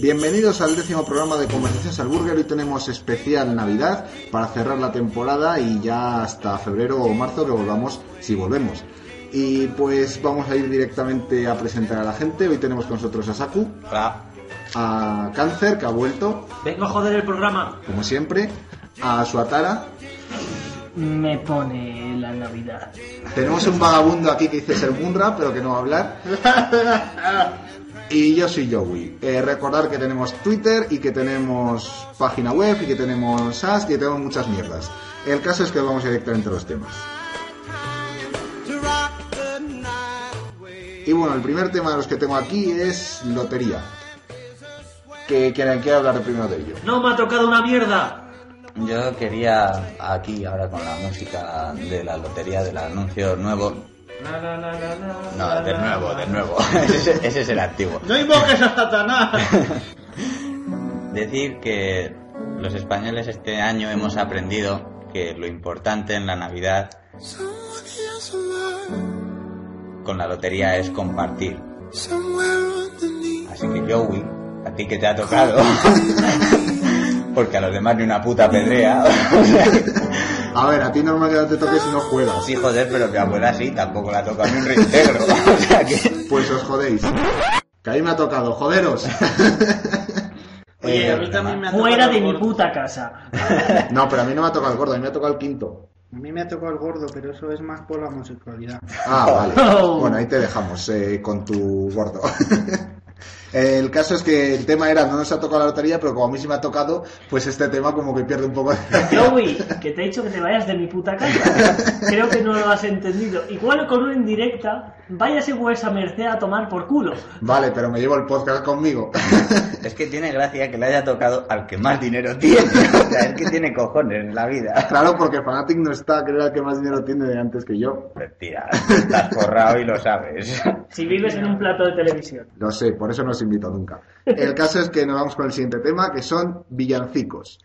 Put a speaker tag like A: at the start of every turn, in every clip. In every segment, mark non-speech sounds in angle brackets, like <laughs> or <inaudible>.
A: Bienvenidos al décimo programa de Conversaciones al Burger. Hoy tenemos especial Navidad para cerrar la temporada y ya hasta febrero o marzo que volvamos, si volvemos. Y pues vamos a ir directamente a presentar a la gente. Hoy tenemos con nosotros a Saku, a Cáncer, que ha vuelto,
B: Vengo a joder el programa.
A: como siempre, a Suatara.
C: Me pone la Navidad.
A: Tenemos un vagabundo aquí que dice ser Munra, pero que no va a hablar. Y yo soy Joey. Eh, recordar que tenemos Twitter y que tenemos página web y que tenemos SaaS y que tenemos muchas mierdas. El caso es que vamos directamente a los temas. Y bueno, el primer tema de los que tengo aquí es lotería. Que quien quiera hablar primero de ello.
B: No me ha tocado una mierda.
D: Yo quería aquí ahora con la música de la lotería del anuncio nuevo.
B: Na, na, na, na, na,
D: No,
B: na,
D: de
B: na,
D: nuevo,
B: na.
D: de nuevo. <laughs> Ese, ese es el antiguo.
B: No invoques a
D: <laughs> Eh,
B: Satanás.
D: Decir que los españoles este año hemos aprendido que lo importante en la Navidad con la lotería es compartir. Así que Joey, a ti que te ha tocado, <laughs> porque a los demás ni una puta pedrea. O sea,
A: A ver, a ti normal que no te toque si no juegas.
D: sí, joder, pero que abuela sí, tampoco la toca ni un reintegro. <laughs> O sea que...
A: Pues os jodéis. Que a mí me ha tocado, joderos.
B: Oye, a
D: Eh,
B: mí también me ha tocado.
C: Fuera de
B: el
C: mi
B: gordo.
C: puta casa.
A: No, pero a mí no me ha tocado el gordo, a mí me ha tocado el quinto.
E: A mí me ha tocado el gordo, pero eso es más por la homosexualidad.
A: Ah, vale.
C: Oh.
A: Bueno, ahí te dejamos eh, con tu gordo. <laughs> El caso es que el tema era, no nos ha tocado la lotería, pero como a mí sí me ha tocado, pues este tema como que pierde un poco
C: <laughs>
A: de...
E: <laughs>
C: Joey, que te he dicho que te vayas de mi puta casa. Creo que no lo has entendido. Igual con una indirecta, váyase vuesa merced a tomar por culo.
A: Vale, pero me llevo el podcast conmigo. <laughs>
D: Es que tiene gracia que le haya tocado al que más dinero tiene. <laughs> O sea, es que tiene cojones en la vida. <laughs>
A: Claro, porque Fanatic no está, que era el que más dinero tiene de antes que yo.
D: Mentira, estás forrado y lo sabes.
C: Si vives en un plato de televisión.
A: Lo sé, por eso no os invito nunca. El caso es que nos vamos con el siguiente tema, que son villancicos.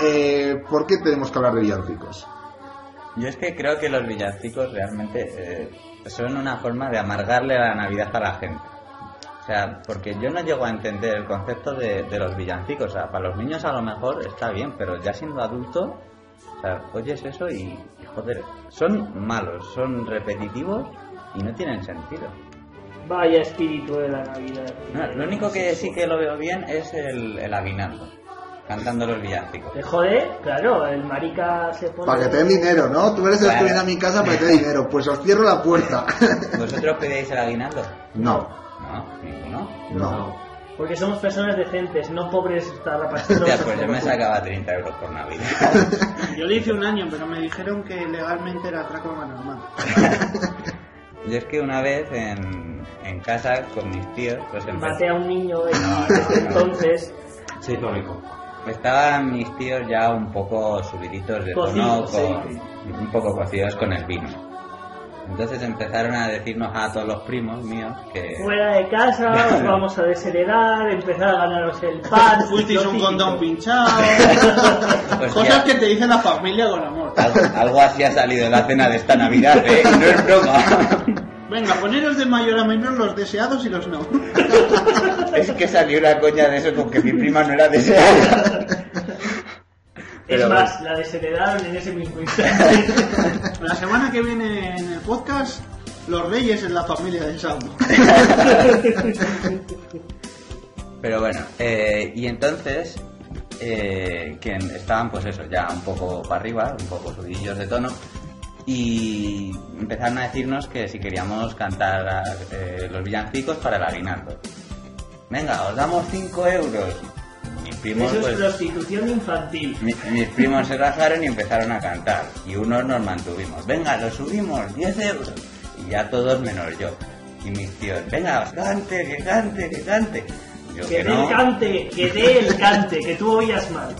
A: Eh, ¿Por qué tenemos que hablar de villancicos?
D: Yo es que creo que los villancicos realmente eh, son una forma de amargarle la Navidad a la gente. O sea, porque yo no llego a entender el concepto de, de los villancicos. O sea, para los niños a lo mejor está bien, pero ya siendo adulto, o sea, oyes eso y, y, joder, son malos, son repetitivos y no tienen sentido.
C: Vaya espíritu de la Navidad.
D: No, lo único que sí que lo veo bien es el, el aguinaldo, cantando los
C: <laughs>
D: villancicos.
C: Te jode, Eh, claro, el marica se pone.
A: Para que te den dinero, ¿no? Tú eres el que
D: Claro.
A: viene a mi casa para que te dé dinero. Pues os cierro la puerta. <laughs>
D: ¿Vosotros pedíais el aguinaldo?
A: No,
D: No, ninguno.
A: no.
C: Porque somos personas decentes, no pobres tarrapas.
D: <laughs> Ya, pues yo me sacaba 30 euros por Navidad.
E: Yo le hice un año, pero me dijeron que legalmente era atraco normal.
D: Yo es que una vez en, en casa con mis tíos, pues los
C: Maté
D: empecé.
C: a un niño y
D: No, no,
C: desde
D: no.
C: entonces.
B: Sí, cómico.
D: Estaban mis tíos ya un poco subiditos de tono,
C: Cocidos,
D: con-
C: sí.
D: un poco cocidos con el vino. Entonces empezaron a decirnos a todos los primos míos que.
C: Fuera de casa, os vamos a desheredar, empezar a ganaros el pan.
E: <laughs> Fuisteis
C: lo
E: un
C: típico.
E: condón pinchado.
D: Pues
E: Cosas
D: ya,
E: que te dice la familia con amor.
D: algo, algo así ha salido de la cena de esta Navidad, ¿eh? Y No es
C: <laughs>
D: broma.
E: Venga, poneros de mayor a menor los deseados y los no.
D: Es que salió una coña de eso con que mi prima no era deseada.
C: Es
D: Pero
C: más, la desheredaron en ese
D: <laughs>
C: mismo instante.
E: La semana que viene en el podcast, los reyes en la familia de Salmo.
D: Pero bueno, eh, y entonces, eh, que estaban pues eso, ya un poco para arriba, un poco subidillos de tono, y empezaron a decirnos que si queríamos cantar eh, los villancicos para el aguinaldo. Venga, os damos 5 euros. Y primos,
C: Eso es
D: pues,
C: prostitución infantil.
D: mi- mis primos se rajaron y empezaron a cantar. Y unos nos mantuvimos. Venga, lo subimos, 10 euros. Y ya todos menos yo. Y mis tíos, venga, cante, que cante, que cante. Yo
C: Que
D: que
C: dé el
D: no.
C: cante, que dé el cante, que tú oías mal.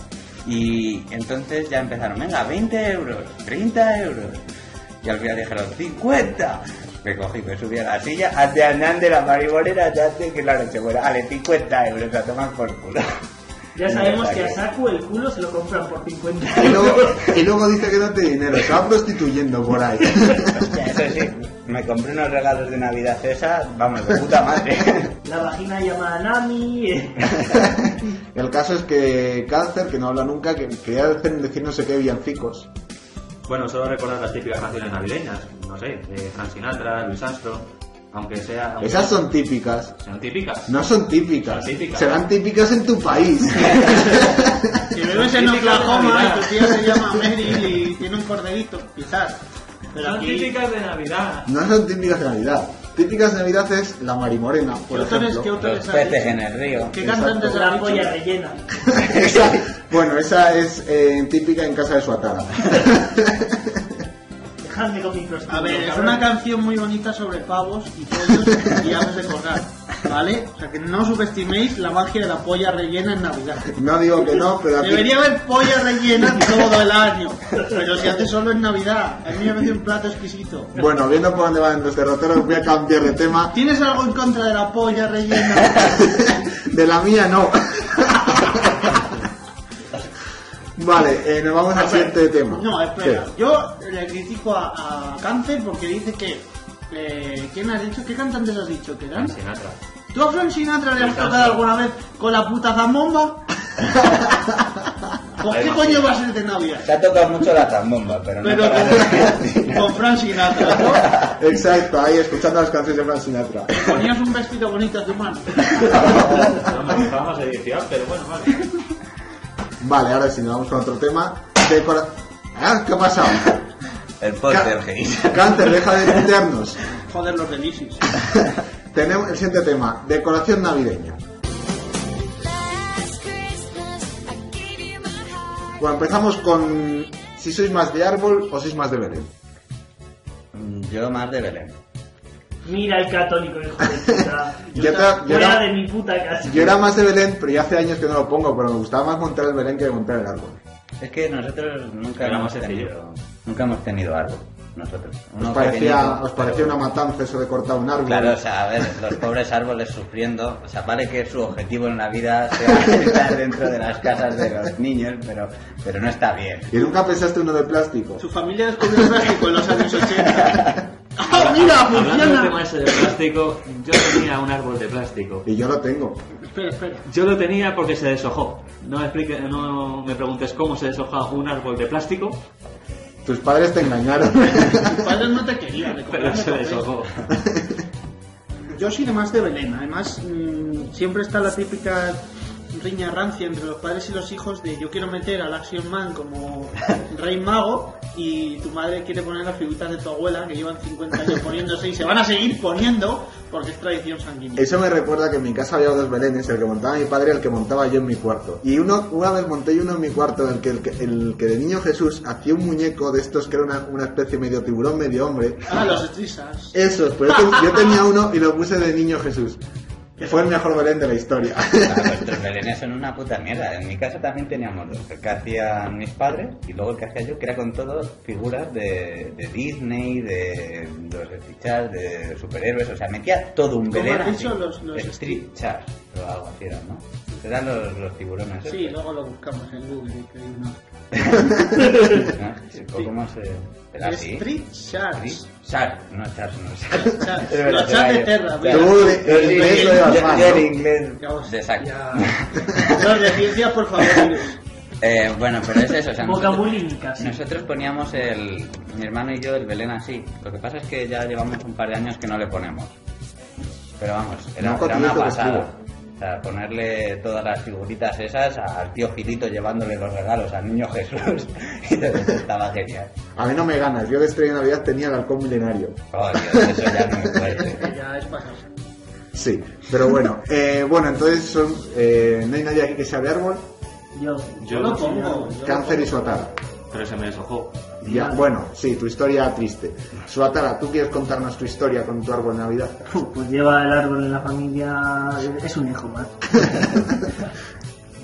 D: Y entonces ya empezaron, venga, 20 euros, 30 euros. Y al final dijeron, 50. Me cogí, me subí a la silla, ante andán de la marimonera, ya antes que la noche buena. Ale, 50 euros, la toman por culo. <laughs>
C: Ya sabemos que a Saku el culo se lo compran por 50
A: Y luego,
C: euros.
A: y luego dice que no tiene dinero, se va prostituyendo por ahí.
D: Eso sí, me compré unos regalos de Navidad esa, vamos, de puta
C: <laughs>
D: madre.
C: La vagina llamada Nami. eh.
A: <laughs> El caso es que Cáncer, que no habla nunca, que quería decir, decir no sé qué villancicos.
F: Bueno, solo recordar las típicas canciones navideñas, no sé, de Frank Sinatra, Luis Armstrong, aunque sea... aunque
A: Esas son típicas.
F: sean típicas.
A: No son típicas.
F: Son típicas.
A: Serán típicas en tu país. <laughs>
E: Si vives en
F: Típica de
E: Oklahoma,
F: Navidad.
E: tu tía se llama Mary y tiene un corderito, quizás. Pero
F: Son
E: aquí,
F: típicas de Navidad.
A: No son típicas de Navidad. Típicas de Navidad es la marimorena,
E: ¿qué
A: por
E: autores, qué
A: ejemplo.
E: autores
D: Los
E: han
D: peces
E: dicho?
D: en el río.
E: ¿Qué
A: Exacto.
E: cantantes
C: La
E: han
C: polla
E: dicho?
C: rellena.
A: <laughs> Esa- bueno, esa es eh, típica en casa de su atara.
C: Dejadme con mi prostituta.
E: A ver, es
C: cabrón.
E: una canción muy bonita sobre pavos y pollos y aves de corral, ¿vale? O sea, que no subestiméis la magia de la polla rellena en Navidad.
A: No digo que no, pero aquí
E: Debería haber polla rellena todo el año, pero se hace solo en Navidad. A mí me parece un plato exquisito.
A: Bueno, viendo por dónde van los derroteros, voy a cambiar de tema.
E: ¿Tienes algo en contra de la polla rellena?
A: <laughs> De la mía, no. vale, eh, nos vamos al siguiente tema.
E: No, espera.
A: Sí.
E: Yo le critico a, a Cáncer porque dice que... Eh, ¿Quién has dicho? ¿Qué cantantes has dicho que eran?
F: Frank Sinatra.
E: ¿Tú a Frank Sinatra le has
F: Sí,
E: tocado
F: sí.
E: alguna vez con la puta
F: <laughs>
E: zambomba? ¿Con qué
F: Además,
E: coño va a ser de Navidad?
D: Se ha tocado mucho la zambomba, pero no
E: Pero
D: para
E: con, con Frank Sinatra, ¿no?
A: Exacto, ahí escuchando las canciones de Frank Sinatra.
E: Ponías un vestido bonito a tu mano.
F: No me gustaba más edición, pero bueno, vale.
A: Vale, ahora sí, nos vamos con otro tema. Decora- Ah, ¿qué ha pasado?
D: El póster, genial.
A: Cáncer, deja de meternos.
E: Joder, los del ISIS.
A: Tenemos el siguiente tema, decoración navideña. Bueno, empezamos con si sois más de árbol o sois más de Belén.
D: Mm, Yo más de Belén.
C: Mira el católico, hijo de puta.
A: <laughs> Yo, te- yo
C: Fuera
A: era,
C: de mi puta casa.
A: yo era más de Belén, pero ya hace años que no lo pongo, pero me gustaba más montar el Belén que montar el árbol.
D: Es que nosotros nunca
F: Era
D: hemos
F: más sencillo.
D: tenido, nunca hemos tenido árbol. Nosotros.
A: ¿Os
D: Uno
A: parecía,
D: pequeñito,
A: os parecía una matanza eso de cortar un árbol?
D: Claro, o sea, a ver, los pobres árboles sufriendo, o sea, vale que su objetivo en la vida
A: <laughs>
D: sea estar dentro de las casas de los niños, pero, pero no está bien.
A: ¿Y nunca pensaste uno de plástico?
E: Su familia descubrió el plástico en los años 80. ¡Ah, mira,
F: Hablando del tema
E: funciona!
F: ese de plástico, yo tenía un árbol de plástico.
A: Y yo lo tengo.
E: Espera, espera.
F: Yo lo tenía porque se deshojó. No me, explique- no me preguntes cómo se deshoja un árbol de plástico,
A: Tus padres te engañaron. <laughs>
E: Tus padres Pues no te querían. le
F: pero
E: compraron
F: se
E: café.
F: deshojó.
E: Yo soy de más de Belén, además mm, siempre está la típica riña rancia entre los padres y los hijos de yo quiero meter al Action
D: <laughs>
E: Man como rey mago y tu madre quiere poner las figuritas de tu abuela que llevan 50 años poniéndose y se van a seguir poniendo porque es tradición sanguínea.
A: Eso me recuerda que en mi casa había dos belenes, el que montaba mi padre y el que montaba yo en mi cuarto. Y uno, una vez monté yo uno en mi cuarto, en el que, el que, el que de niño Jesús hacía un muñeco de estos que era una, una especie medio tiburón, medio hombre.
E: Ah, los Strisas.
A: Esos, pero yo, ten- yo tenía uno y lo puse de niño Jesús. Fue el mejor belén de la
E: <laughs>
A: historia.
D: Claro, Nuestros belenes son una puta mierda. En mi casa también teníamos dos, el que hacían mis padres y luego el que hacía yo, que era con todo figuras de, de Disney, de los estichas, de superhéroes, o sea, metía todo un
E: ¿Cómo
D: belén.
E: has dicho?
D: así.
E: Los- los
D: Strichas, o algo así eran, ¿no? Eran los, los tiburones.
E: Sí,
D: estos,
E: luego lo buscamos en Google. y que hay uno.
D: ¿no? <laughs> Sí, ¿Cómo se...? eh, ¿Era así?
E: Street Sharks.
D: ¿Sí? Shark, no Shark, no
E: <laughs>
D: Shark.
E: Los Sharks
D: Es verdad,
E: los Sharks de
D: era <laughs> yo.
E: Terra.
D: Claro. <laughs>
A: Tú,
E: mira.
A: de- de inglés lo llevas
D: Yo-
A: mal,
D: yo
A: ¿no?
D: en inglés
E: Ya os-
D: de saco.
E: ya. Los de ciencias, por favor.
D: <laughs> Eh, bueno, pero es eso. O sea, nosotros,
C: Vocabulínica, sí.
D: nosotros poníamos el. Mi hermano y yo el Belén así. Lo que pasa es que ya llevamos un par de años que no le ponemos. Pero vamos, era,
A: No, con
D: era
A: tu
D: una
A: hijo que
D: pasada. O sea, ponerle todas las figuritas esas al tío Gilito llevándole los regalos al niño Jesús. <laughs> y de repente estaba genial.
A: A mí no me ganas, yo de estrella de Navidad tenía el halcón milenario.
D: Oh, Dios, eso ya no me puede.
E: Ya es pasarse.
A: Sí, pero bueno, eh, bueno, entonces son, eh, no hay nadie aquí que sea de árbol,
C: Yo,
F: Yo
E: lo
F: no sé,
E: pongo.
A: cáncer y su atara.
F: pero se me deshojó.
A: Ya, bueno, sí, tu historia triste. Su atara, ¿tú quieres contarnos tu historia con tu árbol de Navidad?
C: <laughs> Pues lleva el árbol en la familia. Es un hijo
A: <laughs>
C: más.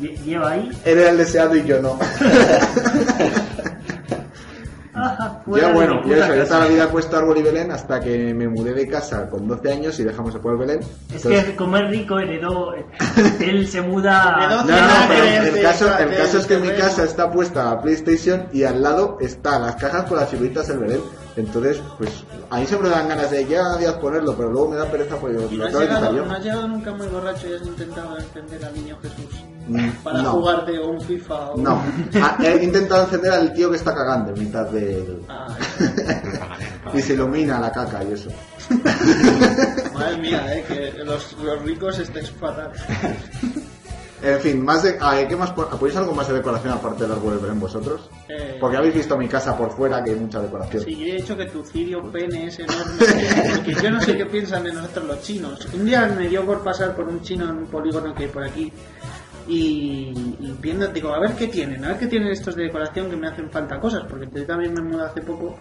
C: Lle- lleva ahí.
A: Era el deseado y yo no.
C: Ajá, fuera
A: Ya
C: de
A: bueno,
C: mi
A: yo,
C: puta
A: eso, yo
C: casa.
A: toda la vida he puesto árbol y Belén hasta que me mudé de casa con 12 años y dejamos el pueblo Belén.
C: Es
A: Entonces-
C: que como es rico,
A: <laughs>
C: heredó. Él se muda.
A: No,
E: Heredó-
A: no,
E: Nada que ver,
A: pero el
E: sí,
A: caso,
E: nada
A: el
E: que
A: caso
E: ver,
A: es que mi
E: nada que
A: casa
E: ver.
A: está puesta a PlayStation y al lado está las cajas con las figuritas del Belén. Entonces, pues a mí siempre me dan ganas de ya días ponerlo, pero luego me da pereza porque
E: Y
A: lo
E: no has,
A: acabo de quitar
E: llegado,
A: yo.
E: no has llegado nunca muy borracho y has intentado encender al niño Jesús
A: Mm,
E: para
A: no,
E: jugarte o un FIFA o
A: No, Ah, he intentado encender al tío que está cagando en mitad
E: <laughs>
A: del...
E: Ah,
A: Y se ilumina la caca y eso.
E: madre mía, eh, que los, los ricos estáis fatal.
A: En fin, más de... ah, ¿qué más pon- ¿Ponéis algo más de decoración aparte del árbol del Belén vosotros?
E: Eh,
A: Porque habéis visto mi casa por fuera que hay mucha decoración.
E: Sí, yo he dicho que tu cirio pene es enorme. Porque yo no sé qué piensan de nosotros los chinos. Un día me dio por pasar por un chino en un polígono que hay por aquí. Y, y viendo, digo, a ver qué tienen, a ver qué tienen estos de decoración que me hacen falta cosas. Porque yo también me mudé hace poco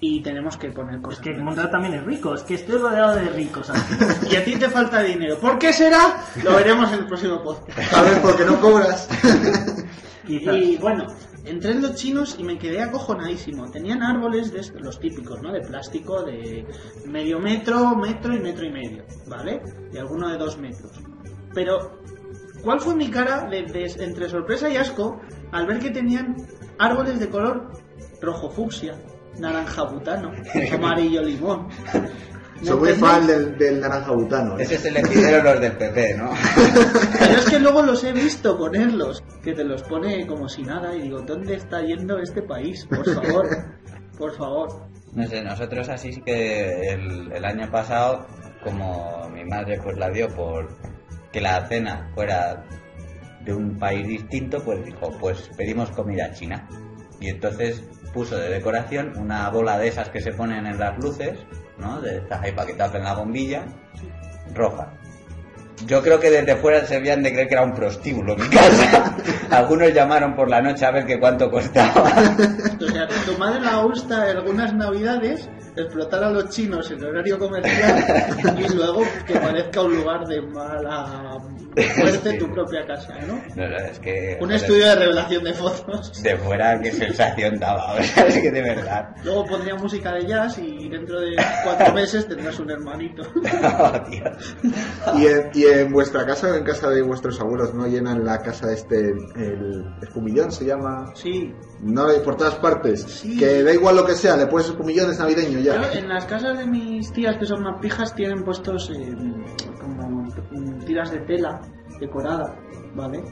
E: y tenemos que poner
C: Es
E: cosas.
C: que Montreal también es rico. Es que estoy rodeado de ricos. aquí.
E: <laughs> Y a ti te falta dinero. ¿Por qué será? Lo veremos en el próximo podcast.
A: A ver, porque no
E: <laughs>
A: cobras.
C: Quizás.
E: Y bueno, entré en los chinos y me quedé acojonadísimo. Tenían árboles de estos, los típicos, ¿no? De plástico de medio metro, metro y metro y medio, ¿vale? Y alguno de dos metros. Pero, ¿cuál fue mi cara de- de- entre sorpresa y asco al ver que tenían árboles de color rojo fucsia, naranja
A: <laughs>
E: butano, amarillo limón? ¿Me
A: Soy muy
E: entendéis?
A: fan del, del naranja butano. ¿eh?
D: Ese es el hechicero los del PP, ¿no?
E: Pero es que luego los he visto ponerlos, que te los pone como si nada y digo, ¿dónde está yendo este país? Por favor, por favor.
D: No sé, nosotros así sí que el, el año pasado, como mi madre pues la dio por que la cena fuera de un país distinto, pues dijo, pues pedimos comida china. Y entonces puso de decoración una bola de esas que se ponen en las luces, ¿no? De estas ahí para que tapen la bombilla, roja. Yo creo que desde fuera se habían de creer que era un prostíbulo mi casa. <laughs> Algunos llamaron por la noche a ver que cuánto costaba. <laughs>
E: O sea, tu madre la gusta en algunas navidades explotar a los chinos en horario comercial y luego que parezca un lugar de mala muerte tu propia casa, ¿no?
D: No, no, es que...
E: Un
D: joder.
E: estudio de revelación de fotos.
D: de fuera qué sensación daba, o sea, <laughs> es que de verdad. <laughs>
E: Luego pondría música de jazz y dentro de cuatro meses tendrás un hermanito.
D: Oh, tío.
A: ¿Y,
E: <laughs>
A: en, y en vuestra casa o en casa de vuestros abuelos no llenan la casa este, el espumillón se llama?
E: Sí,
A: No, por todas partes.
E: Sí.
A: Que da igual lo que sea, le pones espumillón, es navideño
E: Yo,
A: ya.
E: en las casas de mis tías que son más pijas tienen puestos eh, como mm, tiras de tela decorada, ¿vale?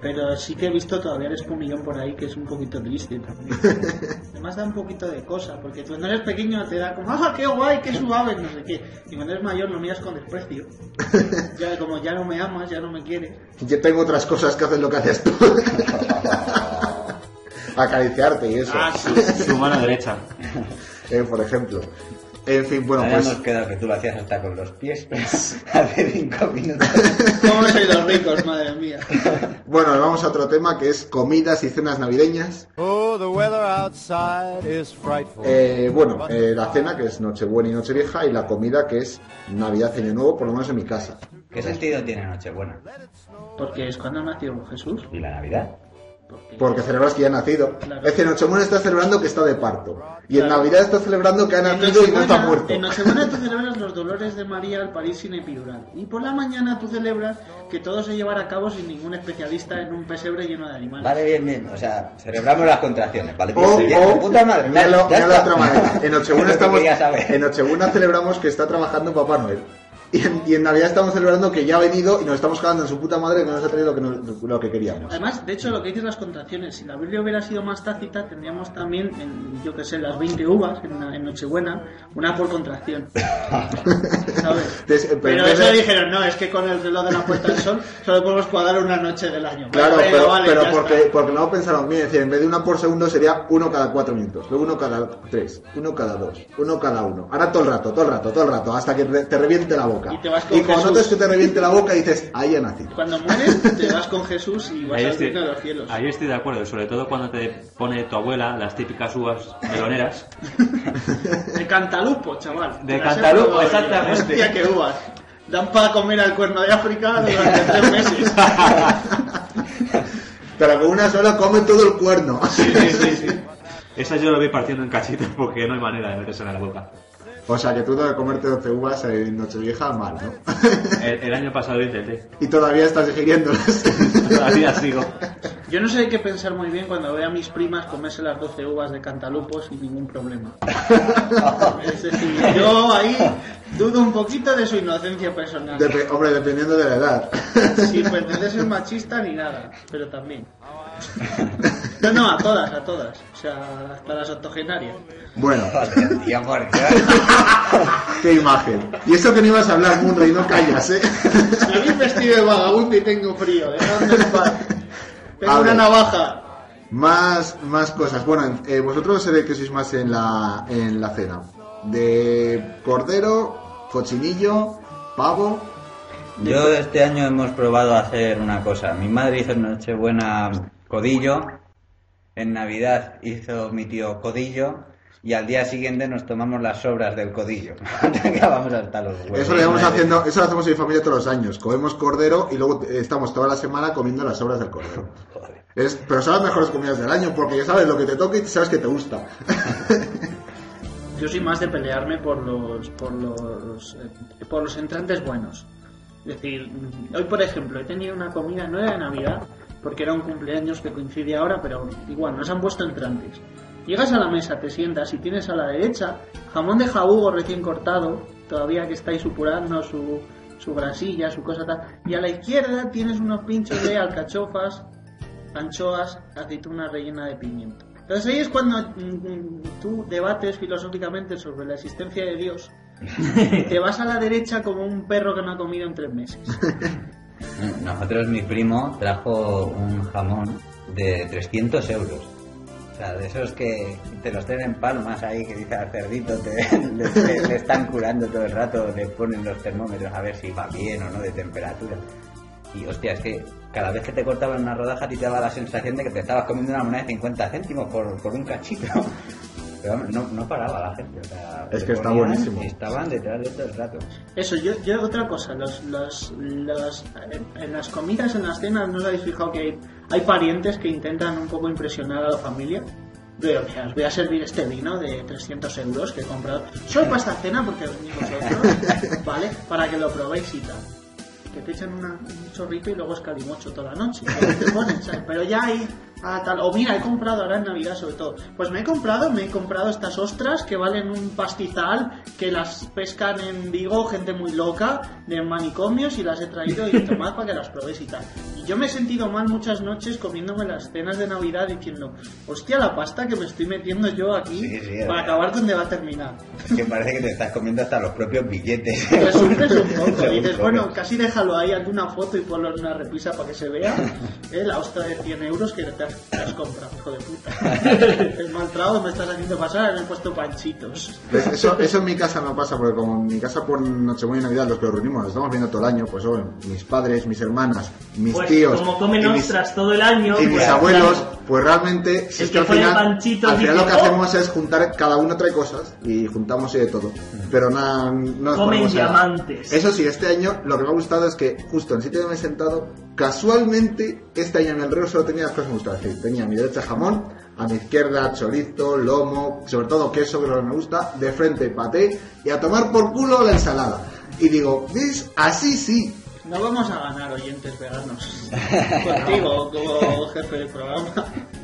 E: Pero sí que he visto todavía el espumillón por ahí que es un poquito triste también. Además da un poquito de cosa, porque cuando eres pequeño te da como, ¡ah, qué guay, qué suave! No sé qué. Y cuando eres mayor lo miras con desprecio. Ya como ya no me amas, ya no me quieres.
A: Yo tengo otras cosas que hacen lo que haces
E: <laughs>
A: tú. Acariciarte y eso,
E: Ah,
F: su, su mano derecha.
A: eh, por ejemplo. En fin, bueno,
D: Habíamos
A: pues
D: quedado que tú lo hacías hasta con
A: <laughs>
D: los pies hace cinco minutos.
E: ¿Cómo sois los ricos, madre mía?
A: bueno, vamos a otro tema que es comidas y cenas navideñas.
G: Oh, the weather outside is frightful.
A: Eh, bueno, eh, la cena que es Nochebuena y Nochevieja y la comida que es Navidad, Año Nuevo, por lo menos en mi casa.
D: ¿Qué sentido tiene Nochebuena?
E: Porque es cuando nació Jesús.
D: ¿Y la Navidad?
E: Porque...
A: Porque celebras que ya ha nacido.
E: Claro.
A: Es que Nochebuena está celebrando que está de parto. Y en
E: Claro.
A: Navidad está celebrando que ha
E: En
A: nacido y no está
E: Nochebuena,
A: muerto.
E: en Nochebuena tú celebras los dolores de María al parir sin epidural. Y por la mañana tú celebras que todo se llevará a cabo sin ningún especialista en un pesebre lleno de animales.
D: Vale, bien, bien. O sea, celebramos las contracciones, ¿vale?
A: <laughs> O,
D: Bien, bien,
A: o,
D: puta madre.
A: Oh,
D: ya-
A: míralo-
D: ya
A: míralo de
D: está.
A: otra
D: <laughs>
A: manera. En
D: Es lo
A: Nochebuena,
D: que
A: estamos,
D: quería saber.
A: en Nochebuena celebramos que está trabajando Papá Noel. Y en, y en Navidad estamos celebrando que ya ha venido y nos estamos cagando en su puta madre que no nos ha traído lo que, nos- lo que queríamos.
E: Además, de hecho, lo que dicen las contracciones, si la Biblia hubiera sido más tácita, tendríamos también, en, yo que sé, las 20 uvas en, en Nochebuena, una por contracción.
A: <laughs>
E: <laughs> ¿Sabes?
A: Entonces, eh,
E: Pero
A: entonces-
E: eso dijeron, no, es que con el reloj de la puesta del sol solo podemos cuadrar una noche del año.
A: Claro,
E: Bueno,
A: pero,
E: vale,
A: pero
E: ya
A: porque,
E: está.
A: porque no pensaron bien. Es decir, en vez de una por segundo sería uno cada cuatro minutos, luego uno cada tres, uno cada dos, uno cada uno. Ahora todo el rato, todo el rato, todo el rato, hasta que re- te reviente la boca. boca.
E: Y te vas con
A: Y con
E: Jesús.
A: otros que te reviente la boca y dices, ahí he nacido.
E: Cuando mueres, te vas con Jesús y vas
F: Ahí
E: al
F: estoy,
E: reino de los cielos.
F: ahí estoy de acuerdo, sobre todo cuando te pone tu abuela las típicas uvas meloneras.
E: De Cantalupo, chaval.
F: De
E: Te las he
F: Cantalupo,
E: probado.
F: exactamente.
E: Hostia, que uvas. Dan para comer al cuerno de África durante tres
F: <laughs>
E: meses.
A: Pero con una sola come todo el cuerno. <laughs>
F: Esa yo lo voy partiendo en cachitos porque no hay manera de meterse en la boca.
A: o sea, que tú de comerte 12 uvas en Nochevieja, mal, ¿no? <laughs>
F: El, el año pasado lo <laughs> intenté.
A: y todavía estás
E: <laughs>
A: digiriéndolas.
F: Todavía sigo.
E: Yo no sé qué pensar muy bien cuando veo a mis primas comerse las 12 uvas de Cantalupo sin ningún
F: <laughs>
E: problema. es decir, yo ahí dudo un poquito de su inocencia personal.
A: Depe- hombre, dependiendo de la edad.
E: <laughs> Sin pretender ser machista ni nada, pero también. No, no, a todas, a todas. O sea, hasta las octogenarias.
A: <laughs> Bueno,
D: <laughs> Joder, tío, por Dios.
A: qué imagen. Y eso que no ibas a hablar, Munro, y no callas, ¿eh? <laughs>
E: Me habéis vestido de vagabundo y tengo frío. ¿eh? dejadme en paz. Tengo
A: A ver.
E: una navaja.
A: Más, más cosas. Bueno, eh, vosotros sé que sois más en la, en la cena. De cordero, cochinillo, pavo.
D: Yo este año hemos probado a hacer una cosa. Mi madre hizo en Nochebuena codillo. En Navidad hizo mi tío codillo. Y al día siguiente nos tomamos las sobras del codillo. <laughs> Acabamos hasta los huevos.
A: eso, le vamos
D: Madre.
A: haciendo, eso lo hacemos en mi familia todos los años. Comemos cordero y luego eh, estamos toda la semana comiendo las sobras del cordero.
D: Joder.
A: Es, pero son las mejores comidas del año porque ya sabes lo que te toca y sabes que te gusta.
E: Yo soy más de pelearme por los, por los, eh, por los entrantes buenos. Es decir, mm, hoy por ejemplo he tenido una comida no era de Navidad porque era un cumpleaños que coincide ahora, pero igual nos han puesto entrantes. Llegas a la mesa, te sientas y tienes a la derecha jamón de jabugo recién cortado, todavía que está ahí supurando su, su grasilla, su cosa tal, y a la izquierda tienes unos pinchos de alcachofas anchoas, aceituna rellena de pimiento. Entonces ahí es cuando mm, mm, tú debates filosóficamente sobre la existencia de Dios. y Te vas a la derecha como un perro que no ha comido en tres meses.
D: Mm, Nosotros, mi primo, trajo un jamón de 300 euros. O sea, de esos que te los traen en palmas ahí, que dice al cerdito, te, <laughs> le, le- le están curando todo el rato, le ponen los termómetros a ver si va bien o no de temperatura. Y hostia, es que cada vez que te cortaban una rodaja, a ti te daba la sensación de que te estabas comiendo una moneda de 50 céntimos por, por un cachito. <laughs> Pero vamos, no, no paraba la gente. o sea,
A: Es
D: se
A: que está
D: ponían
A: buenísimo.
D: y Estaban detrás de todo el rato.
E: Eso, yo, yo otra cosa, los, los, los- eh, en, en las comidas, en las cenas, ¿no os habéis fijado que hay, hay parientes que intentan un poco impresionar a la familia? Veo, mira, os voy a servir este vino de 300 euros que he comprado solo para esta cena porque venís vosotros, ¿vale? Para que lo probéis y tal. Que te echan una- un chorrito y luego es calimocho toda la noche. ¿no? Te ponen, ¿sabes? Pero ya hay... Ah, tal. O mira, he comprado ahora en Navidad sobre todo. Pues me he comprado, me he comprado estas ostras que valen un pastizal, que las pescan en Vigo gente muy loca, de manicomios, y las he traído y tomad para que las probéis y tal. Y yo me he sentido mal muchas noches comiéndome las cenas de Navidad diciendo, hostia, la pasta que me estoy metiendo yo aquí
D: Sí, sí, es verdad.
E: para acabar donde va a terminar.
D: Es que parece que te estás comiendo hasta los propios
E: <laughs>
D: billetes.
E: Te sufres un poco,
D: Según
E: dices,
D: comes. <laughs>
E: bueno, casi déjalo ahí, alguna foto y ponlo en una repisa para que se vea eh, la ostra de 100 euros que te has, te has comprado, hijo de
A: <laughs>
E: puta. El mal trago me estás haciendo pasar, me he puesto panchitos.
A: ¿Ves? Eso, eso en mi casa no pasa, porque como en mi casa por Nochebuena y Navidad los que nos reunimos nos estamos viendo todo el año, pues son mis padres, mis hermanas, mis
C: Pues
A: tíos
C: como comen
A: y mis,
C: ostras todo el año,
A: y mis
C: pues,
A: abuelos, pues realmente si
C: El
A: es
C: que
A: que al
C: pone
A: final,
C: panchitos
A: al final
C: dice,
A: lo que
C: "Oh".
A: hacemos es juntar, cada uno trae cosas y juntamos y de todo, pero nada, no nos
C: Comen
A: ponemos a-
C: diamantes.
A: Eso sí, este año lo que me ha gustado es que justo en el sitio donde me he sentado, casualmente este año en el río solo tenía las cosas que me gustaban, es decir, tenía a mi derecha jamón, a mi izquierda chorizo, lomo, sobre todo queso, que es lo que me gusta, de frente paté y a tomar por culo la ensalada. Y digo, ¿ves? Así sí.
E: No vamos a ganar oyentes veganos contigo como jefe del programa.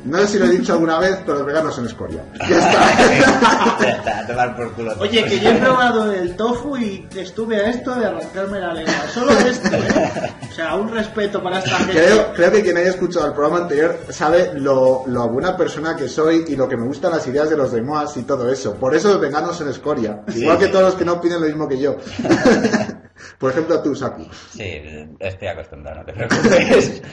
A: No sé si lo he dicho alguna vez, pero los veganos son
C: <laughs>
A: escoria. Ya está.
D: Ya está, a tomar por culo.
E: Oye, que yo he probado el tofu y estuve a esto de arrancarme la lengua. Solo esto, ¿eh? O sea, un respeto para esta gente.
A: <laughs> Creo, creo que quien haya escuchado el programa anterior sabe lo, lo buena persona que soy y lo que me gustan las ideas de los demás y todo eso. Por eso los veganos son escoria. Igual que todos los que no opinan lo mismo que yo. <laughs> Por ejemplo, tú, Saku.
D: Sí, estoy acostumbrado, no te preocupes. <laughs>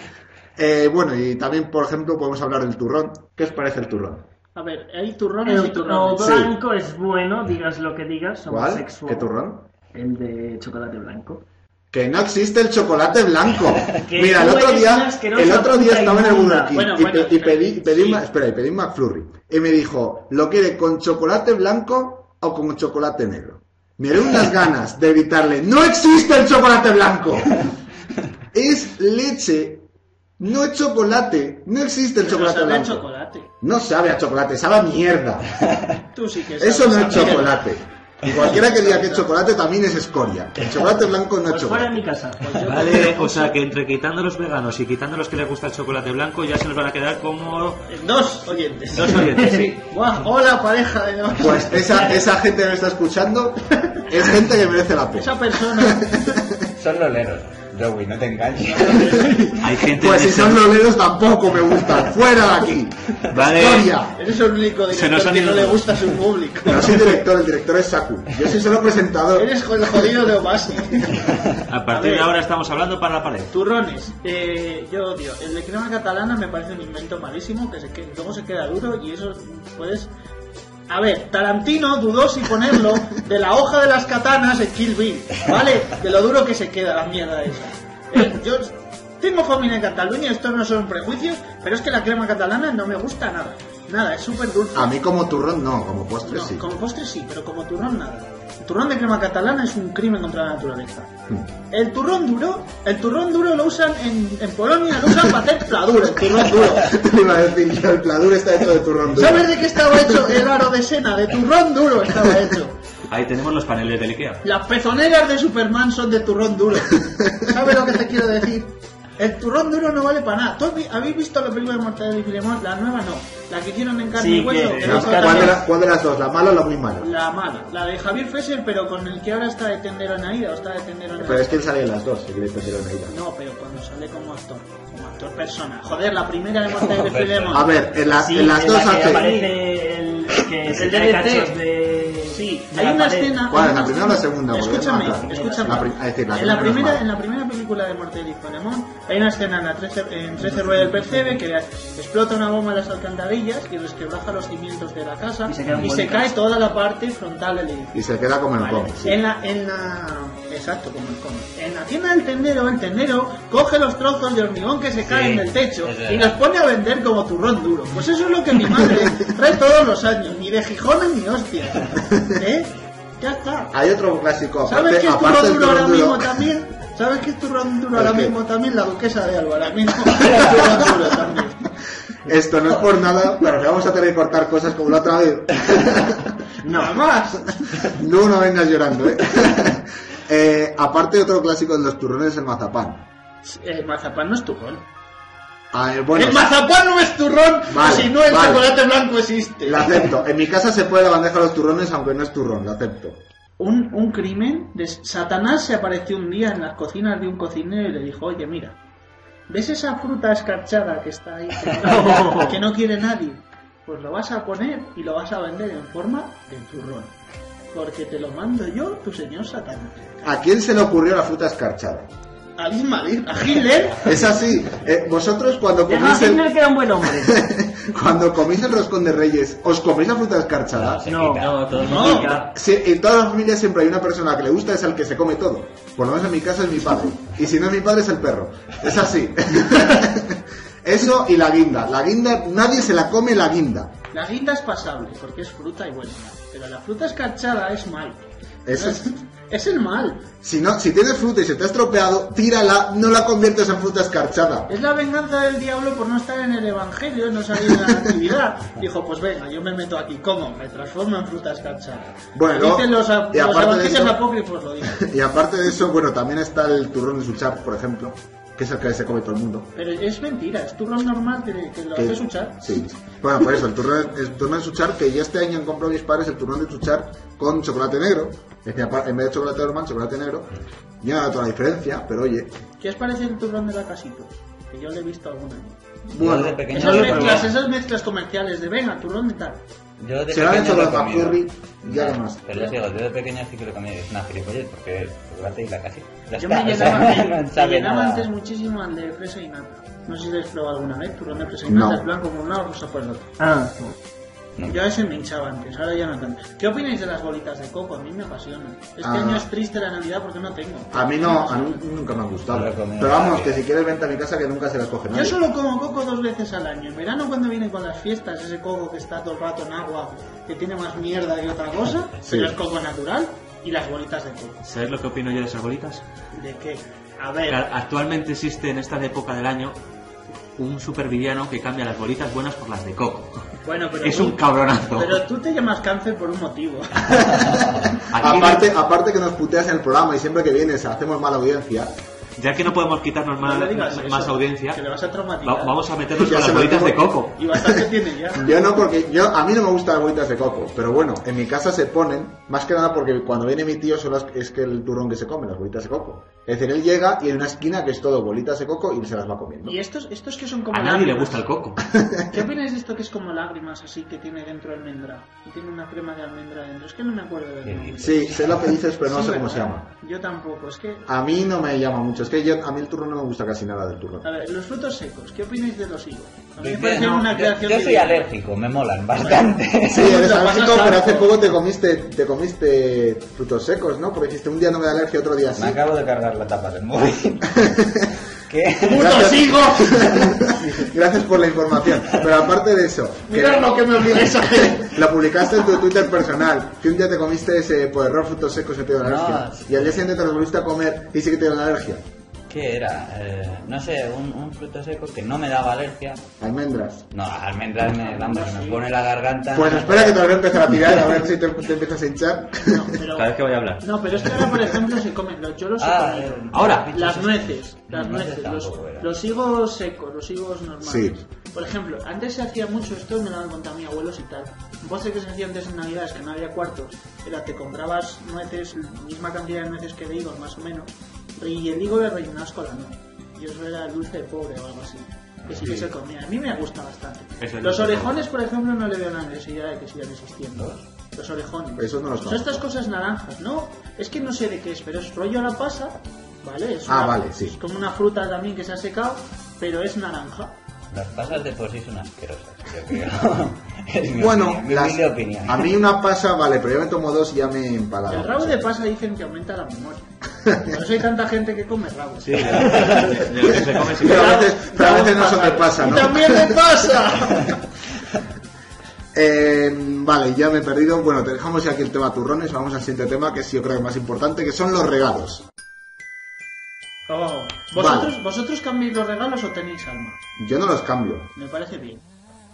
A: Eh, bueno, y también, por ejemplo, podemos hablar del turrón. ¿Qué os parece el turrón?
E: A ver, hay turrones y
A: Eh,
C: El turno
E: turrones.
A: Sí.
C: blanco es bueno, digas lo que digas,
A: ¿Cuál?
C: homosexual.
A: ¿Qué turrón?
C: el de chocolate blanco.
A: Que no existe el chocolate blanco.
C: Que
A: Mira, el
C: tú
A: otro
C: eres una
A: día,
C: asquerosa
A: el otro día
C: puta
A: estaba en el
C: inmunda.
A: Burger King
E: Bueno,
A: y,
E: bueno,
A: pe- y
E: espera,
A: pedí, y pedí
E: sí.
A: una- espera, y pedí un McFlurry. Y me dijo, ¿lo quiere con chocolate blanco o con chocolate negro? Me dieron unas ganas de gritarle, ¡No existe el chocolate blanco! es leche, no es chocolate, no existe el
E: Pero
A: chocolate
E: sabe a
A: blanco.
E: chocolate.
A: No sabe a chocolate, sabe a mierda.
E: Tú sí que
A: Eso no
E: sabes,
A: es
E: amigo.
A: chocolate. Y cualquiera que diga que es chocolate también es escoria. El chocolate blanco no es
C: Pues fuera de
A: chocolate.
C: mi casa.
F: Vale, o sea que entre quitando los veganos y quitando los que les gusta el chocolate blanco ya se nos van a quedar como
E: Dos oyentes.
F: dos oyentes, sí.
E: Buah, hola pareja de
A: Pues esa, esa gente que me está escuchando es gente que merece la pena. <laughs>
E: Esa persona.
D: Son loleros. Joey, no te engañes.
E: <laughs>
F: Hay gente
A: Pues si
F: en este ese-
A: son loleros tampoco me gustan. ¡Fuera de aquí!
F: Vale.
A: ¡Escoria!
E: Eres el único
F: Se nos
E: director
F: han
E: que
F: ido
E: no le
F: los-
E: gusta a su público.
A: <laughs> No soy director, el director es Saku. Yo soy solo presentador.
E: Eres el jodido de Obasi.
A: <laughs>
F: A partir de
E: ver.
F: ahora estamos hablando para la pared.
E: Turrones, eh, yo odio. El de crema catalana me parece un invento malísimo que, se que- luego se queda duro y eso puedes. A ver, Tarantino dudó si ponerlo de la hoja de las katanas en Kill Bill, ¿vale? De lo duro que se queda la mierda esa. Eh, yo tengo familia en Cataluña, estos no son prejuicios, pero es que la crema catalana no me gusta nada. Nada, es súper dulce.
A: A mí como turrón no, como postre
E: No,
A: sí.
E: como postre sí, pero como turrón nada. El turrón de crema catalana es un crimen contra la naturaleza. El turrón duro, el turrón duro lo usan en, en Polonia, lo usan para hacer pladuro, el turrón duro.
A: <laughs> Te iba a decir yo, el pladur está hecho de turrón duro.
E: ¿Sabes de qué estaba hecho el aro de Sena? De turrón duro estaba hecho.
F: Ahí tenemos los paneles del Ikea.
E: Las pezoneras de Superman son de turrón duro. ¿Sabes lo que te quiero decir? El turrón duro no vale para nada. ¿Tú vi- habéis visto la película de Mortadelo y Filemón? La nueva no. La que hicieron en carne
C: Sí,
E: y hueso.
C: que- que
E: que no
A: No,
C: los
E: fue tan
A: ¿Cuál de,
E: bien.
A: la- cuál de las dos? ¿La mala o la muy mala?
E: La mala, la de Javier Fesser, pero con el que ahora está de tendero en Aida, o está de tendero en
A: Pero es
E: Aida.
A: que él sale en las dos, si quiere defender una ida.
E: No, pero cuando sale como actor, como actor persona. Joder, la primera de
C: <laughs>
E: Mortadelo de Filemón.
A: A ver, en, la-
C: Sí,
A: en las
C: en
A: dos
C: la que
A: hace...
C: aparece el que se
E: El
C: cae
E: DDT.
C: cachos de.
E: Sí,
C: de
E: hay
C: la
E: una
C: pared.
E: escena.
A: ¿Cuál?
E: hay
A: ¿La
E: una
A: primera o la
E: escena-
A: segunda? Porque
E: Escúchame,
A: no me acuerdo.
E: escúchame.
A: La pri- es decir, la
E: en,
A: primera es
E: la primera,
A: mala.
E: en la primera película de Mortadelo y Filemón, hay una escena en, la 13, en 13 Rueda del Percebe que explota una bomba en las alcantarillas que resquebraja los cimientos de la casa
C: Y se queda un
E: y se
C: buen
E: cae
C: cacho.
E: toda la parte frontal del edificio.
A: Y se queda como en el
E: Vale.
A: cómic, sí.
E: En la, en la. Exacto, como el cómic. En la tienda del tendero, el tendero coge los trozos de hormigón que se caen del techo
D: es verdad.
E: y los pone a vender como turrón duro. Pues eso es lo que mi madre trae todos los años, ni de Gijón ni
A: <laughs>
E: hostias. ¿Eh? Ya está.
A: Hay otro clásico
E: ¿Sabes
A: aparte,
E: qué es
A: Ah, aparte
E: turrón
A: del
E: duro ahora
A: turrón
E: mismo
A: duro.
E: también? ¿Sabes qué es turrón duro
A: ¿El
E: ahora
A: qué?
E: mismo también? La duquesa de Alba ahora mismo. es turrón duro también.
A: Esto no es por nada, pero le vamos a tener que cortar cosas como la otra vez.
E: Nada más.
A: No, no vengas llorando, ¿eh? <laughs> Eh, aparte, otro clásico de los turrones es el mazapán.
E: El mazapán no es turrón.
A: Ah, eh, bueno,
E: el mazapán no es turrón,
A: Vale,
E: si no el
A: vale.
E: chocolate blanco existe.
A: lo acepto. En mi casa se puede la bandeja de los turrones, aunque no es turrón, lo acepto.
E: un, un crimen. De... Satanás se apareció un día en las cocinas de un cocinero y le dijo, oye, mira, ¿ves esa fruta escarchada que está ahí? Que no, que no quiere nadie. Pues lo vas a poner y lo vas a vender en forma de turrón. Porque te lo mando yo, tu señor Satanás.
A: ¿A quién se le ocurrió la fruta escarchada?
E: A Ismael, a Hitler.
A: Es así. eh, vosotros cuando
C: Ya no,
A: coméis, el,
C: Hitler que era un buen
A: <laughs>
C: hombre.
A: cuando coméis el roscón de reyes, ¿os coméis la fruta escarchada?
C: No,
B: No, todo
E: No.
B: no. Pica.
A: Sí, en todas las familias siempre hay una persona que le gusta, es el que se come todo. Por lo menos en mi casa es mi padre. Y si no es mi padre, es el perro. Es así. <laughs> Eso y la guinda. La guinda, nadie se la come la guinda.
E: La guinda es pasable, porque es fruta y bueno. Pero la fruta escarchada es mal.
A: Eso es-
E: es el mal.
A: Si, no, si tienes fruta y se te ha estropeado, tírala, no la conviertes en fruta escarchada.
E: Es la venganza del diablo por no estar en el evangelio, no salir de la natividad. Dijo, pues venga, yo me meto aquí. ¿Cómo? Me transformo en fruta escarchada.
A: Bueno,
E: Dicen los, a-
A: y
E: los
A: aparte de
E: evangelios
A: eso-
E: apócrifos lo dicen.
A: Y aparte de eso, bueno, también está el turrón de Suchar, por ejemplo, que es el que se come todo el mundo.
E: Pero es mentira, es turrón normal que, que lo
A: Que-
E: haces usar.
A: Sí. Bueno, por eso, el turrón, el turrón de Suchar, que ya este año han comprado mis padres el turrón de Suchar con chocolate negro. Es decir, apar- en vez de chocolate normal, chocolate negro. Yo no noto la diferencia, pero oye.
E: ¿Qué os parece el turrón de la casita? Que yo le he visto alguna vez.
D: Yo de
A: Bueno,
D: pequeño.
E: Esas
D: lo he
E: mezclas,
D: probado.
E: esas mezclas comerciales de venga, turrón de tal.
D: Yo de
A: se lo han
D: pequeño
A: hecho
D: lo he
A: con
D: comido.
A: McFlurry y algo más.
D: Pero les digo, yo de pequeño sí que lo comía. Es una gilipollez porque es chocolate y la casi. Ya
E: Yo
D: está,
E: me
D: o sea,
E: llenaba,
D: <laughs>
E: me-
D: no
E: me
D: sabe
E: llenaba
D: nada.
E: antes muchísimo al de fresa y nata. No sé si lo habéis probado alguna vez, turrón de fresa y
A: No.
E: nata, es blanco por un lado, rosa por el otro.
C: Ah,
D: Nunca.
E: Yo a ese me hinchaba antes, ahora ya no tanto. ¿Qué opináis de las bolitas de coco? A mí me apasionan. Este
A: Ah.
E: año es triste la Navidad porque no tengo.
A: A mí no, a mí nunca me ha gustado.
D: No recomiendo
A: Pero vamos,
D: nadie.
A: que si quieres vente a mi casa que nunca se las coge nadie.
E: Yo solo como coco dos veces al año. En verano cuando viene con las fiestas, ese coco que está todo el rato en agua, que tiene más mierda que otra cosa,
A: Sí.
E: pero es coco natural y las bolitas de coco.
F: ¿Sabes lo que opino yo de esas bolitas?
E: ¿De qué? A
F: Que
E: ver,
F: Actualmente existe en esta época del año un supervillano que cambia las bolitas buenas por las de coco.
E: bueno, pero
F: Es
E: tú-
F: un cabronazo.
E: Pero tú te llamas cáncer por un motivo.
F: Aquí,
A: Aparte, aparte que nos puteas en el programa y siempre que vienes hacemos mala audiencia.
F: ya que no podemos
E: <laughs>
F: quitarnos
E: No
F: más,
E: le digas eso,
F: más audiencia,
E: Que le vas a traumatizar.
F: va- vamos a meternos
A: Ya
F: con
A: se
F: las
A: me
F: bolitas de
A: ocurre.
F: coco.
E: Y bastante tiene ya.
A: Yo no, porque yo a mí no me gustan las bolitas de coco, pero bueno, en mi casa se ponen, más que nada porque cuando viene mi tío son las- es que el turrón que se come, las bolitas de coco. Es decir, él llega y hay una esquina que es todo bolitas de coco y se las va comiendo.
E: Y estos, estos que son como
F: A nadie le
E: lágrimas.
F: gusta el coco.
E: ¿Qué opináis de esto que es como lágrimas así que tiene dentro almendra? Y tiene una crema de almendra dentro. Es que no me acuerdo del nombre.
A: Sí, sé lo que dices, pero no
E: Sí,
A: sé cómo
E: ¿verdad?
A: se llama.
E: Yo tampoco. Es que,
A: A mí no me llama mucho, es que yo- a mí el turrón no me gusta casi nada del turrón.
E: a ver, los frutos secos. ¿Qué opináis de los higos? A mí me
D: Yo-
E: parecen
D: no,
E: una
D: yo-
E: creación
D: yo
E: de-
D: soy alérgico, me molan bastante.
E: <laughs>
A: Sí, eres
E: Lo
A: alérgico,
E: pasas
A: pero
E: algo.
A: hace poco te comiste, te comiste frutos secos, ¿no? Porque dijiste un día no me da alergia, otro día sí.
D: Me acabo de cargar la tapa
A: <laughs>
D: del móvil. ¿Qué?
A: ¡Frutos <laughs> Gracias por la información. Pero aparte de eso, que
E: Mirad lo que me obligáis a hacer.
A: <laughs> la publicaste en tu Twitter personal, que un día te comiste ese por error frutos secos y te dio una
D: No,
E: Ah,
A: alergia.
D: sí.
A: Y al día siguiente te los volviste a comer y sí que te dio una alergia.
D: ¿Qué era? Eh, no sé, un, un fruto seco que no me daba alergia.
A: Almendras.
D: No, almendras me, vamos, me pone la garganta.
A: Pues espera que te los voy a empezar a tirar a ver si te, te empiezas a hinchar. <laughs>
E: No, pero,
F: Cada vez que voy a hablar.
E: no, pero es que ahora, por ejemplo, se comen los yolos se
D: Ah,
E: comen-
D: eh,
F: Ahora.
E: Las nueces, las
D: No sé
E: nueces, los,
D: tampoco, era.
E: los higos secos, los higos normales.
A: Sí.
E: Por ejemplo, antes se hacía mucho esto, me lo han contado mis abuelos y tal. Un postre que se hacía antes en Navidades, que no había cuartos, era te comprabas nueces, misma cantidad de nueces que de higos, más o menos, y el higo le rellenabas con la nuez. Y eso era dulce de pobre o algo así. Que sí, que se comía. A mí me gusta bastante.
F: Es el
E: Los
F: dulce de
E: orejones, por ejemplo, no le veo la necesidad de que sigan existiendo. Los orejones.
A: Eso no los
E: Son estas
A: conozco.
E: cosas naranjas, ¿no? Es que no sé de qué es, pero es rollo a la pasa, ¿vale? Es
A: Ah,
E: una-
A: vale, sí.
E: Es como una fruta también que se ha secado, pero es naranja.
D: Las pasas de por sí son asquerosas, yo
A: <laughs>
D: creo. Es mi
A: Bueno,
D: opinión, mi
A: las,
D: humilde opinión.
A: a mí una pasa vale, pero yo me tomo dos y ya me he
E: El
A: empalado.
E: rabo de pasa dicen que aumenta la memoria. Por eso hay tanta gente que come rabo.
F: Sí, de, de- de lo que se come sí.
A: Pero a veces, pero a veces no se te pasa,
E: ¡Y
A: ¿no?
E: también le
A: <laughs>
E: pasa!
A: Eh, vale, ya me he perdido. Bueno, te dejamos ya aquí el tema turrones. Vamos al siguiente tema, que es yo creo que más importante, que son los regalos.
E: Oh, ¿Vosotros,
A: Vale.
E: ¿Vosotros cambiáis los regalos o tenéis alma?
A: Yo no los cambio.
E: Me parece bien.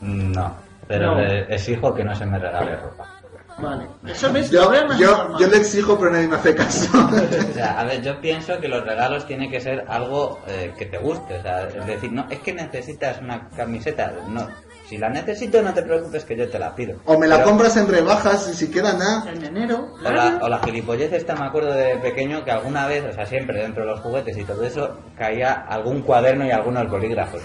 D: No, pero
E: No.
D: le exijo que no se me regale ropa.
E: Vale. Eso ves, lo
A: Yo,
E: veo más
A: yo,
E: normal.
A: yo le exijo, pero nadie me hace caso. <laughs>
D: O sea, a ver, yo pienso que los regalos tiene que ser algo eh, que te guste. O sea, es decir, no, es que necesitas una camiseta. No, si la necesito, no te preocupes que yo te la pido.
A: o me la
D: Pero-
A: compras en rebajas y si queda nada.
E: En enero,
D: O la, o la gilipollez esta, me acuerdo de pequeño que alguna vez, o sea, siempre dentro de los juguetes y todo eso, caía algún cuaderno y algunos bolígrafos.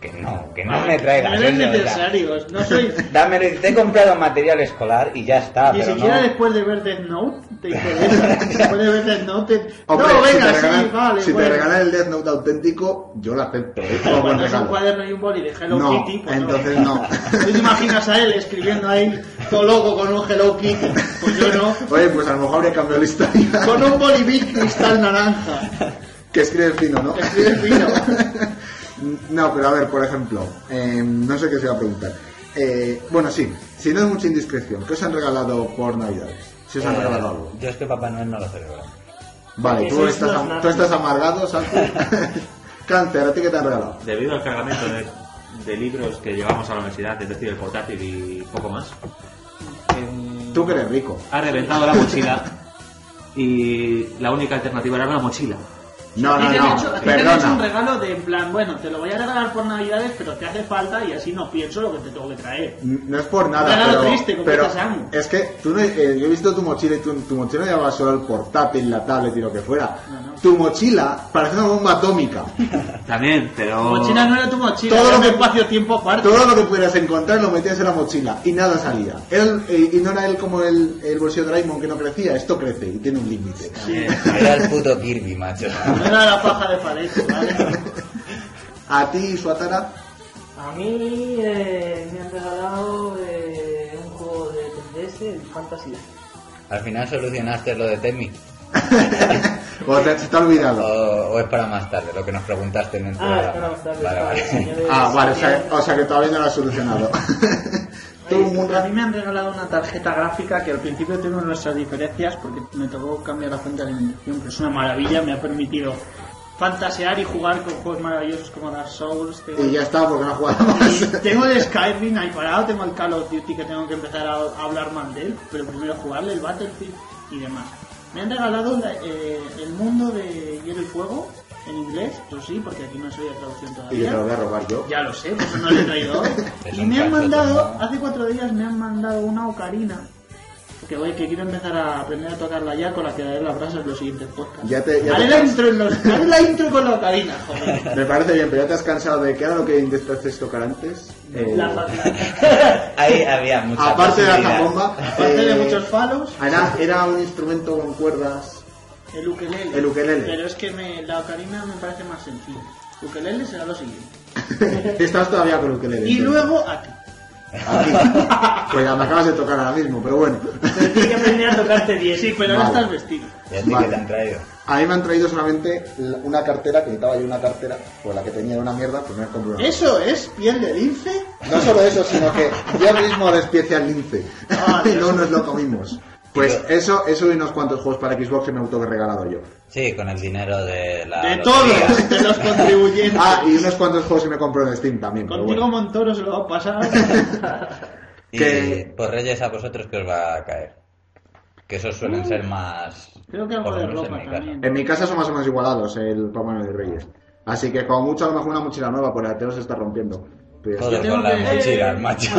D: Que no, que no me
E: no
D: traigas.
E: eran
D: eso, o sea,
E: necesarios. No soy...
D: Dámelo, y te he comprado material escolar y
A: Ah,
D: ya está.
E: Ni
D: pero
E: siquiera
D: no.
E: después de ver Death Note te interesa. después de ver Death Note te...
A: <laughs> Hombre,
E: no,
A: si
E: venga,
A: te regalan,
E: sí, vale.
A: si te
E: bueno. pues
A: regalan el Death Note auténtico, yo lo acepto. ¿eh? Como
E: Pero
A: buen
E: cuando es un
A: regalo.
E: cuaderno y un boli de Hello
A: No,
E: Kitty, pues
A: entonces
E: no.
A: no.
E: <laughs> ¿Tú te imaginas a él escribiendo ahí todo loco con un Hello Kitty? Pues yo no.
A: Oye, pues a lo mejor habría cambiado la historia.
E: Con un boli big cristal naranja.
A: <laughs> Que escribe fino, ¿no?
E: Escribe fino.
A: No, pero a ver, por ejemplo, eh, no sé qué se va a preguntar. Eh, bueno, sí, si no es mucha indiscreción, ¿qué os han regalado por Navidades? Si os han
D: Eh,
A: regalado algo.
D: Yo es que Papá Noel no lo celebra.
A: Vale,
C: Porque
A: tú
C: sois
A: estás,
C: unos
A: am- tú
C: nazis.
A: estás amargado,
E: <laughs>
A: Santi. Cáncer, ¿a ti qué te han regalado?
F: Debido al cargamento de, de libros que llevamos a la universidad, es decir, el portátil y poco más, em,
A: Tú que eres rico.
F: ha reventado la mochila y la única alternativa era una mochila.
A: No,
E: A ti
A: Ah, no,
E: te han hecho-
A: no,
E: a ti te han hecho un
A: perdona.
E: regalo de en plan, bueno, te lo voy a regalar por Navidades, pero te hace falta y así no pienso lo que te tengo que traer.
A: N- No es por
E: Un
A: nada,
E: regalo
A: pero,
E: triste, con
A: pero
E: putas amo.
A: es que tú no- eh, yo he visto tu mochila y tu, tu mochila no llevaba solo el portátil, la tablet y lo que fuera.
E: No, no.
A: Tu mochila parece una bomba atómica.
F: También, pero...
E: Mochila no era tu mochila,
A: Todo
E: era
A: lo
E: un
A: que-
E: espacio-tiempo aparte.
A: Todo lo que pudieras encontrar lo metías en la mochila y nada salía. Él, eh, y no era él como el, el bolsillo de Raymond que no crecía, esto crece y tiene un límite.
D: Era el puto Kirby, macho.
E: No era la paja de Pareto, ¿vale?
A: <laughs> A ti, Suatara, <laughs>
C: A mí eh, me han regalado eh, fantasía.
D: Al final solucionaste lo de Temi.
A: O Pues te, se te ha
D: O,
E: Eh,
A: olvidado.
D: o es para más tarde, lo que nos preguntaste en el
C: Ah,
D: programa.
C: es para más tarde.
D: Vale,
C: para
D: vale.
C: los señores
A: Ah, vale, o sea,
C: Sapien.
A: o sea que todavía no lo has
E: <laughs>
A: solucionado.
E: Todo el mundo- A mí me han regalado una tarjeta gráfica que al principio tengo nuestras diferencias porque me tocó cambiar la fuente de alimentación, pero es una maravilla, me ha permitido fantasear y jugar con juegos maravillosos como Dark Souls. Tengo,
A: y ya está, porque no has jugado más.
E: y tengo el Skyrim ahí parado, tengo el Call of Duty que tengo que empezar a, a hablar más de él, pero primero jugarle el Battlefield y demás. Me han regalado la- eh, el mundo de Hielo y Fuego en inglés, eso sí, porque aquí no soy de traducción
A: Y yo
E: todavía.
A: te lo voy a robar yo.
E: Ya lo sé, por eso no lo he <laughs> traído hoy.
D: Es
E: y
D: un
E: me han
D: cacho
E: mandado,
D: tumbado.
E: hace cuatro días me han mandado una ocarina. Que voy, que quiero empezar a aprender a tocarla ya con la que daré las brasas en los siguientes podcasts.
A: Ya te- ya
E: haré,
A: te-
E: la intro en los, haré la intro con la ocarina, joder.
A: Me parece bien, pero ya te has cansado de que era lo que intentaste tocar antes. <laughs> Eh,
C: La fantasía.
D: <laughs> Ahí había mucha
A: aparte de la
D: posibilidad.
A: bomba,
E: Aparte
A: eh,
E: de muchos falos,
A: era, era un instrumento con cuerdas.
E: el ukelele.
A: El ukelele.
E: Pero es que me, la ocarina me parece más sencilla. Ukelele será lo siguiente.
A: <laughs> Estás todavía con ukelele.
E: Y
A: entonces. <laughs>
E: luego aquí.
A: Aquí. Ah, <laughs> Pues ya me acabas de tocar ahora mismo, pero bueno.
C: Tienes que aprender a tocarte bien.
E: Sí, pero ahora
A: Vale.
E: estás vestido.
D: Ya te
A: Vale.
D: que te han traído.
A: A mí me han traído solamente la- una cartera, que necesitaba yo una cartera, pues la que tenía era una mierda, pues me he comprado una.
E: Eso es piel de lince.
A: No solo eso, sino que yo mismo despiece al lince.
E: Ah,
A: <laughs> y
E: Dios.
A: no nos lo comimos. Pues eso, eso y unos cuantos juegos para Xbox que me auto regalado yo.
D: Sí, con el dinero de la.
E: De
D: lotería.
E: todos,
A: <laughs>
E: de los contribuyentes.
A: Ah, y unos cuantos juegos que me compró en Steam también. pero
E: Contigo
A: bueno.
E: Montoro se lo va a pues pasar.
D: Y
A: Que-
D: por Reyes a vosotros que os va a caer. Que esos suelen ser más.
E: Mm. Creo que
D: por
E: algo
D: lo menos
E: de ropa
D: en mi casa.
E: también.
A: En mi casa son más o menos igualados el Papá Noel y Reyes. Así que como mucho a lo mejor una mochila nueva, porque la tengo se está rompiendo. Pero-
D: Joder,
E: tengo
D: con las
E: que- Eh,
D: mochilas, macho.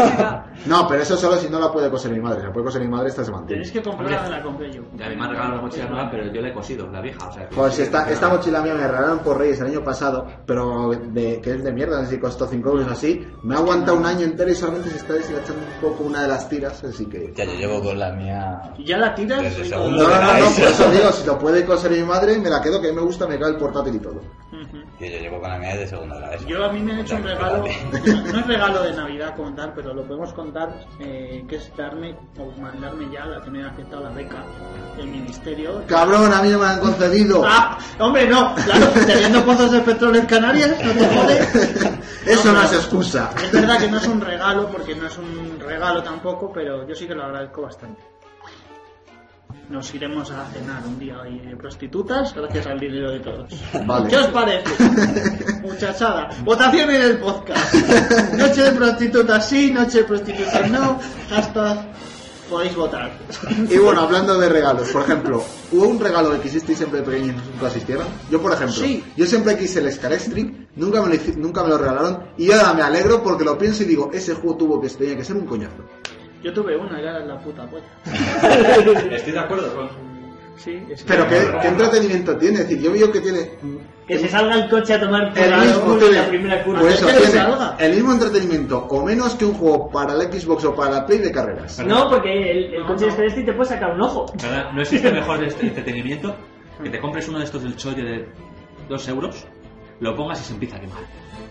A: No, pero eso solo si no la puede coser mi madre. Si la puede coser mi madre, esta se mantiene.
E: Tenéis que comprarla, me la compré yo.
F: Y además regalaron la mochila nueva, pero yo la he cosido, la vieja. O sea, que-
A: Joder, si esta, esta mochila mía me regalaron por Reyes el año pasado, pero de, que es de mierda, no sé si costó 5 euros o así, me ha aguantado un año entero y solamente se está deshilachando un poco una de las tiras, así que...
D: Ya, yo llevo con la mía.
E: Y eh. ya la tiras.
D: Desde
E: y
A: No,
D: segundo.
A: no, no, no,
D: <laughs>
A: por
E: pues-
A: eso digo, si lo puede coser mi madre, me la quedo, que a mí me gusta, me cae el portátil y todo.
E: Ujú.
D: Yo, yo llevo con la mía desde segundo de la ESO.
E: Yo a mí me han hecho un
D: Ya,
E: regalo, <laughs>
D: espérate.
E: no es regalo de Navidad como tal, pero lo podemos contar, eh, que es darme, o mandarme ya la que me ha aceptado la beca del ministerio.
A: ¡Cabrón, a mí no me la han concedido!
E: ¡Ah! ¡Hombre, no! Claro, teniendo pozos de petróleo en Canarias, no te jode.
A: Eso no
E: pero-
A: es excusa.
E: Es verdad que no es un regalo, porque no es un regalo tampoco, pero yo sí que lo agradezco bastante. Nos iremos a cenar un día hoy de prostitutas, gracias al dinero de todos.
A: Vale.
E: ¿Qué os parece? Muchachada, votación en el podcast. Noche de prostitutas sí, noche de prostitutas no. Hasta podéis votar.
A: Y bueno, hablando de regalos, por ejemplo, ¿hubo un regalo que quisisteis siempre de pequeño y nunca asistieron? Yo, por ejemplo,
E: Sí.
A: yo siempre quise el Scarestreak, nunca, me lo hici- nunca me lo regalaron, y ahora me alegro porque lo pienso y digo, ese juego tuvo que, tenía que ser un coñazo.
E: Yo tuve una, era la puta polla.
F: <laughs> Estoy de acuerdo con.
E: Sí, es
A: Pero ¿qué, qué entretenimiento tiene, es decir, yo veo que tiene
C: Que se salga el coche a tomar por
A: el
C: el
A: mismo,
C: culo en la primera curva.
A: Por eso,
E: Es que
A: tiene
E: salga.
A: el mismo entretenimiento, o menos que un juego para la Xbox o para la Play de carreras.
C: No, porque el, el coche es este y te puede sacar un ojo.
F: ¿Verdad? No existe mejor este- entretenimiento que te compres uno de estos del chollo de 2 euros, lo pongas y se empieza a quemar.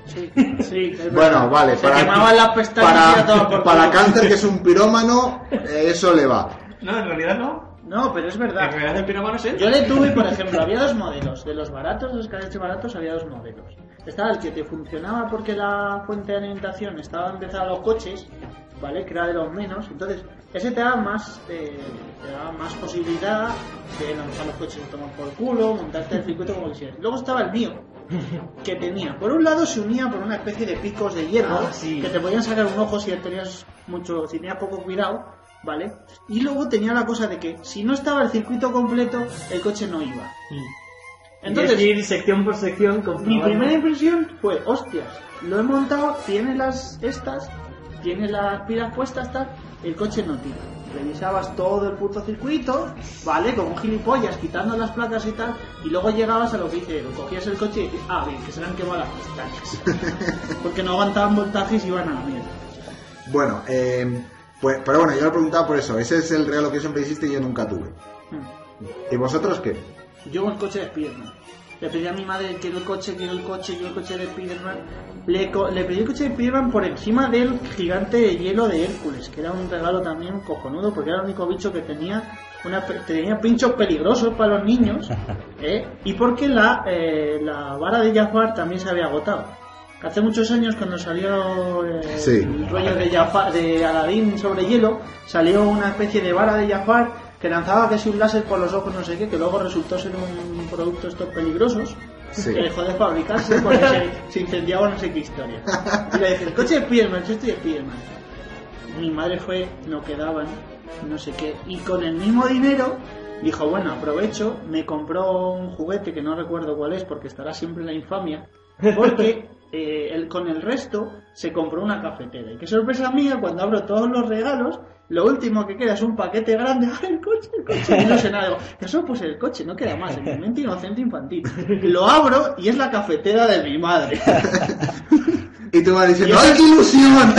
E: Sí, sí, es
A: Bueno,
E: verdad.
A: vale,
E: Se
A: para,
E: quemaban las pestañas y a todo
A: para,
E: por
A: para
E: culo.
A: Cáncer, que es un pirómano, eh, eso le va.
F: No, en realidad no.
E: No, pero es
F: En
E: verdad.
F: realidad el piromano es él.
E: Yo le tuve, por ejemplo, había dos modelos. De los baratos, los escaletes baratos, había dos modelos. Estaba el que te funcionaba porque la fuente de alimentación estaba empezada a los coches, ¿vale? Que era de los menos. Entonces, ese te daba más, eh, te daba más posibilidad de lanzar los coches y tomar por culo, montarte el circuito como quisieras. Luego estaba el mío, que tenía. Por un lado se unía por una especie de picos de hierro
C: Ah, sí.
E: que te podían sacar un ojo si tenías mucho, si tenías poco cuidado, ¿vale? Y luego tenía la cosa de que si no estaba el circuito completo, el coche no iba.
C: Entonces,
E: Entonces,
C: ir sección por sección con
E: mi primera impresión fue, hostias, lo he montado, tiene las estas, tiene las pilas puestas, tal, el coche no tira. Revisabas todo el puto circuito, ¿vale? Como un gilipollas, quitando las placas y tal, y luego llegabas a lo que dice, Edu, cogías el coche y dices, ah, bien, que se le han quemado las pestañas. Porque no aguantaban voltajes y iban a la mierda.
A: Bueno, eh, pues, pero bueno, yo lo preguntaba por eso. Ese es el regalo que siempre hiciste y yo nunca tuve.
E: Hmm.
A: ¿Y vosotros qué?
E: Yo con el coche de pierna. le pedí a mi madre, quiero el coche, quiero el coche, quiero el coche de Spiderman. Le, co- le pedí el coche de Spiderman por encima del gigante de hielo de Hércules, que era un regalo también cojonudo, porque era el único bicho que tenía una pe- tenía pinchos peligrosos para los niños, ¿eh? y porque la, eh, la vara de Jafar también se había agotado. Hace muchos años, cuando salió eh,
A: Sí.
E: el rollo de, Jafar, de Aladín sobre hielo, salió una especie de vara de Jafar que lanzaba que si un láser por los ojos, no sé qué, que luego resultó ser un producto de estos peligrosos.
A: Sí.
E: Que dejó de fabricarse
A: <laughs>
E: porque se, se incendiaba no sé qué historia. Y le dije, el coche de Spiderman, yo estoy de Spiderman. Mi madre fue, no quedaban, no sé qué. Y con el mismo dinero dijo, bueno, aprovecho, me compró un juguete que no recuerdo cuál es porque estará siempre en la infamia. Porque eh, él con el resto se compró una cafetera. Y qué sorpresa mía cuando abro todos los regalos. Lo último que queda es un paquete grande. <laughs> ¡Ah, el coche, el coche! Y no sé nada. Digo, eso pues el coche, no queda más. En mi mente inocente infantil. Lo abro y es la cafetera de mi madre.
A: Y tú vas diciendo,
E: Y eso-
A: ¡ay, qué ilusión!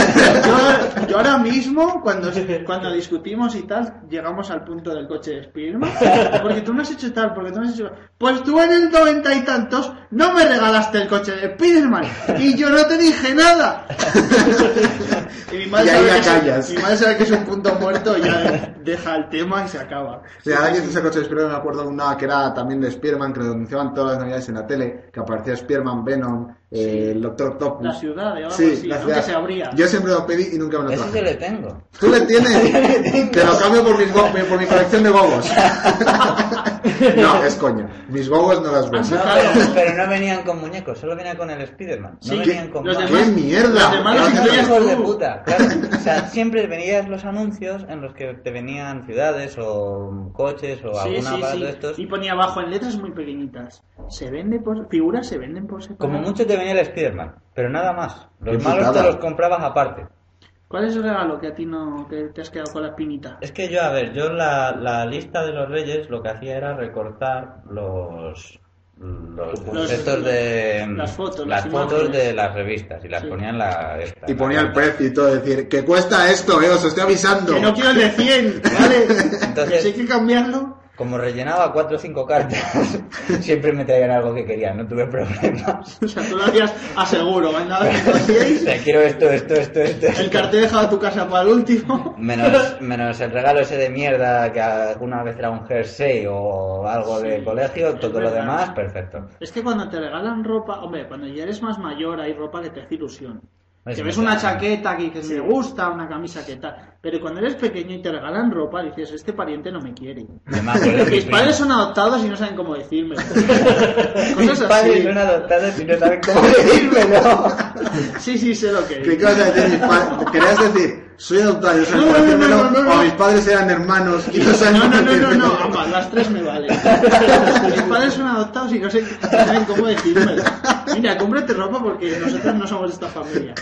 E: Yo, yo ahora mismo, cuando, cuando discutimos y tal, llegamos al punto del coche de Spiderman. Porque tú no has hecho tal, porque tú no has hecho... Pues tú en el noventa y tantos no me regalaste el coche de Spiderman. Y yo no te dije nada. Y mi
A: Y ahí
E: sabe
A: ya
E: que es-
A: callas.
E: mi madre sabe que es un punto muerto y ya deja el tema y se acaba.
A: O sea, ahora que dices el coche de Spiderman, me acuerdo de una que era también de Spiderman, que lo anunciaban todas las navidades en la tele, que aparecía Spiderman, Venom, eh, el Doctor Octopus.
E: La ciudad, o algo
A: Sí,
E: así,
A: la
E: ¿no?
A: ciudad.
E: que se abría.
A: Yo siempre lo pedí y nunca me lo
D: Ese yo
A: traje.
D: lo tengo.
A: ¿Tú le tienes? Te lo cambio por, mis go- por mi colección de gogos. no, es coño. Mis gogos no las
D: No,
A: vendo.
D: pero, pero no venían con muñecos, solo venían con el Spiderman. No
E: Ah, Sí,
D: venían con
E: los
D: más.
A: ¡Qué
E: demás-
A: mierda!
E: los demás
A: Pero
E: los
A: haces-
E: incluyen-
D: hijos de
E: tú.
D: puta, claro. O sea, siempre veías los anuncios en los que te venían ciudades o coches o
E: Sí,
D: algún
E: sí,
D: aparato
E: sí.
D: de estos.
E: Y ponía abajo en letras muy pequeñitas. Se vende por figuras se venden por separado.
D: Como mucho te venía el Spiderman, pero nada más. Los
A: Qué
D: malos te
A: putada.
D: los comprabas aparte.
E: ¿Cuál es el regalo que a ti no que te has quedado con la espinita?
D: Es que yo, a ver, yo la, la lista de los reyes lo que hacía era recortar los los,
E: Los-
D: estos de
E: las fotos,
D: las
E: las
D: fotos
E: imágenes.
D: de las revistas y las
E: Sí.
D: ponía en la esta,
A: Y
D: la
A: ponía el
D: cuenta.
A: precio y todo, decir, que cuesta esto, eh, os estoy avisando.
E: Que no quiero el de 100, ¿vale?
D: Entonces-
E: si hay que cambiarlo.
D: Como rellenaba cuatro o cinco cartas, <laughs> siempre me traían algo que quería, no tuve problemas.
E: O sea, tú lo hacías a seguro, ¿vale? Nada, que lo
D: O
E: hacíais,
D: sea, quiero esto, esto, esto, esto.
E: El cartel dejaba tu casa para el último.
D: Menos, menos el regalo ese de mierda que alguna vez era un jersey o algo de
E: Sí,
D: colegio,
E: es
D: todo lo
E: verdad.
D: demás,
E: <laughs>
D: perfecto.
E: Es que cuando te regalan ropa, hombre, cuando ya eres más mayor hay ropa que te hace ilusión.
D: Pues Es
E: que ves
D: verdad.
E: una chaqueta que, que te gusta, una camisa que tal. Pero cuando eres pequeño y te regalan ropa, dices, este pariente no me quiere.
D: Yo me acuerdo que
E: Mis
D: mi <laughs>
E: padres
D: primo-
E: son adoptados y no saben cómo
D: <laughs>
E: decirme.
D: Mis
E: Cosas
D: padres
E: así.
D: son adoptados y no saben
E: <laughs>
D: cómo decírmelo.
E: Sí, sí, sé lo que
A: ¿Qué
E: es.
A: cosa decir mis padres? ¿Querías decir, soy adoptado, soy
E: No, no, no, no, no, no.
A: o mis padres eran hermanos y no
E: No,
A: saben
E: no, no,
A: cómo
E: no, no,
A: decírmelo?
E: ambas, las tres me valen. Mis padres son adoptados y no sé no saben cómo decírmelo. Mira, cómprate ropa porque nosotros no somos de esta familia.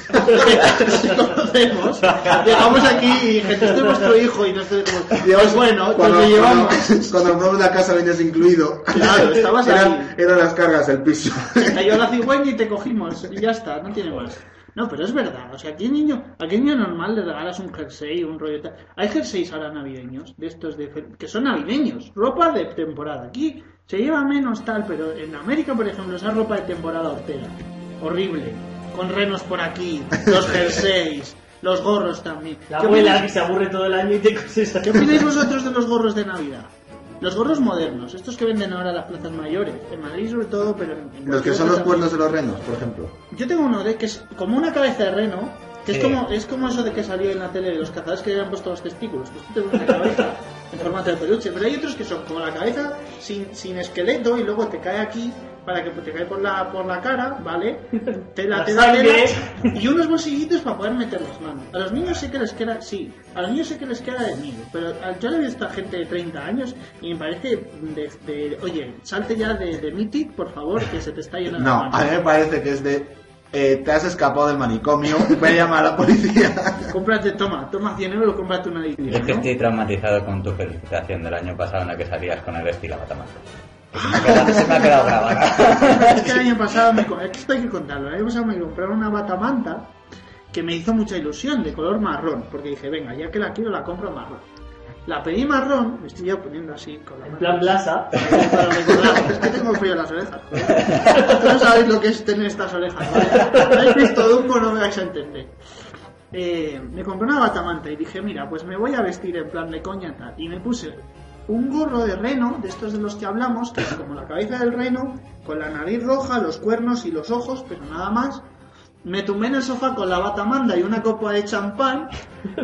E: Nos conocemos, llegamos aquí y gente, este es vuestro hijo y no sé cómo. Pues bueno, pues
A: cuando,
E: lo llevamos.
A: cuando, <laughs> cuando compramos la casa venías incluido.
E: Claro, estabas
A: eran,
E: ahí.
A: eran las cargas, el
E: <laughs>
A: piso.
E: Te cayó la cigüeña y te cogimos y ya está, no tiene más. No, pero es verdad, o sea, ¿a qué niño, a qué niño normal le regalas un jersey, un rollo tal? Hay jerseys ahora navideños, de estos de fe- que son navideños, ropa de temporada. Aquí se lleva menos tal, pero en América, por ejemplo, esa ropa de temporada hortera, horrible, con renos por aquí, los jerseys, los gorros también.
C: La
E: ¿Qué
C: abuela que
E: opináis-
C: se aburre todo el año y te <laughs> cosas
E: ¿Qué opináis vosotros de los gorros de Navidad? Los gorros modernos, estos que venden ahora en las plazas mayores, en Madrid sobre todo, pero en, en
A: Los que
E: cualquier
A: son los
E: otra-
A: cuernos de los renos, por ejemplo.
E: yo tengo uno de que es como una cabeza de reno, que
D: Sí.
E: es como es como eso de que salió en la tele de los cazadores que le habían puesto los testículos. Pues tú te ves una
C: <laughs>
E: cabeza en formato de peluche, pero hay otros que son como la cabeza sin, sin esqueleto y luego te cae aquí para que te cae por la por la cara, ¿vale?
C: <laughs>
E: Tela,
C: La
E: tela,
C: sangre.
E: tela y unos bolsillitos para poder meter las manos. A los niños sé que les queda, sí, a los niños sé que les queda de niño, pero a- yo le he visto a gente de 30 años y me parece de, de- oye, salte ya de, de Mythic, por favor, que se te está llenando la
A: No,
E: mano.
A: a mí me parece que es de, eh, te has escapado del manicomio, voy a llamar a la policía. <laughs>
E: Cómprate, toma, toma 100 euros, cómprate una edición.
D: Yo es que
E: ¿no?
D: estoy traumatizado con tu felicitación del año pasado en la que salías con el estilo
E: <laughs>
D: matamato. Se me ha quedado grabada.
E: Es que el año pasado me co- esto hay que contarlo. El año pasado me compraron una batamanta que me hizo mucha ilusión, de color marrón, porque dije, venga, ya que la quiero, la compro marrón. La pedí marrón, me estoy ya poniendo así con la
C: En
E: mano.
C: plan Blasa.
E: Para recordar, es que tengo frío en las orejas. joder. No sabéis lo que es tener estas orejas. ¿vale? No habéis visto Dumbo, no me vais a entender. Eh, me compré una batamanta y dije, mira, pues me voy a vestir en plan de coña tal. Y me puse un gorro de reno, de estos de los que hablamos, que es como la cabeza del reno, con la nariz roja, los cuernos y los ojos, pero nada más. Me tumbé en el sofá con la batamanda y una copa de champán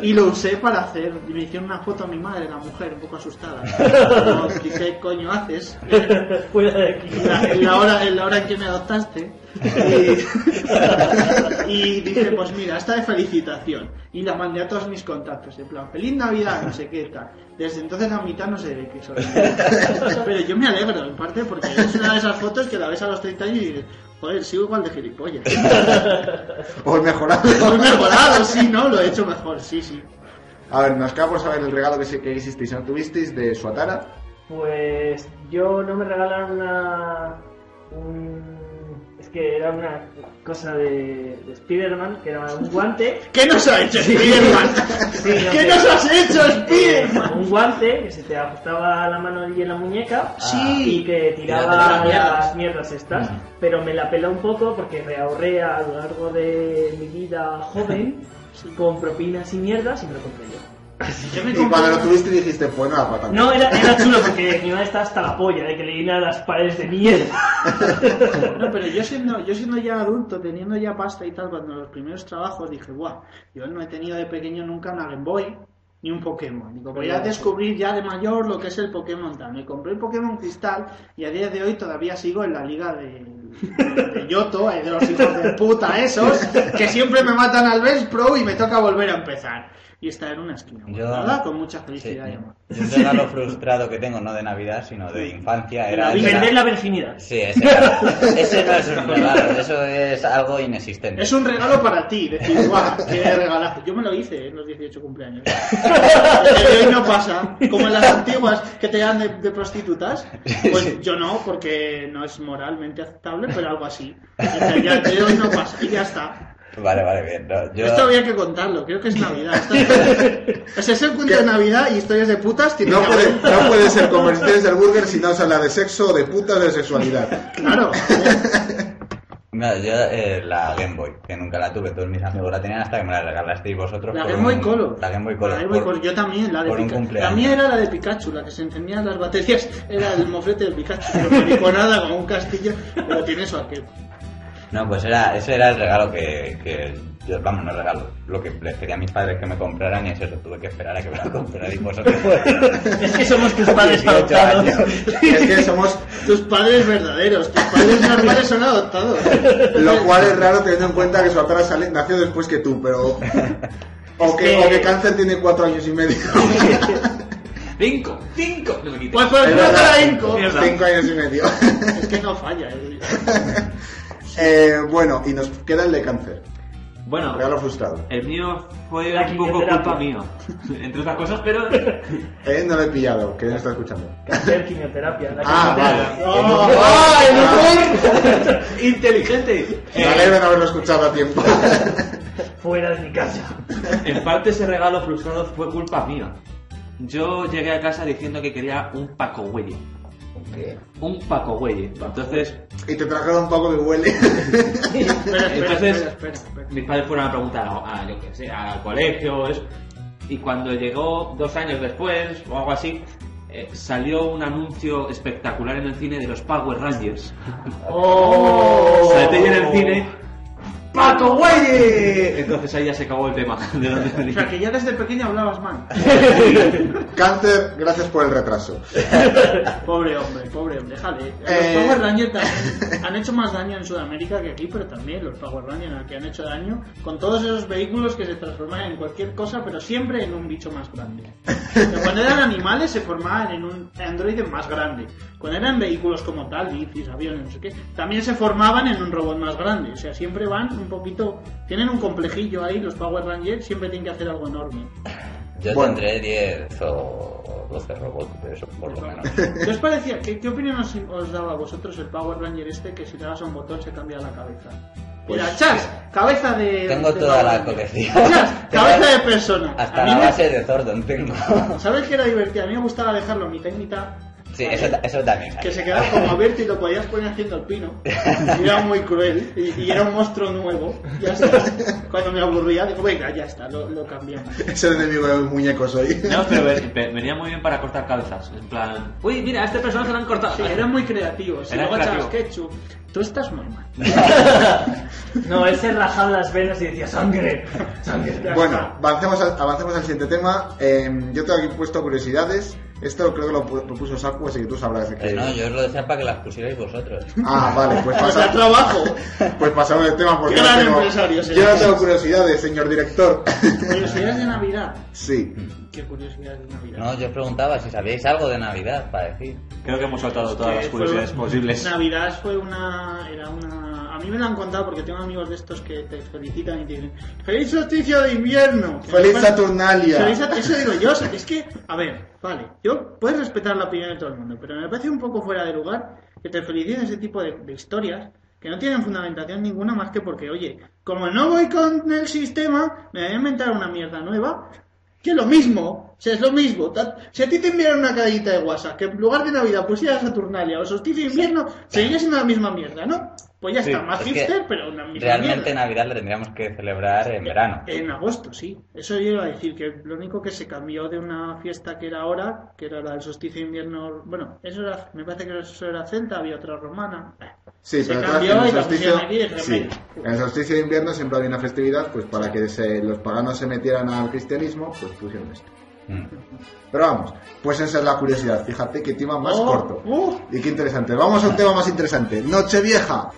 E: y lo usé para hacer. y Me hicieron una foto a mi madre, la mujer, un
C: <laughs>
E: poco asustada. Como, ¿Qué coño haces?
C: Fuera de aquí.
E: en la, en la hora, en la hora en que me adoptaste. Y, y dije, pues mira, esta de felicitación. Y la mandé a todos mis contactos, en plan, feliz Navidad, no sé qué tal. Desde entonces la mitad no sé de qué soy. Pero yo me alegro, en parte, porque es una de esas fotos que la ves a los 30 años y dices, joder, sigo igual de gilipollas.
A: Pues mejorado.
E: Lo he mejorado, sí, ¿no? Lo he hecho mejor, sí, sí.
A: A ver, nos queda por saber el regalo que, se- que hicisteis o no tuvisteis de Suatara.
C: Pues yo no me regalaron una. un- es que era una cosa de, de Spider-Man, que era un guante.
E: ¿Qué nos ha hecho Spiderman?
C: Sí, no
E: ¿Qué
C: sé.
E: nos has hecho <laughs> Spiderman?
C: Un guante que se te ajustaba a la mano y en la muñeca
E: Sí.
C: y que tiraba
D: Tiraba las mierdas.
C: las mierdas estas, pero me la peló un poco porque me ahorré a lo largo de mi vida joven con propinas y mierdas y me lo compré yo.
E: Yo me
A: Y
E: compré-
A: cuando lo tuviste dijiste, pues nada, pata.
C: No, era, era chulo porque mi madre estaba hasta la polla de que le llena las paredes de mierda.
E: No, pero yo siendo, yo siendo ya adulto, teniendo ya pasta y tal, cuando los primeros trabajos dije, guau, yo no he tenido de pequeño nunca una Game Boy ni un Pokémon. Digo, voy a descubrir ya de mayor lo que es el Pokémon tal. Me compré el Pokémon Cristal y a día de hoy todavía sigo en la liga de, de, de Yoto, eh, de los hijos de puta esos, que siempre me matan al Best Pro y me toca volver a empezar. Y está en una esquina,
D: Yo-
E: guardada con mucha
D: Sí,
E: felicidad y amor.
D: yo un regalo frustrado que tengo, no de Navidad, sino de infancia, era... el de la-
C: Perder la
D: <laughs>
C: virginidad.
D: Sí, ese, era- ese no <laughs> es un regalo, eso es algo inexistente.
E: Es un regalo para ti, decir, guau, qué regalazo. Yo me lo hice en los 18 cumpleaños. Pero hoy no pasa. Como en las antiguas que te dan de, de prostitutas, pues yo no, porque no es moralmente aceptable, pero algo así. Dice, Ya, de hoy no pasa, y ya está.
D: Vale, vale, bien. no, yo...
E: Esto había que contarlo, creo que es Navidad.
A: <laughs>
E: Esto- O sea, es el cuento de Navidad y historias de putas tiene
A: No
E: que
A: puede,
E: haber.
A: no puede ser conversaciones del burger si no se habla de sexo, de puta, de sexualidad.
E: Claro.
A: <laughs>
D: No, yo eh, la Game Boy, que nunca la tuve, todos mis amigos la tenían hasta que me la regalasteis vosotros.
E: La
D: por
E: Game Boy
D: un-
E: Color.
D: La Game Boy Color.
E: La Game Boy
D: por-
E: Color. Yo también, la de
D: por un
E: Pikachu. La
D: cumpleaños.
E: mía era la de Pikachu, la que se encendían las baterías. Era el moflete de Pikachu, pero nada como un castillo, pero tiene su aquel.
D: No, pues era, ese era el regalo que, que yo, vamos, no regalo. Lo que les pedí a mis padres que me compraran y es eso, tuve que esperar a que me lo compraran y
E: <laughs>
D: vosotros. <laughs>
C: Es que somos tus padres
D: 18
C: adoptados.
D: años.
A: Es que somos,
E: Tus padres verdaderos, tus padres normales son adoptados.
A: lo cual es raro teniendo en cuenta que Suatara sale, nació después que tú, pero... O que,
C: que-
A: o que Cáncer tiene cuatro años y medio.
F: ¡Cinco! ¡Cinco! No me quites.
E: Pues por el culo de la Inco.
F: Mierda.
A: Cinco años y medio.
E: Es que no falla. eh.
A: Eh, bueno, y nos queda el de Cáncer.
F: Bueno,
A: Regalo frustrado.
F: el mío fue
C: La
F: un poco
C: quimioterapia.
F: culpa mío. Entre otras cosas, pero...
A: Eh, no lo he pillado, que no está escuchando.
C: Hacer quimioterapia. La
A: Ah,
C: quimioterapia.
A: vale.
E: ¡Ah, el
F: ¡Inteligente!
A: Me alegro de haberlo escuchado a tiempo. <laughs>
C: Fuera de mi casa.
F: En parte ese regalo frustrado fue culpa mía. Yo llegué a casa diciendo que quería un Paco Güelle. Un Paco Güelle. Entonces,
A: y te trajeron un poco que huele. <laughs>
E: Espera, espera,
F: Entonces-
E: espera, espera, espera.
F: mis padres fueron a preguntar a, a- yo qué sé, al colegio. eso. Y cuando llegó dos años después, o algo así, eh, salió un anuncio espectacular en el cine de los Power Rangers.
C: Oh.
F: Salté yo en el cine. ¡Paco Güelle! Entonces ahí ya se acabó el tema. De dónde
E: O <laughs>
F: venía.
E: sea, que ya desde pequeño hablabas mal.
A: Cáncer, gracias por el retraso. <laughs>
E: Pobre hombre, pobre hombre, déjale.
A: Eh.
E: Los Power Rangers también han hecho más daño en Sudamérica que aquí, pero también los Power Rangers que han hecho daño con todos esos vehículos que se transforman en cualquier cosa, pero siempre en un bicho más grande. Pero cuando eran animales se formaban en un androide más grande. Cuando eran vehículos como tal, bicis, aviones, no sé qué, también se formaban en un robot más grande. O sea, siempre van un poquito... Tienen un complejillo ahí, los Power Rangers siempre tienen que hacer algo enorme.
D: Yo
A: Bueno.
D: tendré 10 o 12 robots, de eso por lo menos.
E: ¿Qué os parecía? ¿Qué, qué opinión os, os daba a vosotros el Power Ranger este que si le das a un botón se cambia la cabeza?
D: Pues-
E: Era chas, cabeza de.
D: Tengo
E: de
D: toda la
E: vagabundo.
D: colección.
E: Chas,
D: <laughs>
E: cabeza de persona.
D: Hasta
E: A mí
D: la
E: me-
D: base de Zordon tengo.
E: ¿Sabes qué era divertido? A mí me gustaba dejarlo mitad y mitad.
D: Sí,
E: ¿vale?
D: eso, ta- eso también.
E: Que se quedaba como abierto y lo podías poner haciendo el pino. Y era muy cruel. Y, y era un monstruo nuevo. Ya está. Cuando me aburría, digo, venga, ya está, lo, lo cambiamos.
A: Ese enemigo de muñecos hoy.
F: No, pero ve- ve- venía muy bien para cortar cabezas. En plan, uy, mira, a este personaje lo han cortado.
E: Sí,
C: ¿eh?
E: eran muy creativos. Y
F: Era
E: luego echabas
F: creativo.
E: ketchup. Tú estás muy mal.
C: No, él se rajaba las venas y decía sangre. Sangre.
A: <laughs> Bueno, avancemos, al- avancemos al siguiente tema. Eh, yo tengo aquí puesto curiosidades. Esto creo que lo pu- propuso Saku, así que tú sabrás de qué.
D: Eh, no, yo os lo decía para que las pusierais vosotros.
A: Ah, vale, pues
E: <laughs> Pues al
A: pasamos.
E: trabajo.
A: Pues pasamos del tema porque
E: Qué
A: yo no
E: gran
A: tengo, yo no
E: empresario, señor.
A: tengo curiosidades, señor director. <laughs>
E: Curiosidades de Navidad.
A: sí.
E: Qué curiosidades de Navidad.
D: No, yo os preguntaba si sabíais algo de Navidad para decir.
F: Creo que hemos saltado todas las
E: Eh, fue-
F: curiosidades posibles.
E: Navidad fue una, era una... A mí me lo han contado porque tengo amigos de estos que te felicitan y te dicen ¡Feliz solsticio de invierno! Que
A: Feliz
E: me-
A: Saturnalia.
E: Feliz Sat- Eso digo yo, o sea, que es que... A ver, vale, yo puedes respetar la opinión de todo el mundo, pero me parece un poco fuera de lugar que te feliciten ese tipo de, de historias que no tienen fundamentación ninguna más que porque, oye, como no voy con el sistema, me voy a inventar una mierda nueva que es lo mismo, o sea, es lo mismo. Ta- Si a ti te enviaron una cadillita de WhatsApp, que en lugar de Navidad pusieras Saturnalia o solsticio de invierno, seguiría siendo la misma mierda, ¿no? Pues ya
F: Sí,
E: está, más
D: es que
E: hipster, pero una misma
D: Realmente
E: mierda. eh.
D: Navidad la tendríamos que celebrar en verano.
E: En agosto, sí. Eso yo iba a decir, que lo único que se cambió de una fiesta que era ahora, que era la del solsticio de invierno, bueno, eso era, me parece que eso era celta, había otra romana.
A: Sí,
E: Se
A: pero atrás
E: cambió
A: en el
E: y la
A: solsticio,
E: pusieron aquí y dijeron,
A: sí,
E: "Venga".
A: en el solsticio de invierno siempre había una festividad, pues para que se- los paganos se metieran al cristianismo, pues pusieron esto.
D: Mm.
A: Pero vamos, pues esa es la curiosidad. Fíjate qué tema más
E: Oh,
A: corto.
E: uh,
A: Y qué interesante. Vamos a un tema más interesante. Nochevieja.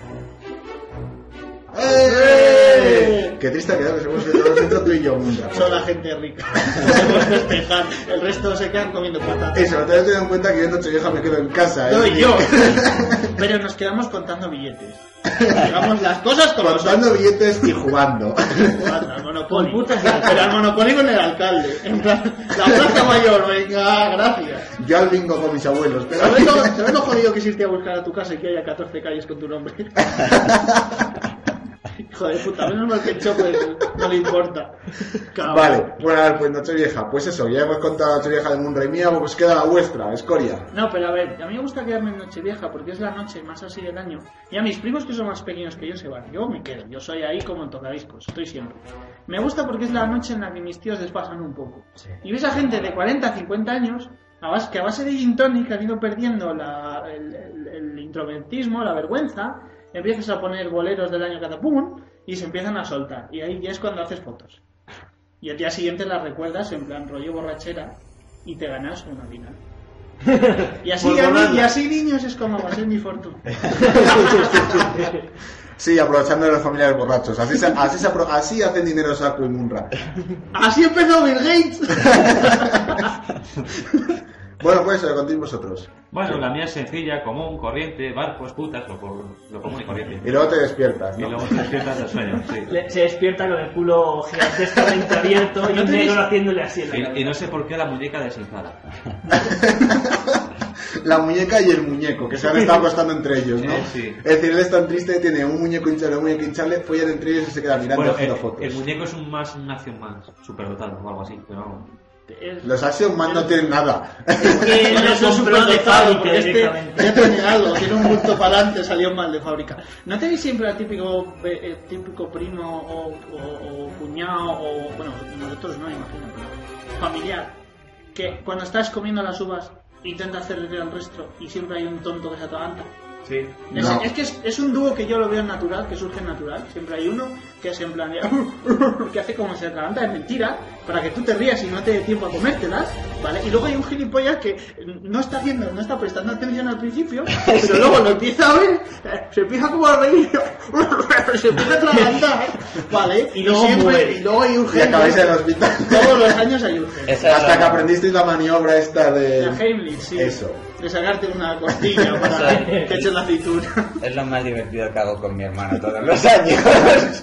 A: ¡Eh! Qué triste ha quedado, nos hemos nos hemos hecho tú y yo mundas.
E: son la gente
A: <laughs>
E: rica. <laughs> Podemos festejar. El resto se quedan comiendo patatas.
A: Eso, te has tenido en cuenta que yo en Nochevieja me quedo en casa. ¿eh?
E: Soy
A: <laughs>
E: yo. Pero nos quedamos contando billetes. Digamos las cosas como
A: Contando
E: son.
A: billetes y jugando.
E: Jugando al Monopoly.
C: Con putas y al-
E: Pero al Monopoly con el alcalde. En plan, la plaza mayor, venga, gracias.
A: Yo al bingo con mis abuelos. Pero
E: ¿Sabes lo, sabes lo jodido que es irte a buscar a tu casa y que haya 14 calles con
A: <laughs>
E: tu nombre? Hijo de puta, menos mal que el choco no le importa. Cabrón.
A: Vale, bueno, a ver, pues Nochevieja. Pues eso, ya hemos contado la Nochevieja de Munra y mía, pues queda la vuestra,
F: <laughs>
A: escoria.
E: No, pero a ver, a mí me gusta quedarme en Nochevieja porque es la noche más así del año. Y a mis primos que son más pequeños que yo se van. Yo me quedo, yo soy ahí como en tocadiscos, estoy siempre. Me gusta porque es la noche en la que mis tíos despasan un poco. Y ves a gente de 40, 50 años a base, que a base de gin tonic han ido perdiendo la- el, el- el introvertismo, la vergüenza. Empiezas a poner boleros del año catapum y se empiezan a soltar. Y ahí ya es cuando haces fotos. Y al día siguiente las recuerdas en plan rollo borrachera y te ganas una vida. Y así,
C: Por
E: a mí-
C: volarla.
E: y así niños es como va a ser mi fortuna.
A: Sí, aprovechando de los familiares borrachos. Así, se- así, se apro- así hacen dinero Saku y Munra.
E: Así empezó Bill Gates.
A: Bueno, pues eso, contéis vosotros.
F: Bueno, la mía es sencilla, común, corriente, barcos, putas, lo, por- lo común y
A: Y
D: Eh,
F: corriente.
A: luego te despiertas,
F: Y
A: ¿no?
F: luego te despiertas del sueño, sí.
C: Le- se despierta con el culo gigantescamente abierto y
E: ¿No
C: un
E: tenéis-
C: negro haciéndole así en la
F: Y, y
C: cabeza.
F: no sé por qué la muñeca desinflada.
A: La muñeca y el muñeco, que se han estado acostando entre ellos, ¿no?
F: Eh, sí.
A: Es decir, él es tan triste, tiene un muñeco hinchable, un muñeco hinchable, follan entre ellos y se queda mirando
F: Bueno,
A: haciendo
F: el,
A: fotos.
F: el muñeco es un más, un action man, superdotado o algo así, pero vamos.
A: Los Action Man no tienen nada.
C: Que
E: Bueno,
C: lo
E: eso es un
C: compró de
E: prototado,
C: fábrica
E: porque este
C: directamente.
E: ya tiene algo, tiene un bulto para adelante, salió mal de fábrica. ¿No tenéis siempre al típico, eh, eh, típico primo o, o- o cuñado o, bueno, nosotros no, imagino, pero familiar, que cuando estás comiendo las uvas intenta hacer reír al resto y siempre hay un tonto que se atalanta?
F: Sí.
E: Es,
A: No.
E: es que es, es un dúo que yo lo veo natural, que surge natural. Siempre hay uno que es en plan de- <laughs> que hace como se atraganta de mentira para que tú te rías y no te dé tiempo a comértelas, ¿vale? Y luego hay un gilipollas que no está haciendo, no está prestando atención al principio,
A: <laughs>
E: pero luego lo empieza a ver, eh, se empieza como a reír, <laughs> se empieza a atragantar, ¿vale?
C: Y luego muere.
E: y luego hay un
A: Y acabáis en el
E: genio.
A: hospital.
E: Todos los años hay un genio.
D: Esa es
A: Hasta
D: la-
A: que aprendisteis la maniobra esta
E: La
A: de...
E: Heimlich, sí.
A: Eh, Eso.
E: De sacarte
A: <laughs>
E: una costilla para
D: Eso.
E: que eches la aceituna.
D: Es lo más divertido que hago con mi hermano todos los años.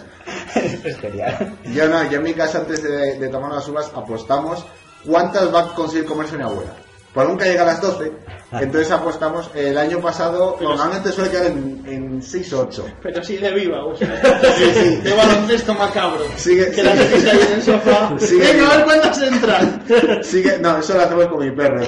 D: <laughs> es genial.
A: Yo no, yo en mi casa antes de, de tomar las uvas apostamos cuántas va a conseguir comerse mi abuela. pues nunca llega a las 12. Entonces apostamos, el año pasado normalmente suele quedar en, en 6 o 8.
E: Pero sigue viva, o sea, de baloncesto macabro.
A: Sigue-
E: que la dejes ahí en el sofá.
A: Sigue
E: Venga,
A: viva.
E: a ver cuántas entran.
A: Sigue, no, eso lo hacemos con mi perro.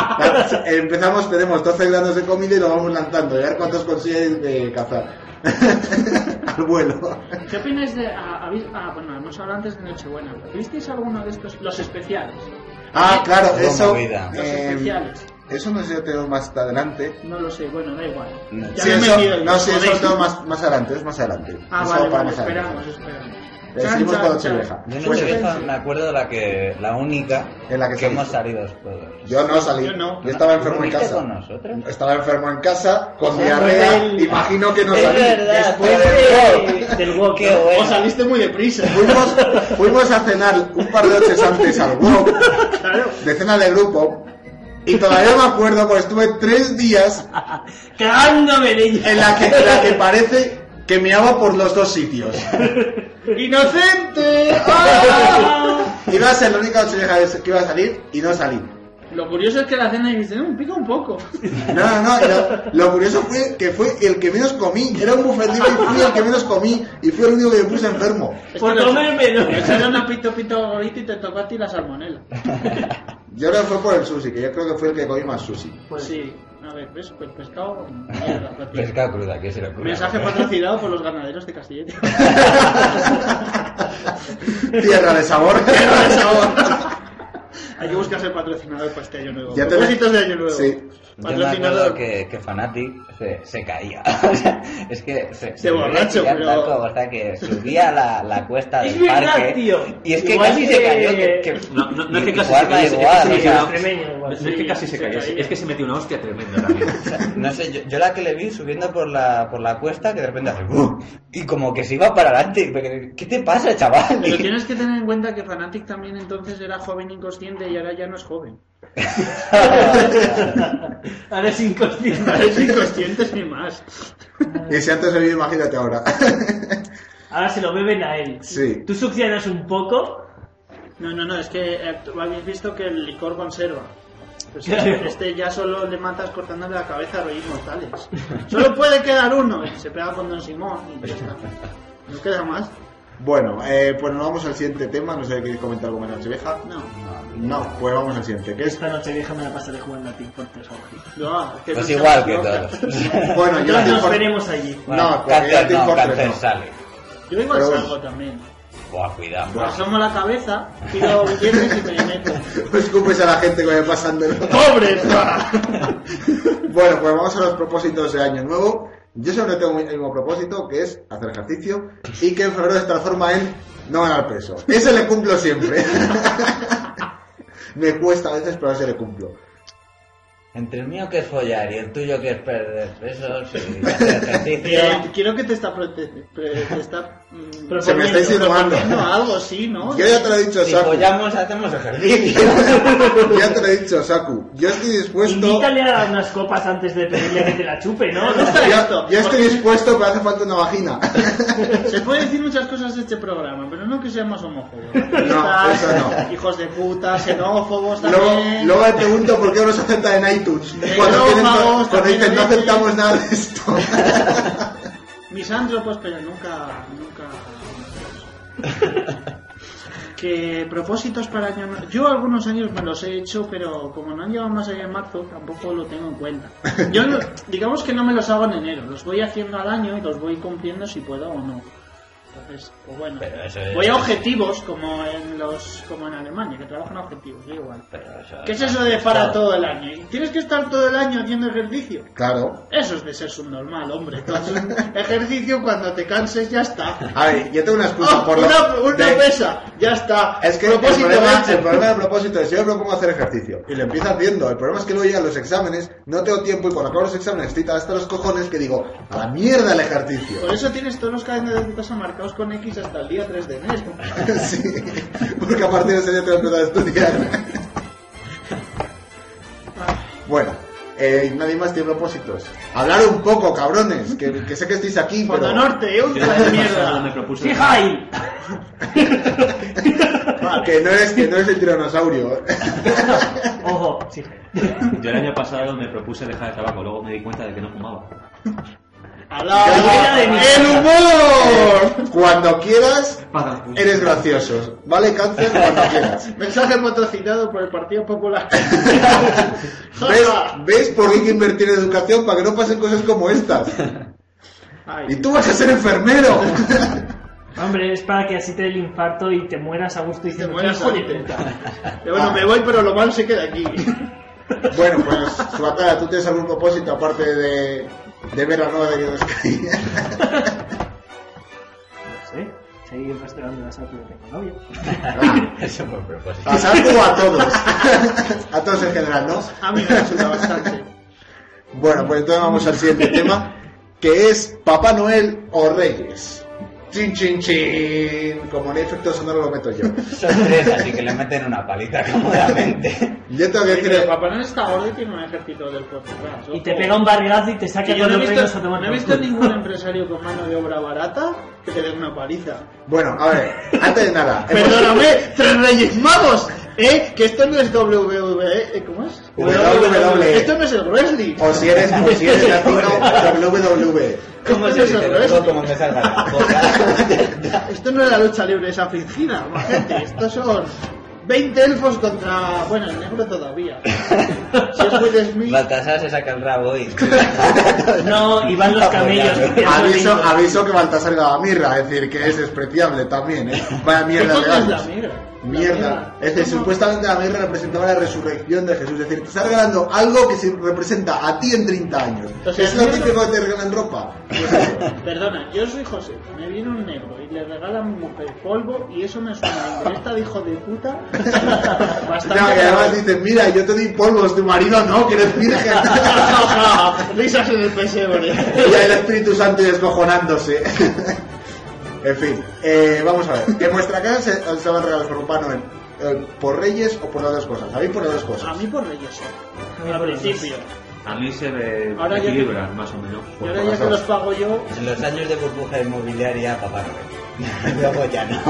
A: <laughs> Empezamos, tenemos 12 granos de comida y lo vamos lanzando. Y a ver cuántos consigues de cazar. <laughs> Al vuelo.
E: ¿Qué opináis de.? Ah, habéis- ah, bueno, hemos hablado antes de Nochebuena. ¿Visteis alguno de estos? Los especiales.
A: Ah, claro,
D: Todo
A: eso.
D: movida.
E: Los
A: eh,
E: especiales.
A: eso no sé si lo tengo más adelante.
E: No lo sé, bueno, da igual.
D: No.
E: Ya
A: Mm. Sí,
E: me he
A: eso,
E: metido yo,
A: no, sí, eso lo
E: joder.
A: tengo más, más adelante, es más adelante.
E: Ah,
A: Eso
E: vale,
A: para
E: vale,
A: más adelante.
E: esperamos, esperamos.
A: Le
E: Chan,
A: decimos
E: chan,
A: cuando se
E: chan.
A: deja.
D: Yo no
A: Pues-
D: sé, me acuerdo la que la única
A: En la que
D: hemos salido todos.
A: Yo no salí.
E: Yo no.
A: Yo estaba
D: ¿Tú
A: enfermo en
D: viniste
A: casa.
D: con nosotros?
A: Estaba enfermo en casa, con
E: sea,
A: diarrea.
E: fue el-
A: Imagino que no
D: Es
A: salí.
D: verdad,
A: Después
D: fue
A: de-
C: Eh, del walk.
D: Qué
E: O
D: bueno.
E: saliste muy
A: <laughs>
E: deprisa.
A: Fuimos, fuimos a cenar un par de noches antes al WOC, de cena de grupo, y todavía me acuerdo porque estuve tres días
C: Cagándome en ella.
A: en la que, en la que parece que meaba por los dos sitios.
E: ¡Inocente! ¡Ah!
A: <laughs> Iba a ser la única ocheja que iba a salir y no salí.
E: Lo curioso es que la cena dijiste, "Mm, pica un poco.
A: No, no, no. y Lo, lo curioso fue que fue el que menos comí. Era un bufetito y fui el que menos comí y fui el único que me puse enfermo.
C: Por comer menos.
E: Te echaron una pito pito gorita y te tocó a ti la salmonela.
A: Yo creo que fue por el sushi, que yo creo que fue el que comí más sushi.
E: Pues sí, a ver, ves, pues pescado. mierda, pues, tío.
D: Pesca cruda, que se lo ocurre.
E: Mensaje patrocinado por los ganaderos de Castillete.
A: Tierra de sabor. <laughs> Tierra de sabor.
E: <laughs> Hay que buscarse patrocinador para este año nuevo.
A: Ya te-
E: Propósitos de año nuevo.
A: Sí.
D: Yo me acuerdo
E: Patrocinador.
D: que, que Fanatic se, se caía. <laughs> O sea, es que se,
E: De borracho,
D: veía
E: pero-
D: tanto, o sea, que subía la, la cuesta
C: Es
D: del
C: verdad,
D: parque.
C: tío.
D: Y es que
C: Igual
D: casi
C: que-
D: se cayó. Que, que- <laughs>
F: No, no, no es
D: y-
F: que casi
D: igual
F: se cayó,
D: da
F: es que
D: igual,
F: casi
D: o sea,
F: se cayó.
C: Extremeño,
F: No
C: igual.
F: es que casi se
E: se
F: cayó, es-
E: caía.
F: es que se metió una
C: <laughs>
F: hostia tremenda también.
D: No sé, yo, yo la que le vi subiendo por la, por la cuesta que de repente hace "Uh", y como que se iba para adelante. porque, ¿Qué te pasa, chaval? <laughs>
E: Pero tienes que tener en cuenta que Fanatic también entonces era joven inconsciente y ahora ya no
D: <laughs>
E: es joven. <laughs>
C: Ahora es inconsciente.
E: Ahora es inconsciente ni más.
A: Y si antes había, imagínate ahora. <laughs>
C: Ahora se lo beben a él.
A: Sí.
C: Tú succionas un poco.
E: No, no, no, es que eh, tú habéis visto que el licor conserva.
D: <laughs>
E: Pues
C: Claro.
E: este, este ya solo le matas cortándole la cabeza a rollos mortales. Solo puede quedar uno. Y se pega con Don Simón y ya está. No queda más.
A: Bueno, eh, pues nos vamos al siguiente tema. No sé si queréis comentar algo más, vieja.
E: Ah, No.
A: No, pues vamos al siguiente. Que es...
C: Esta noche vieja me la pasaré jugando a Team Fortress Orgy.
E: No, es que
D: Pues
E: no
D: igual que
E: estamos locas.
D: todos. <laughs>
A: Bueno, yo la
C: Entonces
A: Team
C: nos
A: For-
C: veremos allí.
D: Bueno,
A: porque ya
D: cáncer,
A: te
D: no,
A: importa,
D: cáncer
A: no. <laughs>
D: sale.
E: Yo igual
A: Pero
E: salgo también.
D: Buah, cuidado.
E: Me asomo la cabeza, tiro un viernes y me meto.
A: Escupes a la gente que vaya pasando.
E: ¡Pobre!
A: Bueno, pues vamos a los propósitos de año nuevo. Yo siempre tengo el mismo propósito, que es hacer ejercicio y que en febrero se transforma en no ganar peso. Ese le cumplo siempre. <laughs> Me cuesta a veces, pero a ese le cumplo.
D: Entre el mío que es follar y el tuyo que es perder peso,
E: <laughs>
D: sí, hacer ejercicio.
E: Eh, quiero que te está, prote- pre- te está mm,
A: Se me está
E: proponiendo-
A: insinuando.
E: proponiendo algo, sí, pues ¿no?
A: Yo pues ya te lo he dicho,
D: Si
A: Saku.
D: follamos, hacemos <laughs> ejercicio.
A: Ya te lo he dicho, Saku. Yo estoy dispuesto.
C: Invítale a dar unas copas antes de pedirle que te la chupe, ¿no?
E: No está
A: Yo,
E: esto.
A: yo estoy dispuesto, pero hace falta una vagina. <laughs>
E: Se puede decir muchas cosas de este programa, pero no que seamos homófobos.
A: <laughs> No, eso no.
E: Hijos de puta, xenófobos
A: Luego,
E: también.
A: luego le pregunto por qué no se acepta en iTunes. Cuando,
E: luego
A: tienen-
E: vamos,
A: cuando dicen no
E: también-
A: aceptamos nada de esto.
E: Misántropos, pero nunca. nunca. que propósitos para año nuevo. Yo algunos años me los he hecho, pero como no han llegado más allá en marzo, tampoco lo tengo en cuenta. Yo no- digamos que no me los hago en enero, los voy haciendo al año y los voy cumpliendo si puedo o no. Entonces, pues bueno.
D: Pero eso es-
E: Voy a objetivos como en los como en Alemania, que trabajan a objetivos, yo igual.
D: Pero eso-
E: ¿Qué es eso de para
D: Claro.
E: todo el año? ¿Y ¿Tienes que estar todo el año haciendo ejercicio?
A: Claro.
E: Eso es de ser subnormal, hombre. Tú
A: <laughs>
E: haces un ejercicio cuando te canses, ya está.
A: A ver, yo tengo una excusa
E: Ah,
A: Pues por lo-
E: una una
A: de-
E: pesa, ya está.
A: Es que el
E: Propósito
A: problema,
E: hecho.
A: el problema del propósito es yo me propongo hacer ejercicio y lo empiezo haciendo. El problema es que luego llegan los exámenes, no tengo tiempo y cuando acabo los exámenes estoy tan hasta los cojones que digo, a la mierda el ejercicio. <laughs>
E: Por eso tienes todos los calendarios de tu casa marcados con X hasta el día 3 de enero.
A: Sí, porque a partir de ese día tengo que empezar a estudiar. Bueno, eh, nadie más tiene propósitos. Hablar un poco, cabrones, que, que sé que estáis aquí,
E: Fondo
A: pero...
E: Norte, ¿eh? Un
F: <laughs> Yo
E: plan de
F: el año pasado me
E: mierda.
F: propuse
C: ¡Fija ahí!
A: que no es que no es el tiranosaurio.
C: Ojo, sí.
F: Yo el año pasado me propuse dejar el tabaco, luego me di cuenta de que no fumaba.
C: Mira de mí.
A: ¡El humor! <laughs> Cuando quieras,
F: Para-
A: eres gracioso. Vale, cáncer, cuando <laughs> quieras.
E: Mensaje patrocinado por el Partido Popular.
A: <laughs> ¿Ves, ¿Ves por qué hay que invertir en educación para que no pasen cosas como estas?
E: Ay.
A: Y tú vas a ser enfermero. <laughs>
C: Hombre, es para que así te dé el infarto y te mueras a gusto y
E: Te
C: diciendo,
E: mueres
C: "Hijo de
E: ahorita".
C: puta".
E: Pero bueno, me voy, pero lo malo se queda aquí.
A: Bueno, pues, Suatara, ¿tú tienes algún propósito aparte de, de ver a Noa de que nos caía?
C: No sé, seguir restaurando las artes de mi novia.
D: Eso por
A: <laughs> <laughs>
D: propósito.
A: ¿A Santu o a todos? A todos en general, ¿no?
E: A mí Ah, me ayuda bastante.
A: Bueno, pues entonces vamos al
E: <laughs>
A: siguiente tema, que es Papá Noel o Reyes. Chin, chin, chin. Como en efecto sonoro lo meto yo.
D: Son tres, así que le meten una paliza cómodamente.
A: Yo tengo que
E: Oye,
A: decir...
E: <laughs> pero Papá Noel está gordo y tiene un ejército del podcast.
C: Y te pega un barrigazo y te saca
E: Que yo
C: con
E: no
C: los
E: he
C: reinos
E: visto,
C: a tomar
E: no he
C: por
E: visto
C: culo.
E: ningún empresario con mano de obra barata que te dé una <laughs> paliza.
A: Bueno, a ver, antes de
E: <laughs>
A: nada... hemos-
E: Perdóname, tres reyes magos, ¿eh? Que esto no es WWE, ¿eh? ¿cómo es?
A: WWE.
E: Esto no es el wrestling.
A: E. O si eres, o si eres latino, E. WWE.
E: ¿Cómo
A: <laughs>
D: Esto
E: se dice?
D: te lo digo como me salga la
E: <laughs>
D: boca.
E: Esto no es la lucha libre esa fingida, gente. Estos son 20 elfos contra. Bueno, el
A: <laughs>
E: negro todavía. Si es Will Smith.
D: Baltasar se saca el rabo y...
C: No, y van los camellos.
D: Apoyado.
C: que son
A: Aviso,
C: reinos.
A: aviso que Baltasar daba mirra, es decir, que es despreciable también, ¿eh? Vaya
E: ¿Qué
A: mierda de
E: coño es la
A: gallos.
E: mierda?
A: Mierda. Es decir,
E: ¿Cómo?
A: supuestamente la mirra representaba la resurrección de Jesús. Es decir, te estás regalando algo que se representa a ti en 30 años.
E: O sea,
A: es lo
E: yo no-
A: típico que te regalan ropa. Pues eso.
E: Perdona, yo soy José, me viene un negro y le regala a mi mujer polvo y eso me suena a esta de hijo de puta. Bastante.
A: No, que además dices, mira, yo te di polvos, tu marido no, que eres virgen. <laughs>
E: <laughs> Risas en el pesebre.
A: y ya el Espíritu Santo descojonándose. <laughs> en fin, eh, vamos a ver. En vuestra casa se, se van regalos por Papá Noel. eh, ¿Por Reyes o por las dos cosas? A mí por las dos
E: A
A: cosas.
E: mí por reyes solo, al principio.
F: A mí se me
E: Ahora ya-
F: equilibran, más o menos.
E: Y ahora ya que los pago yo,
D: Los años de burbuja inmobiliaria, papá Noel. <laughs> Luego ya no.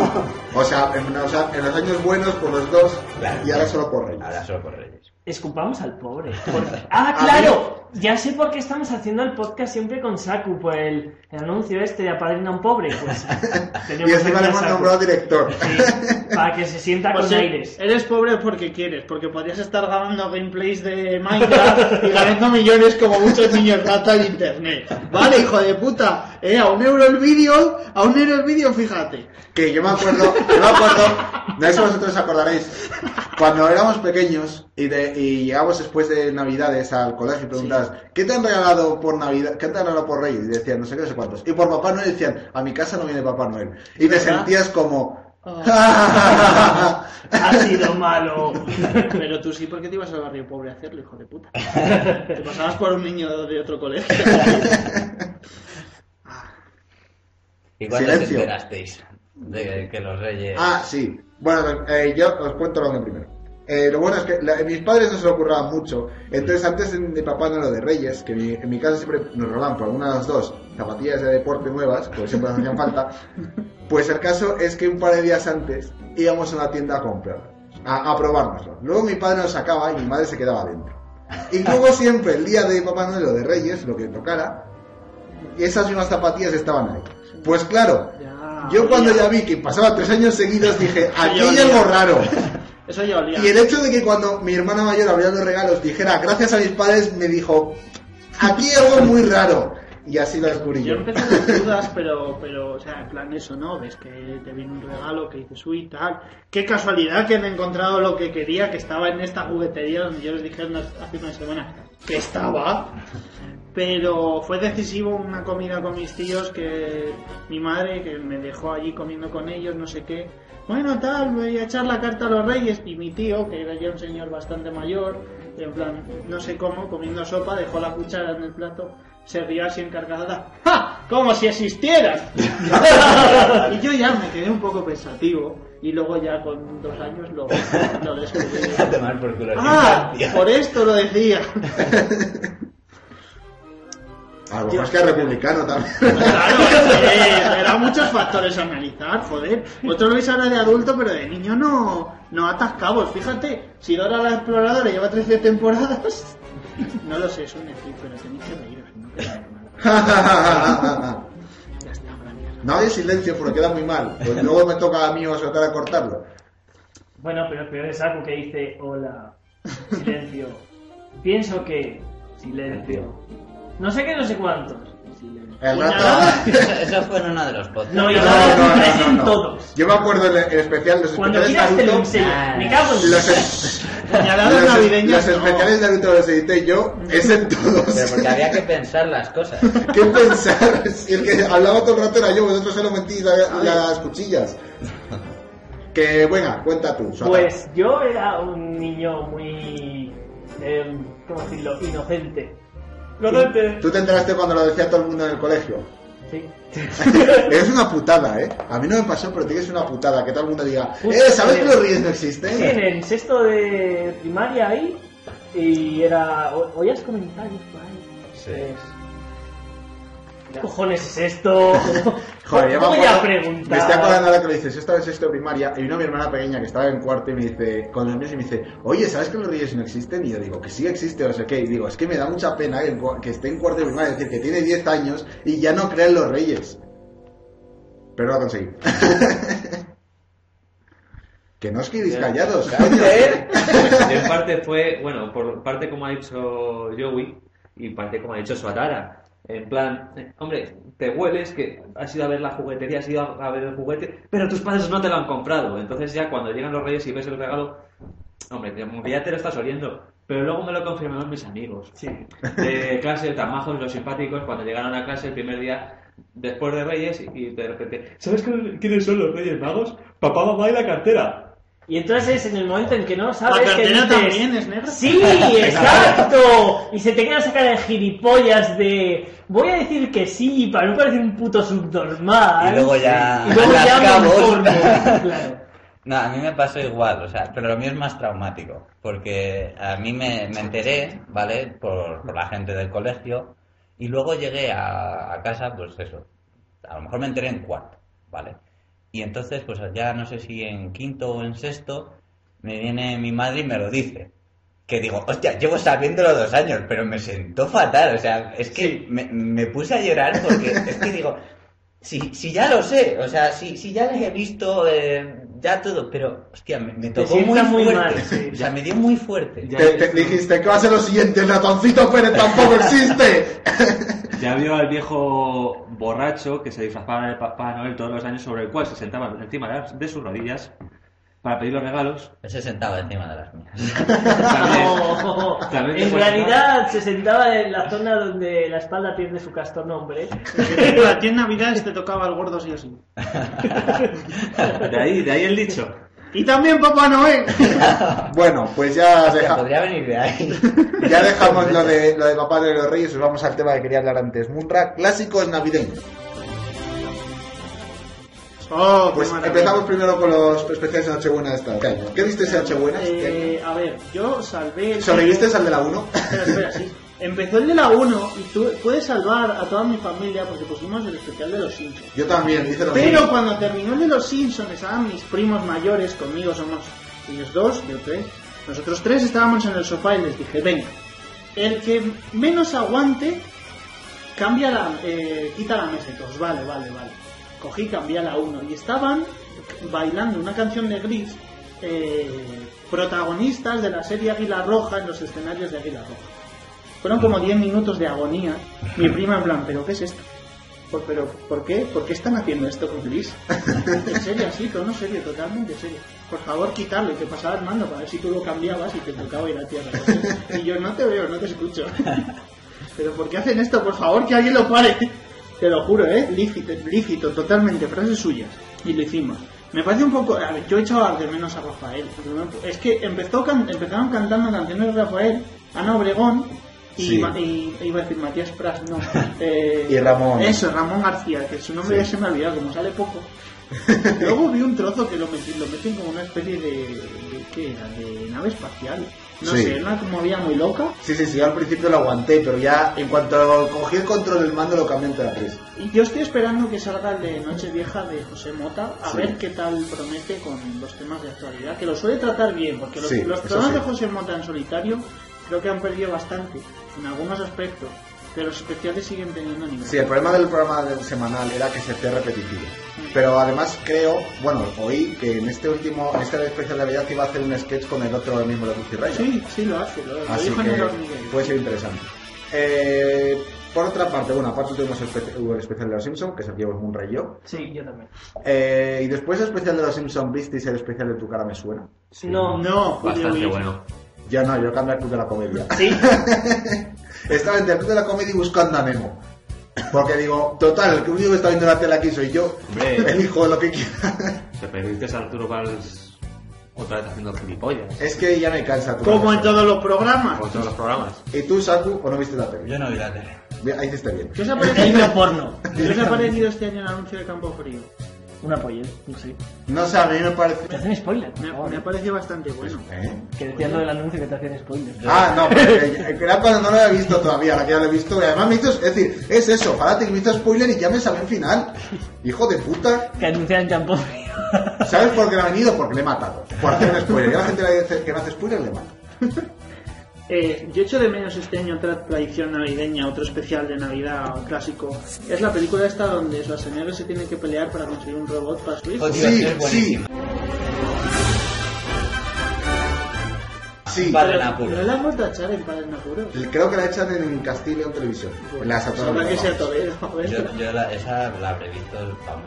A: O sea, en, o sea, en los años buenos por los dos
D: Claro.
A: y ahora solo por Reyes.
D: Ahora solo por Reyes.
C: Esculpamos al pobre. Por- Ah, claro. Ya sé por qué estamos haciendo el podcast siempre con Saku, por el, el anuncio este de apadrina a un pobre. Pues
A: Y
C: tenemos
A: encima
C: aquí
A: le
C: a
A: hemos
C: Saku.
A: nombrado director. <laughs>
C: Sí, para que se sienta
E: Pues
C: con
E: sí,
C: aires.
E: eres pobre porque quieres, porque podrías estar grabando gameplays de Minecraft y ganando millones como muchos niños rata en internet. Vale, hijo de puta, eh, a un euro el vídeo, a un euro el vídeo, fíjate.
A: Que yo me acuerdo, yo me acuerdo, no sé si vosotros acordaréis, cuando éramos pequeños y, de, y llegábamos después de Navidades al colegio y preguntabas, ¿qué te han regalado por Navidad? ¿Qué te han regalado por Reyes? Y decían, no sé qué, no sé cuántos. Y por Papá Noel decían, a mi casa no viene Papá Noel. Y te
E: ¿Verdad?
A: sentías como...
C: Ha sido malo.
E: Pero tú sí, porque te ibas al barrio pobre a hacerlo, hijo de
A: <laughs>
E: puta. Te pasabas por un niño de otro colegio.
D: ¿Y cuándo os
A: Silencio.
D: enterasteis de que los Reyes...
A: Ah, sí. Bueno, eh, yo os cuento lo de primero. Eh, lo bueno es que la- mis padres no se lo curraban mucho. Entonces, antes de mi papá no era de Reyes, que mi- en mi casa siempre nos robaban por alguna de las dos zapatillas de deporte nuevas, que siempre nos hacían falta. Pues el caso es que un par de días antes íbamos a una tienda a comprar, a, a probárnoslo. Luego mi padre nos sacaba y mi madre se quedaba dentro. Y luego siempre, el día de Papá Noel o de Reyes, lo que tocara, esas mismas zapatillas estaban ahí. Pues claro,
E: Ya,
A: yo cuando
E: ya.
A: ya vi que pasaba tres años seguidos
C: <laughs>
A: dije, aquí hay
E: olía.
A: algo raro.
E: Eso ya olía.
A: Y el hecho de que cuando mi hermana mayor abría los regalos dijera, gracias a mis padres, me dijo, aquí hay algo muy raro. Y así lo descubrí
E: Yo
A: yo.
E: empecé con dudas, pero, pero, o sea, en plan eso, ¿no? Ves que te viene un regalo que dices, uy, tal. Qué casualidad que han encontrado lo que quería, que estaba en esta juguetería donde yo les dije unas- hace una semana que estaba. Pero fue decisivo una comida con mis tíos que mi madre, que me dejó allí comiendo con ellos, no sé qué. Bueno, tal, voy a echar la carta a los reyes. Y mi tío, que era ya un señor bastante mayor, en plan, no sé cómo, comiendo sopa, dejó la cuchara en el plato, se rió así encargada. ¡Ja! ¡Como si existieras! y yo ya me quedé un poco pensativo. Y luego ya con dos años lo, lo
A: Ah.
D: <laughs> A
E: descubrí.
D: tomar por culo.
E: ¡Ah!
D: la infancia.
E: Por esto lo decía.
A: A lo mejor es que es republicano también. <laughs>
E: Claro, eh, era muchos factores a analizar, joder. Vosotros lo veis ahora de adulto, pero de niño no, no atas cabos. Fíjate, si Dora la exploradora lleva 13 temporadas. No lo sé, es un decir, pero tenéis que reíros. No, ya está, la mierda.
A: no hay silencio porque queda muy mal. Pues luego me toca a mí os tratar a cortarlo.
C: Bueno, pero el peor es algo que dice hola, silencio. Pienso que, silencio. No sé qué, no sé cuántos. Silencio.
A: El
D: Ah,
A: rato.
D: <laughs> Eso fue en uno de los podcasts.
C: No,
A: No,
C: yo
A: no, no,
C: tres
A: no,
C: en
A: no.
C: todos.
A: Yo me acuerdo el, el especial, los
C: Cuando
A: especiales
C: quieras te lo
A: Naruto.
C: enseño. Me cago en
A: Los,
E: Puñaladas
A: los-
E: navideñas.
A: los
E: no.
A: especiales de Naruto los edité yo, es en
D: Pero
A: todos.
D: porque había que pensar las cosas.
A: ¿Qué pensar? <laughs> Si el que hablaba todo el rato era yo, vosotros solo mentís la- las cuchillas. Que, venga, cuenta tú. Sara.
C: Pues yo era un niño muy. eh, ¿Cómo decirlo? Inocente. Inocente.
A: Tú te enteraste cuando lo decía todo el mundo en el colegio.
C: Sí.
A: <laughs> es una putada, ¿eh? A mí no me pasó, pero tío, es una putada. Que todo el mundo diga, ¡eh, sabes que los reyes no
C: Sí,
A: existen!
C: en el sexto de primaria ahí. Y era. o- Oías comentarios por ahí.
D: Sí.
C: Pues, ¿Qué cojones es
D: <laughs>
C: esto?
A: Joder, yo me
C: voy a
A: acuerdo-
C: preguntar.
A: Me estoy acordando ahora que lo dices, esta vez sexto de primaria, y vino mi hermana pequeña que estaba en cuarto y me dice, con los niños y me dice, oye, ¿sabes que los reyes no existen? Y yo digo, que sí existe, o sea, que, y digo, es que me da mucha pena que, en cua- que esté en cuarto de primaria, es decir, que tiene 10 años y ya no creen los reyes. Pero lo conseguí. <laughs> que no os quedéis callados, ¿eh? coño.
F: Pues, en parte fue, bueno, por parte como ha dicho Joey y parte como ha dicho Suatara. En plan, eh, hombre, te hueles que has ido a ver la juguetería, has ido a a ver el juguete, pero tus padres no te lo han comprado. Entonces ya cuando llegan los reyes y ves el regalo, hombre, te- como que ya te lo estás oliendo. Pero luego me lo confirmaron mis amigos de clase, tan majos, los simpáticos, cuando llegaron a clase el primer día después de Reyes y de repente, ¿sabes qué- quiénes son los Reyes Magos? Papá, mamá y la cartera.
C: Y entonces en el momento en que no sabes
E: La
C: que
E: cartera
C: dices,
E: también es negra. <laughs>
D: <laughs>
C: Sí, exacto. Y se te quedan sacar de gilipollas de voy a decir que sí para no parecer un puto subnormal.
D: Y luego ya-
C: y luego
D: las
C: ya me
D: cabos.
C: informo, claro.
D: No, a mí me pasó igual, o sea, pero lo mío es más traumático, porque a mí me, me enteré, ¿vale? Por, por la gente del colegio, y luego llegué a, a casa, pues eso, a lo mejor me enteré en cuarto, ¿vale? Y entonces, pues ya no sé si en quinto o en sexto, me viene mi madre y me lo dice. Que digo, hostia, llevo sabiéndolo dos años, pero me sentó fatal, o sea, es que me, me puse a llorar
C: <laughs>
D: porque es que digo, si, si ya lo sé, o sea, si, si ya les he visto, eh, ya todo, pero, hostia, me, me
C: Te
D: tocó muy,
C: sienta muy
D: fuerte,
C: mal, sí.
D: o sea, me dio muy fuerte.
F: <laughs> Ya
A: Te,
F: ves,
A: te dijiste, ¿qué va a ser lo siguiente? El ratoncito Pérez tampoco existe.
F: Ya vio al viejo borracho que se disfrazaba de Papá Noel todos los años, sobre el cual se sentaba encima de las- de sus rodillas para pedir los regalos.
D: Él se sentaba encima de las mías.
C: <laughs> No.
F: También te
C: en
F: puedes
C: realidad se sentaba en la zona donde la espalda pierde su castor nombre.
E: A ti en Navidades te tocaba el gordo sí o sí.
F: De ahí, de ahí el dicho.
E: Y también
A: <laughs>
E: Papá Noel.
A: Bueno, pues ya
D: O sea,
A: deja-
D: podría venir de ahí.
C: <laughs>
A: Ya dejamos lo de, lo de Papá de los Reyes, os vamos al tema que quería hablar antes. Munra, clásicos navideños.
E: Oh, qué
A: Pues
E: maravilla.
A: empezamos primero con los especiales de Nochebuena de este año. ¿Qué viste en Nochebuena?
E: Eh, a ver, yo salvé. el-
A: ¿Sobreviviste al de la 1?
E: Espera, espera, sí. Empezó el de la 1 y tu- pude salvar a toda mi familia porque pusimos el especial de los Simpsons.
A: Yo también, hice lo
E: Pero
A: mismo.
E: cuando terminó el de los Simpsons estaban mis primos mayores conmigo, somos ellos dos, yo tres. Nosotros tres estábamos en el sofá y les dije, venga, el que menos aguante, cambia la, eh, quita la mesa. Y todos, vale, vale, vale. Cogí, y cambié a la 1 y estaban bailando una canción de Gris, eh, protagonistas de la serie Águila Roja en los escenarios de Águila Roja. Fueron como 10 minutos de agonía. Mi prima en plan, ¿pero qué es esto? Por- Pues, ¿Pero por qué? ¿Por qué están haciendo esto con
A: <laughs>
E: Gris? en serio, sí, todo serio, totalmente serio. Por favor, quitarle, que pasaba Armando para ver si tú lo cambiabas y te tocaba ir a tierra. Y yo no te veo, no
A: <laughs>
E: te escucho. ¿Pero por qué hacen esto? Por favor, que alguien lo pare. Te lo juro, ¿eh? Lícito, lícito, totalmente, frases suyas. Y lo hicimos. Me parece un poco... A ver, yo echaba de menos a Rafael. Es que empezó can- empezaron cantando canciones de Rafael, Ana Obregón y,
A: Sí.
E: Ma- y- iba a decir Matías Pras,
A: <laughs>
E: no. Eh,
A: Y Ramón.
E: Eso, Ramón García, que su nombre
A: Sí.
E: ya se me ha olvidado, como
A: <laughs>
E: sale poco. Luego vi un trozo que lo meten, lo meten como una especie de, de- ¿Qué era? De nave espacial. No
A: Sí.
E: sé, una movida muy loca.
A: Sí, sí, sí, yo al principio lo aguanté, pero ya en cuanto cogí el control del mando lo cambié entre la 3.
E: Y yo estoy esperando que salga el de Nochevieja de José Mota, a
A: Sí.
E: ver qué tal promete con los temas de actualidad, que lo suele tratar bien, porque los,
A: Sí,
E: los
A: eso
E: programas
A: sí.
E: de José Mota en solitario creo que han perdido bastante, en algunos aspectos, pero los especiales siguen teniendo nivel.
A: Sí, el problema del programa del semanal era que se hacía repetitivo. Pero además creo, bueno, oí que en este último, en esta especial de Navidad iba a hacer un sketch con el otro miembro de Pussy Riot.
E: sí, sí, lo hace, lo, lo
A: Así
E: dijo en el
A: que
E: hormiguero.
A: puede ser interesante. Eh, por otra parte, bueno, aparte tuvimos el espe- el especial de los Simpsons, que se llevó Moonray y yo.
C: Sí, yo también.
A: Eh, y después el especial de los Simpsons, ¿visteis el especial de Tu cara me suena?
C: No,
E: No, Julio
F: Bastante
E: Luis.
F: bueno.
A: Yo no, yo cambié al Club de la Comedia.
C: sí.
A: <laughs> Estaba entre el Club de la Comedia y buscando a Nemo. Porque digo, total, el que único que está viendo la tele aquí soy yo.
F: Hombre.
A: Elijo lo que quiera. <laughs>
F: Te perdiste a Arturo Valls otra vez haciendo gilipollas.
A: Es que ya me cansa. tu
E: Como
A: cara.
E: en todos los programas.
F: Con todos los programas.
A: ¿Y tú, Saku, o no viste la tele?
D: Yo no vi la tele.
A: Bien, Ahí está bien.
E: ¿Qué os ha
C: Hay
E: parecido,
C: un porno.
E: ¿Qué os ha parecido este año el anuncio de Campo Frío?
C: Una polla, no sé.
A: No sé, a mí me parece...
C: Te hacen spoiler, por
E: Me,
C: favor.
E: me ha parecido bastante bueno.
A: ¿Eh?
C: Que decían lo del anuncio que te hacen spoiler.
A: Ah, no, pero eh, era cuando no lo había visto todavía, ahora que ya lo he visto. Y además me hizo, es decir, es eso, ojalá te me hizo spoiler y ya me sabe el final. Hijo de puta.
C: Que anuncian champú.
A: ¿Sabes por qué no ha venido? Porque le he matado. Por hacer un spoiler. Y a la gente le dice que no hace spoiler, le mato.
E: Eh, yo echo de menos este año otra tradición navideña, otro especial de Navidad o clásico. Es la película esta donde Schwarzenegger se tiene que pelear para conseguir un robot para su hijo.
D: Oh, Dios,
A: Sí,
D: es
A: sí.
D: buenísimo.
A: Sí.
D: Padre en
E: ¿No
D: apuros.
E: la hemos de echar en Padre en Apuros?
A: Creo que la echan en Castilla en televisión. En las
E: Pues
A: otras
E: habrá que
A: no.
E: sea Toledo. a ver.
D: Yo, yo la- esa la habré visto, vamos.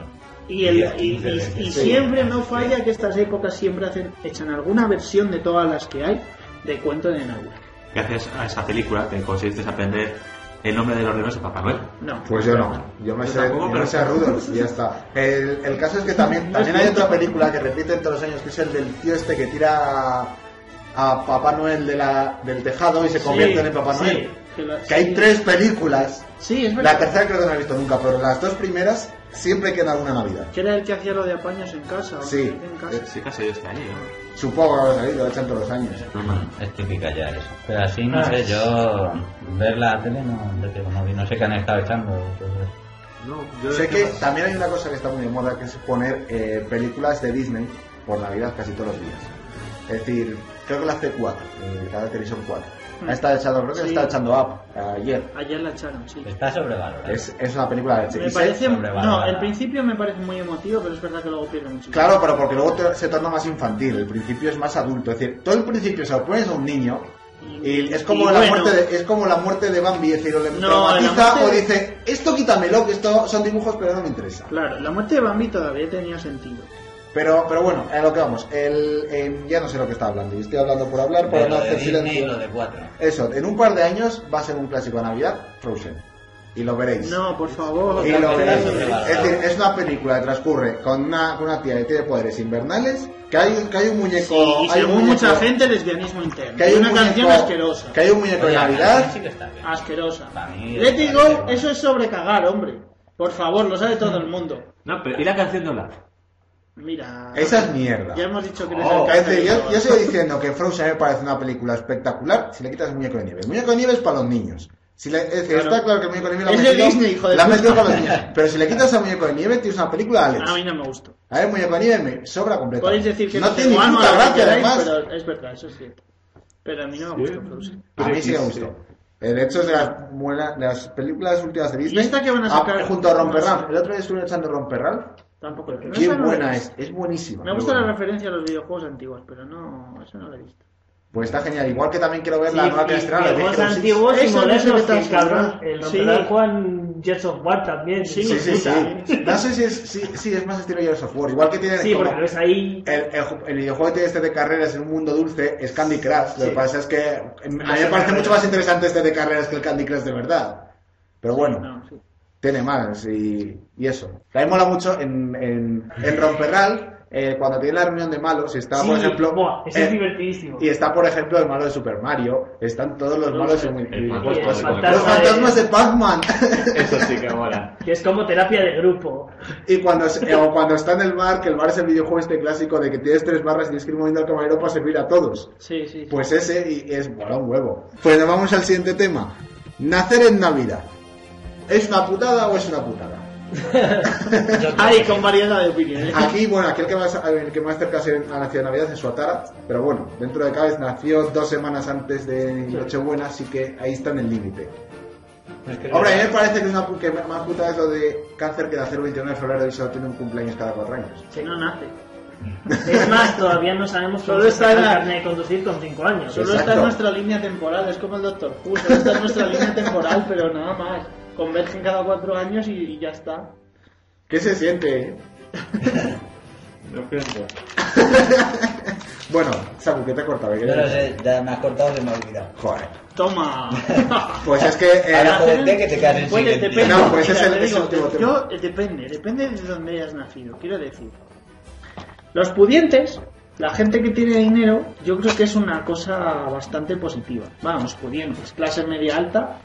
E: Y, el,
D: diez,
E: y, y-
D: 15 veces.
E: y
A: Sí.
E: siempre no falla que estas épocas siempre hacen, echan alguna versión de todas las que hay de cuento de Navidad.
F: Gracias a esa película te conseguiste aprender el nombre de los renos de Papá Noel.
E: No.
A: Pues yo no, yo me
F: Yo
A: sé,
F: tampoco,
A: yo me
F: pero-
A: sé a Rudolph y ya está. El, el caso es que también, también hay otra película que repiten todos los años, que es el del tío este que tira a, a Papá Noel de la, del tejado y se convierte en Papá
E: sí,
A: Noel.
E: que la-
A: Que hay
E: sí.
A: tres películas.
E: Sí, es verdad.
A: La tercera creo que no la he visto nunca, pero las dos primeras siempre queda alguna Navidad.
E: Que era el que hacía lo de apaños en casa. o
A: Sí.
E: en casa.
F: Sí, casi yo este año. ¿no?
A: Supongo que habrá salido, lo echan todos los años.
F: Normal.
D: Es típica ya eso. Pero así,
C: Ah.
D: no sé, yo ver la tele no, yo digo, no vi, no sé qué han estado echando. pues, entonces.
F: No, yo
A: Sé que también hay una cosa que está muy de moda, que es poner eh, películas de Disney por Navidad casi todos los días. Es decir, creo que las C4, eh, cada televisión 4. Ha estado echando, creo que
E: Hmm. Sí.
A: está echando Up ayer.
E: Ayer la echaron, sí.
D: Está sobrevalorada.
A: Es, es una película de leche.
E: Me
A: Y sé-
E: parece. No,
D: sobrevalorada.
E: el principio me parece muy emotivo, pero es verdad que luego pierde mucho.
A: Claro, pero porque luego te- se torna más infantil, el principio es más adulto. Es decir, todo el principio se lo pones a un niño y es como,
E: y
A: la,
E: bueno,
A: muerte de, es como la muerte de Bambi. Es decir, o le
E: No, la
A: traumatiza
E: muerte
A: o
E: de-
A: dice, esto quítamelo, que esto son dibujos, pero no me interesa.
E: Claro, la muerte de Bambi todavía tenía sentido.
A: Pero, pero bueno, a lo que vamos. El, em, ya no sé lo que estaba hablando. Yo estoy hablando por hablar,
D: De
A: por no
D: lo de
A: hacer
D: Disney y
A: silencio.
D: lo de cuatro.
A: Eso, en un par de años va a ser un clásico de Navidad, Frozen. Y lo veréis.
E: No, por favor.
A: Y
D: la
A: lo
D: película
A: veréis.
D: sobre-
A: Es decir, es una película que transcurre con una, con una tía que tiene poderes invernales, que hay, un- que hay un
E: Sí,
A: muñeco...
E: y
A: hay un
E: según
A: muñeco-
E: mucha gente, lesbianismo interno.
A: Que hay un
E: una
A: muñeco-
E: canción asquerosa.
A: Que hay un muñeco de
D: Oye,
A: Navidad... Ah,
D: sí que está bien.
E: Asquerosa.
D: Para mí-
E: Let it
D: para mí
E: go,
D: no.
E: eso es sobrecagar, hombre. Por favor, lo sabe todo el mundo.
F: No, pero ¿y la canción de Olaf?
E: Mira.
A: Esa es mierda.
E: Ya hemos dicho que eres
A: Oh,
E: el
A: es decir,
E: cáncer.
A: yo, yo sigo diciendo que Frozen me parece una película espectacular si le quitas el muñeco de nieve. El muñeco de nieve es para los niños. Si le- es decir,
E: Claro.
A: Está claro que el muñeco de nieve lo
E: Es
A: ha
E: de
A: metido,
E: Disney, hijo de
A: lo ha
E: puta.
A: metido para los niños. Pero si le quitas al muñeco de nieve, tienes una película de Alex.
E: A mí no me gustó.
A: A ver, el muñeco de nieve me sobra completamente.
E: Podéis decir que
A: no
E: es
A: tiene ni
E: igual,
A: puta
E: no la
A: gracia,
E: queráis,
A: además.
E: pero es verdad, eso es cierto. Pero a mí no me gustó Frozen.
A: A mí sí me gustó. Eh, De hecho, es de las, buenas, de las películas últimas de Disney.
E: ¿Y esta que van a
A: Ah,
E: sacar?
A: junto a Romper
E: No
A: Ralph.
E: sé.
A: El otro día estuve echando Romper Ralph.
E: Tampoco lo
A: Qué buena es. Es buenísima.
E: Me gusta la referencia a los videojuegos antiguos, pero no, eso no lo he visto.
A: Pues está genial. Igual que también quiero ver la
C: Sí,
A: nueva que
C: y-
A: han estrenado.
C: y
A: de
C: juegos
A: Hero Six.
C: antiguos y
E: Eso no
C: modernos,
E: sé qué
C: que
E: tal
C: el cabrón.
E: funciona.
C: El
E: Sí.
C: Rotterdam Juan Jets of War también.
E: Sí,
A: Sí, sí,
E: puta.
A: sí. No sé si es, sí, sí, es más estilo Gears of War. Igual que tiene
C: Sí,
A: como
C: porque lo ves ahí.
A: el, el ju- el videojuego que tiene este de carreras en un mundo dulce es Candy Crush. Lo que pasa es que em, a mí me parece mucho más interesante este de carreras que el Candy Crush de verdad. Pero bueno,
E: No, sí.
A: tiene más y, y eso. A mí mola mucho en, en, en Romperral eh, cuando tiene la reunión de malos, está,
C: Sí,
A: por ejemplo.
C: buah, eso es
A: eh,
C: divertidísimo.
A: y está, por ejemplo, el malo de Super Mario. Están todos los malos en
F: el malo
A: puestos.
C: clásico de
A: Los
C: Pac-Man.
A: fantasmas de Pac-Man.
F: Eso sí que mola.
C: Que es como terapia de grupo.
A: y cuando, es- eh, o cuando está en el bar, que el bar es el videojuego este clásico de que tienes tres barras y tienes que ir moviendo al camarero para servir a todos.
E: Sí, sí. sí.
A: Pues ese y es mola un huevo. Pues nos vamos al siguiente tema. Nacer en Navidad. ¿Es una putada o es una putada?
E: Ay, con variedad de opiniones.
A: Aquí, bueno, aquel que más, el que más cerca se ha nacido de Navidad es Suatara, pero bueno, dentro de cada vez nació dos semanas antes de Nochebuena, así que ahí está en el límite. Hombre, a mí me parece que es una pu- que más puta es lo de cáncer que nacer el 29 de febrero y solo tiene un cumpleaños cada cuatro años.
E: Si no <laughs> nace.
C: Es más, todavía no sabemos
E: Solo
C: cómo se
E: está
C: saca
E: en
C: el
E: la-
C: carnet de conducir con 5 años.
E: Solo
A: Exacto.
E: está en nuestra línea temporal, es como el Doctor Who, solo está en nuestra línea temporal, pero nada más. Convergen cada cuatro años y, y ya está.
A: ¿Qué se siente? eh?
F: Lo siento.
A: Bueno, Saku, que te ha cortado? ¿Qué
D: Yo no
A: quieres
D: sé, ya me has cortado, se me ha olvidado.
A: decir? Joder.
E: <laughs> Toma.
A: Pues es que... eh,
D: Ahora, jódete que te quedas en
E: Pues
D: silencio.
E: depende,
A: No, pues
E: mira,
A: es el-
E: te
A: es el
E: digo,
A: último tema.
E: yo, eh, depende, depende de dónde hayas nacido, quiero decir. Los pudientes, la gente que tiene dinero, yo creo que es una cosa bastante positiva. Vamos, pudientes, clase media alta,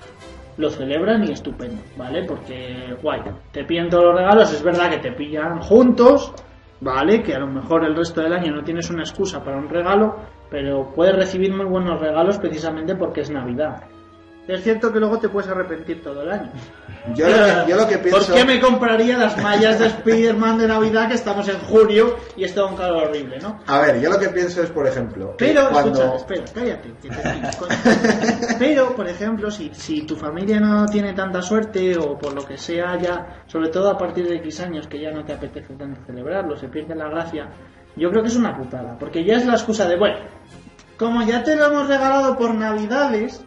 E: lo celebran y estupendo, ¿vale? Porque, guay, te pillan todos los regalos, es verdad que te pillan juntos, ¿vale? Que a lo mejor el resto del año no tienes una excusa para un regalo, pero puedes recibir muy buenos regalos precisamente porque es Navidad. Es cierto que luego te puedes arrepentir todo el año.
A: Yo lo que, yo lo que pienso...
E: <laughs> ¿Por qué me compraría las mallas de Spider-Man de Navidad que estamos en junio y está un calor horrible, no?
A: A ver, yo lo que pienso es, por ejemplo... que
E: Pero,
A: cuando...
E: escucha, espera, cállate. que te estoy contando. <laughs> Pero, por ejemplo, si, si tu familia no tiene tanta suerte o por lo que sea ya, sobre todo a partir de X años que ya no te apetece tanto celebrarlo, se pierde la gracia, yo creo que es una putada, porque ya es la excusa de, bueno, como ya te lo hemos regalado por Navidades,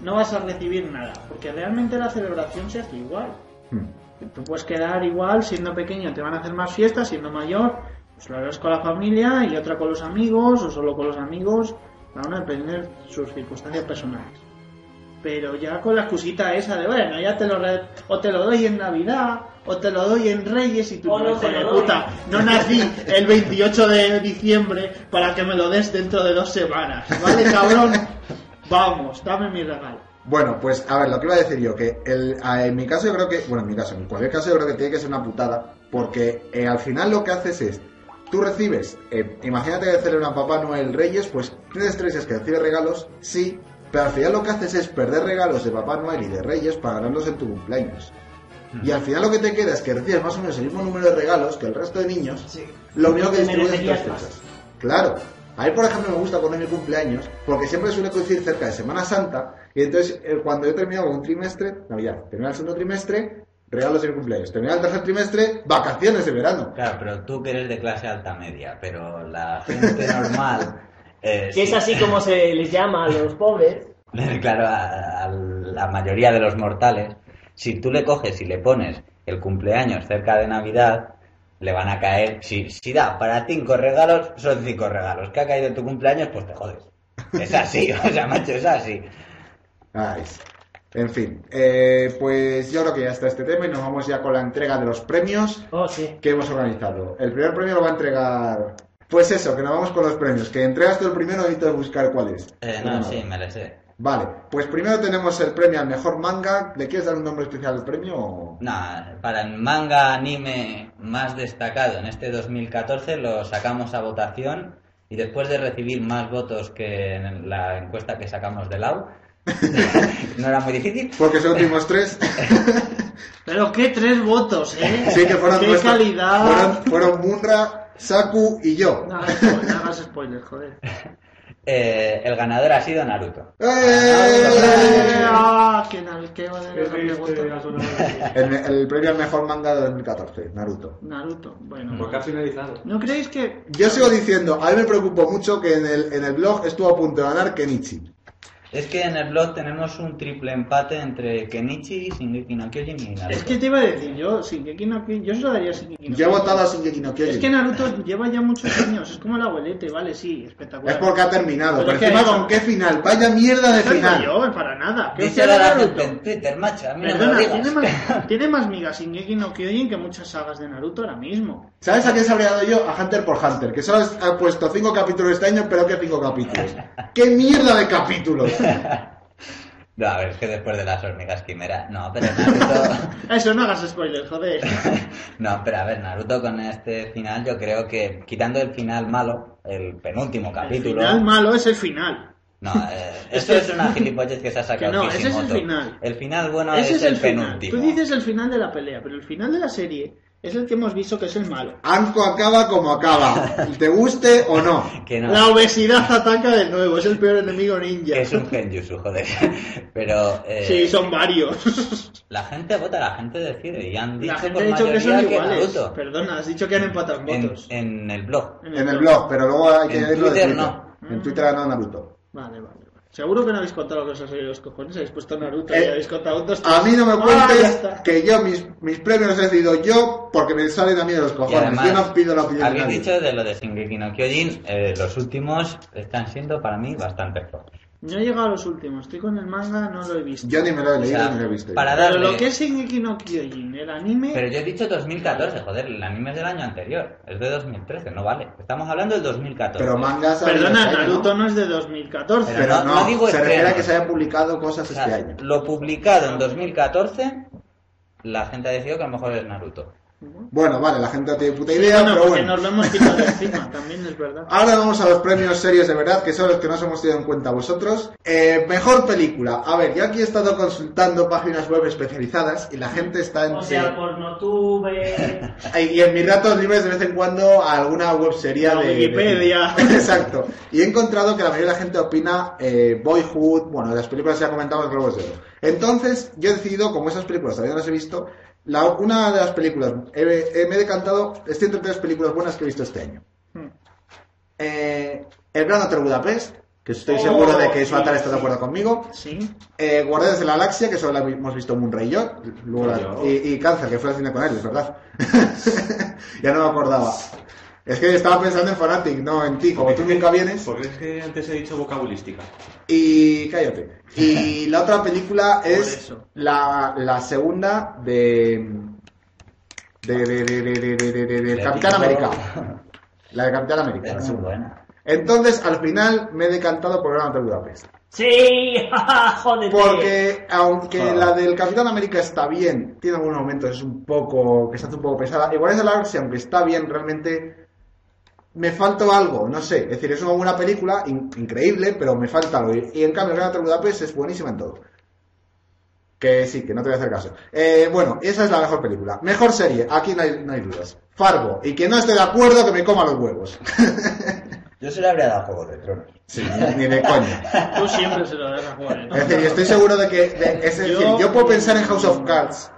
E: no vas a recibir nada, porque realmente la celebración se hace igual.
A: Hmm.
E: Tú puedes quedar igual, siendo pequeño te van a hacer más fiestas, siendo mayor, pues lo harás con la familia y otra con los amigos o solo con los amigos, van a depender sus circunstancias personales. Pero ya con la excusita esa de, bueno, ya te lo re- o te lo doy en Navidad, o te lo doy en Reyes y tú,
C: O no
E: hijo
C: te lo
E: de
C: doy".
E: puta, no nací el 28 de diciembre para que me lo des dentro de dos semanas, ¿vale, cabrón? Vamos, dame mi regalo.
A: Bueno, pues a ver, lo que iba a decir yo, que el, a- en mi caso yo creo que, bueno, en mi caso, en cualquier caso yo creo que tiene que ser una putada, porque eh, al final lo que haces es, tú recibes, eh, imagínate que celebran Papá Noel Reyes, pues tienes tres días que recibes regalos, sí, pero al final lo que haces es perder regalos de Papá Noel y de Reyes para ganarlos en tu cumpleaños. Y al final lo que te queda es que recibes más o menos el mismo número de regalos que el resto de niños, lo único que
C: Te
A: distribuyes es las
C: merecerías más.
A: fechas. Claro. A mí, por ejemplo, me gusta poner mi cumpleaños porque siempre suele coincidir cerca de Semana Santa y entonces eh, cuando he terminado un trimestre, Navidad, termina el segundo trimestre, regalos de mi cumpleaños. Termina el tercer trimestre, vacaciones de verano.
D: Claro, pero tú que eres de clase alta media, pero la gente <laughs> normal. eh,
C: Que es
D: sí.
C: así como se les llama a los pobres.
D: <laughs> Claro, a, a la mayoría de los mortales, si tú le coges y le pones el cumpleaños cerca de Navidad, le van a caer. Si, si da para cinco regalos, son cinco regalos. Que ha caído en tu cumpleaños, pues te jodes. Es así, <laughs> o sea, macho, es así.
A: Ay. En fin, eh, pues yo creo que ya está este tema y nos vamos ya con la entrega de los premios
C: Oh, sí.
A: que hemos organizado. El primer premio lo va a entregar... Pues eso, que nos vamos con los premios. Que entregas tú el primero y te buscar cuál es.
D: Eh, no, sí, me lo sé.
A: Vale, pues primero tenemos el premio al mejor manga. ¿Le quieres dar un nombre especial al premio? o-
D: No, para el manga anime más destacado en este 2014 lo sacamos a votación y después de recibir más votos que en la encuesta que sacamos de Lau, <laughs> no era muy difícil,
A: Porque son últimos
E: <laughs>
A: tres.
E: Pero qué tres votos, ¿eh?
A: sí que fueron
E: qué
A: nuestros.
E: calidad.
A: Fueron, fueron Munra, Saku y yo.
E: No, no, no hagas spoilers, joder.
D: Eh, el ganador ha sido Naruto.
A: <laughs> ¡Eh!
E: Ah, que Naruto, qué madre, no me gusta.
A: El, el premio al mejor manga de 2014, Naruto.
E: Naruto, bueno.
F: Porque ha finalizado.
E: ¿No creéis que
A: Yo sigo diciendo, a mí me preocupó mucho que en el, en el blog estuvo a punto de ganar Kenichi.
D: Es que en el blog tenemos un triple empate entre Kenichi, Shingeki no Kyojin y Naruto.
E: Es que te iba a decir yo, Shingeki no Kyojin, yo se lo daría a Shingeki no
A: Yo he
E: Kyojin.
A: votado a Shingeki no Kyojin.
E: Es que Naruto lleva ya muchos años, es como el abuelete, vale, sí, espectacular.
A: Es porque ha terminado.
E: Pero
A: Pero,
E: es que
A: encima,
E: eso-
A: ¿con qué final? Vaya mierda de
E: Eso digo
A: final.
E: yo, eh, para nada. ¿Qué
D: Dice
E: será
D: la
E: Naruto?
D: gente en Twitter, macho, a mí no me
E: Perdona,
D: lo digas.
E: tiene
D: <laughs>
E: más, tiene más migas Shingeki no Kyojin que muchas sagas de Naruto ahora mismo.
A: ¿Sabes a qué se habría dado yo? A Hunter por Hunter, que solo es- ha puesto cinco capítulos este año, pero ¿qué cinco capítulos? ¡Qué mierda de capítulos!
D: No, a ver, es que después de las hormigas quimera, no, pero Naruto... <laughs>
E: Eso, no hagas spoilers, joder.
D: No, pero a ver, Naruto con este final yo creo que, quitando el final malo, el penúltimo
E: El
D: capítulo...
E: final malo es el final.
D: No, eh, eso es una gilipollez que se ha sacado
E: <laughs> Que no, ese es el
D: Kishimoto.
E: final.
D: El final bueno
E: Ese
D: Ah, es, el,
E: final.
D: penúltimo.
E: Tú dices el final de la pelea, pero el final de la serie es el que hemos visto que es el malo.
A: Anko acaba como acaba, te guste o no.
D: que no,
E: La obesidad ataca de nuevo, es el peor enemigo ninja.
D: que es un genjutsu, joder. <laughs> Pero eh,
E: <laughs> Sí, son varios.
D: la gente vota, la gente decide. Y han <laughs> dicho
E: La gente
D: por
E: ha dicho que
D: mayoría
E: son iguales.
D: Naruto.
E: Perdona, has dicho que han empatado en
D: En,
E: votos.
D: en el blog.
A: En el blog, pero luego hay que
D: En
A: verlo de
D: Twitter
A: Twitter.
D: no.
A: En Twitter ganó Naruto.
E: Vale, vale, vale. Seguro que no habéis contado lo que os ha salido de los cojones, habéis puesto Naruto y
A: Eh,
E: habéis contado otros.
A: A mí no me
E: Ah, ya
A: cuentes
E: está.
A: que yo mis, mis premios los he decidido yo porque me salen a mí de los
D: Y
A: cojones.
D: además,
A: yo no pido la opinión de
D: habéis
A: nadie.
D: dicho de lo de Shingeki no Kyojin, eh, los últimos están siendo para mí bastante flojos.
E: No he llegado a los últimos, estoy con el manga, no lo he visto.
A: Yo ni me lo he
D: O
A: leído
D: sea,
A: ni lo he visto.
D: para
E: Pero
D: darle...
E: lo que es Shingeki no Kyojin, el anime...
D: Pero yo he dicho 2014, joder, el anime es del año anterior, es de 2013, no vale. Estamos hablando del 2014.
A: Pero mangas. ha habido
E: Perdona,
A: este año,
E: Naruto no es de 2014.
A: Pero
D: No,
A: no,
D: no digo
A: se
D: este
A: refiere a
D: año.
A: que se hayan publicado cosas
D: O sea,
A: este año.
D: Lo publicado en 2014, la gente ha decidido que a lo mejor es Naruto.
A: Bueno, vale, la gente no tiene puta
E: Sí,
A: idea,
E: bueno,
A: pero
E: porque
A: bueno. Ah.
E: nos lo hemos quitado de encima, también es verdad.
A: Ahora vamos a los premios serios de verdad, que son los que no os hemos tenido en cuenta vosotros. Eh, mejor película. A ver, yo aquí he estado consultando páginas web especializadas y la gente está en...
C: O sea, por no tuve.
A: Y en mis ratos libres de vez en cuando a alguna web seria
E: La
A: de...
E: Wikipedia.
A: de- <laughs> Exacto. Y he encontrado que la mayoría de la gente opina eh, Boyhood, bueno, de las películas que ya comentamos, Globos de Oro. Entonces, yo he decidido, como esas películas todavía no las he visto, la- una de las películas, eh, eh, me he decantado, estoy entre tres películas buenas que he visto este año. Eh, El Gran Hotel Budapest, que estoy seguro de que Suatar está de acuerdo conmigo.
E: Sí.
A: Eh, Guardianes de la Galaxia, que solo la hemos visto Moonray y yo. Luego la-
B: Yo.
A: y, y Cáncer, que fue al cine con él, es verdad. <laughs> ya no me acordaba. Es que estaba pensando en Fanatic, no en ti, como tú nunca vienes.
B: Porque es que antes he dicho vocabulística.
A: Y cállate. Y la otra película es
E: eso.
A: la, la segunda de. de. de. de. de. de. de- de- de- de
D: Le
A: Capitán
D: digo-
A: América. La de Capitán América. la
D: <laughs> Es muy
A: segunda.
D: buena.
A: Entonces, al final me he decantado por Gran Hotel Budapest.
C: ¡Sí! <laughs> ¡Jódete!
A: Porque aunque
D: Joder.
A: la del Capitán América está bien, tiene algunos momentos es un poco que se hace un poco pesada. Igual es de la Galaxia, aunque está bien, realmente me faltó algo, no sé. Es decir, es una buena película, in- increíble, pero me falta algo. Y y en cambio, Gran Hotel Budapest es buenísima en todo. Que sí, que no te voy a hacer caso. Eh, bueno, esa es la mejor película. Mejor serie, aquí no hay, no hay dudas. Fargo, y que no esté de acuerdo que me coma los huevos.
D: Yo se le habría dado Juego de Tronos.
A: Sí, ni- ni de coña.
E: Tú siempre se lo das a jugar.
A: Es decir, yo estoy seguro de que. de- es decir,
E: Yo-
A: yo puedo pensar en House of Cards,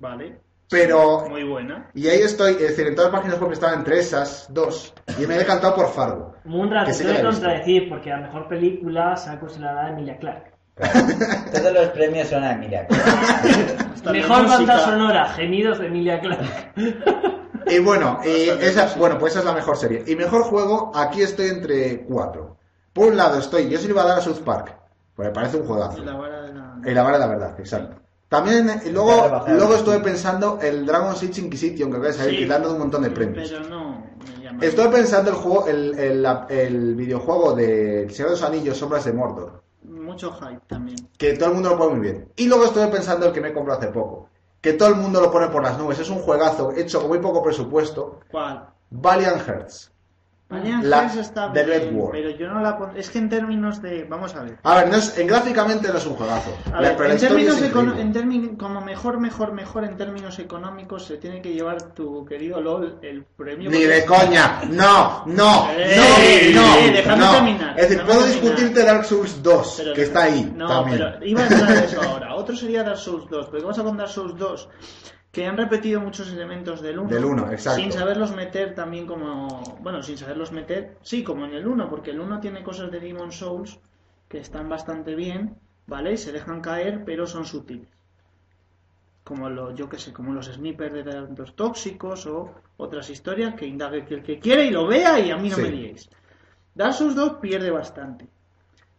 E: Vale,
A: pero
E: muy buena.
A: Y ahí estoy, es decir, en todas las páginas web estaban entre esas dos. Y me he decantado por Fargo.
C: Munra,
A: Que
C: te
A: sí
C: voy
A: que
C: a
A: la he visto.
C: contradecir porque la mejor película se ha considerado a Emilia Clark.
D: Todos los premios son "Ah, a Emilia.
E: Hasta la
C: mejor
E: música.
C: banda sonora, gemidos de Emilia
E: <laughs>
C: Clark.
A: Y bueno, y esa, bueno, pues esa es la mejor serie. Y mejor juego, aquí estoy entre cuatro. Por un lado estoy, yo se lo iba a dar a South Park, porque me parece un juegazo.
E: La vara de la-
A: Y la vara de la verdad, exacto. También eh,
D: Ya
A: luego,
D: rebajaron.
A: luego estuve pensando el Dragon Age Inquisition, que acaba de salir,
E: Sí.
A: que le han dado un montón de premios.
E: Pero no me llama.
A: Estoy pensando el juego, el, el, el videojuego de El Señor de los Anillos, Sombras de Mordor.
E: Mucho hype también.
A: que todo el mundo lo pone muy bien. Y luego estuve pensando el que me compró hace poco, que todo el mundo lo pone por las nubes. Es un juegazo hecho con muy poco presupuesto.
E: ¿Cuál?
A: Valiant Hearts.
E: Valiant
A: La-
E: Hearts está
A: The
E: bien,
A: Red War.
E: pero yo no la pon- Es que en términos de... Vamos a ver.
A: A ver, no es- en, gráficamente no es un juegazo.
E: A
A: La-
E: ver,
A: pero la
E: en
A: historia
E: términos,
A: es
E: econo-
A: increíble.
E: en términ- como mejor, mejor, mejor en términos económicos se tiene que llevar tu querido LOL el premio.
A: Ni
E: porque-
A: de coña, no, no,
E: Eh,
A: no,
E: eh,
A: no,
E: déjame
A: no.
E: terminar,
A: Es decir,
E: déjame
A: puedo
E: terminar.
A: discutirte Dark Souls 2,
E: Pero
A: que está ahí
E: No,
A: también.
E: pero iba a entrar en eso ahora. Otro sería Dark Souls 2, pero ¿qué pasa con Dark Souls 2? Que han repetido muchos elementos del 1.
A: Del 1, exacto.
E: Sin saberlos meter también como... Bueno, sin saberlos meter, sí, como en el 1, porque el 1 tiene cosas de Demon Souls que están bastante bien, ¿vale? Y se dejan caer, pero son sutiles. Como los, yo que sé, como los snippers de tantos tóxicos o otras historias que indague el que quiere y lo vea y a mí no
A: Sí.
E: me diéis. Dark Souls 2 pierde bastante.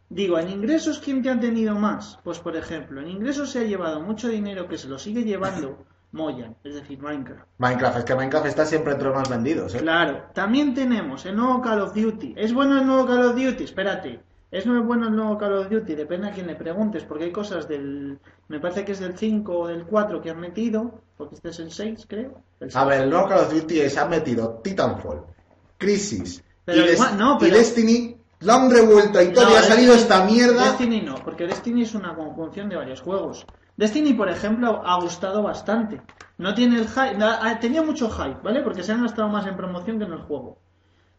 E: Digo, en ingresos, ¿quién te ha tenido más? Pues, por ejemplo, en ingresos se ha llevado mucho dinero que se lo sigue llevando Moyan, es decir, Minecraft.
A: <laughs> Minecraft, es que Minecraft está siempre entre los más vendidos, ¿eh?
E: Claro, también tenemos el nuevo Call of Duty. ¿Es bueno el nuevo Call of Duty? Espérate. ¿Es no bueno el nuevo Call of Duty? Depende a quien le preguntes, porque hay cosas del... Me parece que es del 5 o del 4 que han metido, porque este es el 6, creo. El
A: A
E: 6.
A: ver, el nuevo Call of Duty es, ha metido Titanfall, Crisis
E: Pero
A: y, Des-
E: igual- no,
A: y
E: pero-
A: Destiny, la han revuelto y
E: No,
A: todavía ha
E: Destiny-
A: salido esta mierda.
E: Destiny no, porque Destiny es una conjunción de varios juegos. Destiny, por ejemplo, ha gustado bastante. No tiene el hype, na- ah, tenía mucho hype, ¿vale? Porque se han gastado más en promoción que en el juego.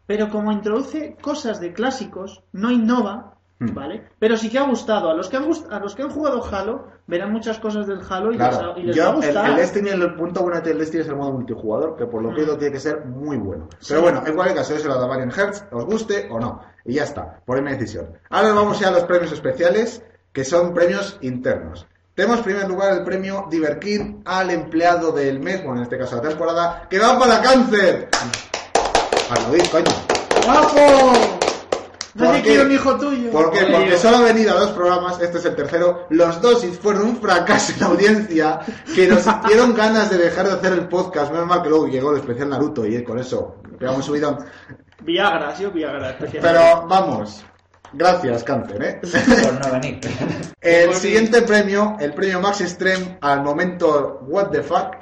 E: Pero como introduce cosas de clásicos, no innova,
A: Hmm.
E: ¿vale? Pero sí que ha gustado. A los que han, gust- a los que han jugado Halo, verán muchas cosas del Halo y
A: Claro,
E: les, ha- y les
A: yo-
E: va a
A: el,
E: gustar.
A: el Destiny, el punto bueno del Destiny es el modo multijugador, que
E: Mm.
A: por lo que he oído tiene que ser muy bueno. Pero bueno, en cualquier caso, eso lo daban en Hertz, os guste o no. Y ya está, por mi decisión. Ahora vamos ya a los premios especiales, que son premios internos. Tenemos en primer lugar el premio Diverkin al empleado del mes, bueno, en este caso la temporada, que va para cáncer.
E: Mm.
A: Aplaudir, coño.
E: ¡Guapo! No
A: ¿Por
E: te
A: qué?
E: quiero un hijo tuyo.
A: ¿Por qué? Porque solo ha venido a dos programas, este es el tercero. Los dos fueron un fracaso en audiencia que
E: <laughs>
A: nos dieron ganas de dejar de hacer el podcast. Menos mal que luego llegó el especial Naruto y con eso pegamos subidón.
E: Viagra, sí, Viagra. especialmente.
A: Pero vamos, gracias, cáncer, ¿eh?
D: Por no venir.
A: El siguiente premio, el premio Max Extreme al momento What the fuck,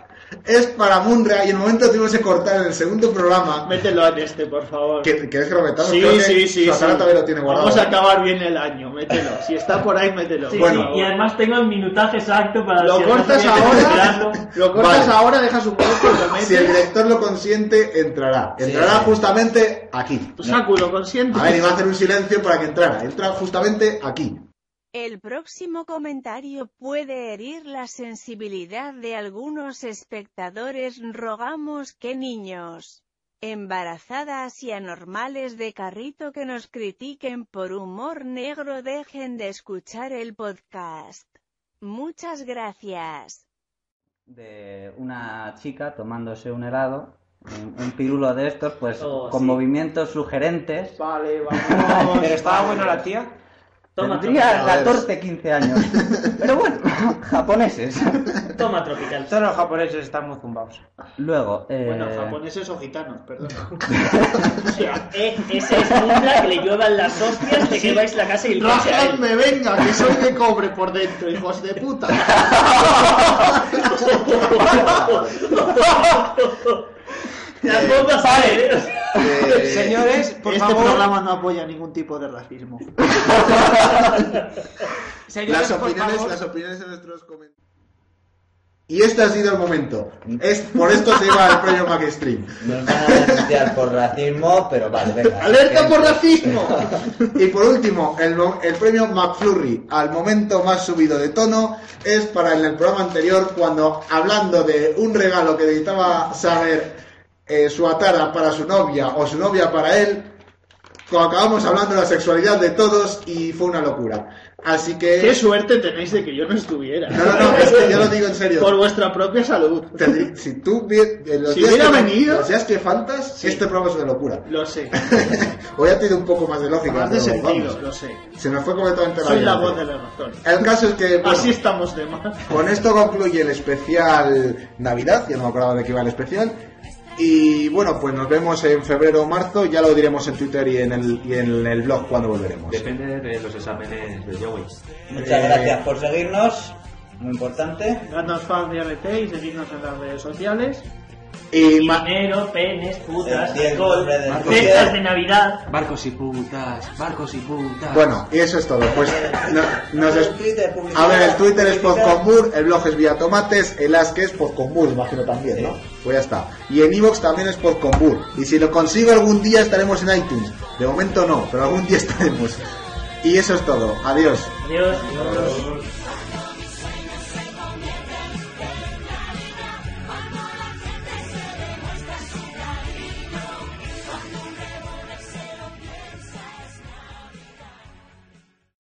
A: es para Munra y el momento tuvimos que cortar en el segundo programa.
E: Mételo en este, por favor.
A: ¿Qué- ¿Quieres que lo metamos?
E: Sí,
A: Creo que
E: sí, sí.
A: Sotara
E: sí.
A: todavía lo tiene guardado.
E: Vamos a acabar bien el año, mételo. Si está por ahí, mételo.
C: Sí,
A: Bueno.
C: sí, y además tengo el minutaje exacto para
E: Lo
C: si
E: cortas
C: acaso estoy
E: ahora,
C: esperando.
E: lo cortas
A: Vale.
E: ahora, dejas un <laughs> poco y lo metes.
A: Si el director lo consiente, entrará. Entrará
D: Sí.
A: justamente aquí.
E: Sáculo, consciente.
A: A ver, iba a hacer un silencio para que entrara. Entra justamente
H: <laughs>
A: aquí.
I: El próximo comentario puede herir la sensibilidad de algunos espectadores. Rogamos que niños, embarazadas y anormales de carrito que nos critiquen por humor negro dejen de escuchar el podcast. Muchas gracias.
D: de una chica tomándose un helado, un, un pirulo de estos, pues
C: Oh,
D: con
C: sí.
D: movimientos sugerentes.
E: <laughs> Vale,
D: Pero
E: vamos.
D: estaba bueno la tía. Tendría 14, 15 años. Pero bueno, japoneses.
C: <laughs> Toma tropical.
E: <laughs>
H: Todos los japoneses estamos zumbados.
D: Luego, eh,
E: Bueno, japoneses o gitanos, perdón.
C: O sea, eh, ese es Mundra que le lluevan las hostias, te quemáis la casa y el coche a él.
E: Rajadme, venga, que soy de cobre por dentro, hijos de <laughs> puta.
C: Las bombas salen. ¿eh?
H: Señores, por
E: este
H: favor,
E: programa no apoya ningún tipo de racismo.
H: señores,
A: Las
H: por
A: opiniones,
H: favor,
A: las opiniones de nuestros comentarios. Y este ha sido el momento. Es, por esto se iba el premio Magstream.
D: nos van a denunciar por racismo, pero vale, venga.
E: <laughs> ¡Alerta por racismo! <laughs>
A: Y por último, el, mo- el premio McFlurry al momento más subido de tono es para en el programa anterior cuando hablando de un regalo que necesitaba saber eh, su atara para su novia o su novia para él, co- acabamos hablando de la sexualidad de todos y fue una locura. Así
E: Qué
A: que...
E: suerte tenéis de que yo no estuviera.
A: No, no, no, es que yo lo digo en serio.
E: Por vuestra propia salud.
A: Tendrí- Si tú vi- en los
E: Si
A: días
E: hubiera
A: que,
E: venido-
A: los días que faltas, este programa es una locura. <laughs>
E: Lo sé.
A: Hoy ha tenido un poco más de lógica.
E: Más de
A: pero
E: sentido,
A: vamos,
E: lo sé.
A: se nos fue completamente
E: Soy
A: vida.
E: la voz de la razón.
A: El caso es que bueno,
E: Así estamos de más.
A: con esto concluye el especial Navidad, ya no me acordaba de que iba el especial. Y bueno, pues nos vemos en febrero o marzo, ya lo diremos en Twitter y en el, y en el blog cuando volveremos.
F: Depende de los exámenes de Joey.
D: Muchas gracias por seguirnos. Muy importante.
E: Dadnos fan de RT y seguidnos en las redes sociales.
A: Y ma-
C: Dinero, penes, putas,
D: Sí, sí,
C: alcohol,
D: hombre, de-
C: fiestas de Navidad.
F: Barcos y putas, barcos y putas.
A: bueno, y eso es todo. Pues no- nos des-
D: Twitter, publicidad,
A: A ver, el Twitter es
D: publicidad.
A: Podcombur, el blog es Vía Tomates, el Ask es Podcombur, imagino también, ¿no? Pues ya está. Y en Evox también es Podcombur. Y si lo consigo algún día estaremos en iTunes. De momento no, pero algún día estaremos. Y eso es todo. Adiós.
C: Adiós.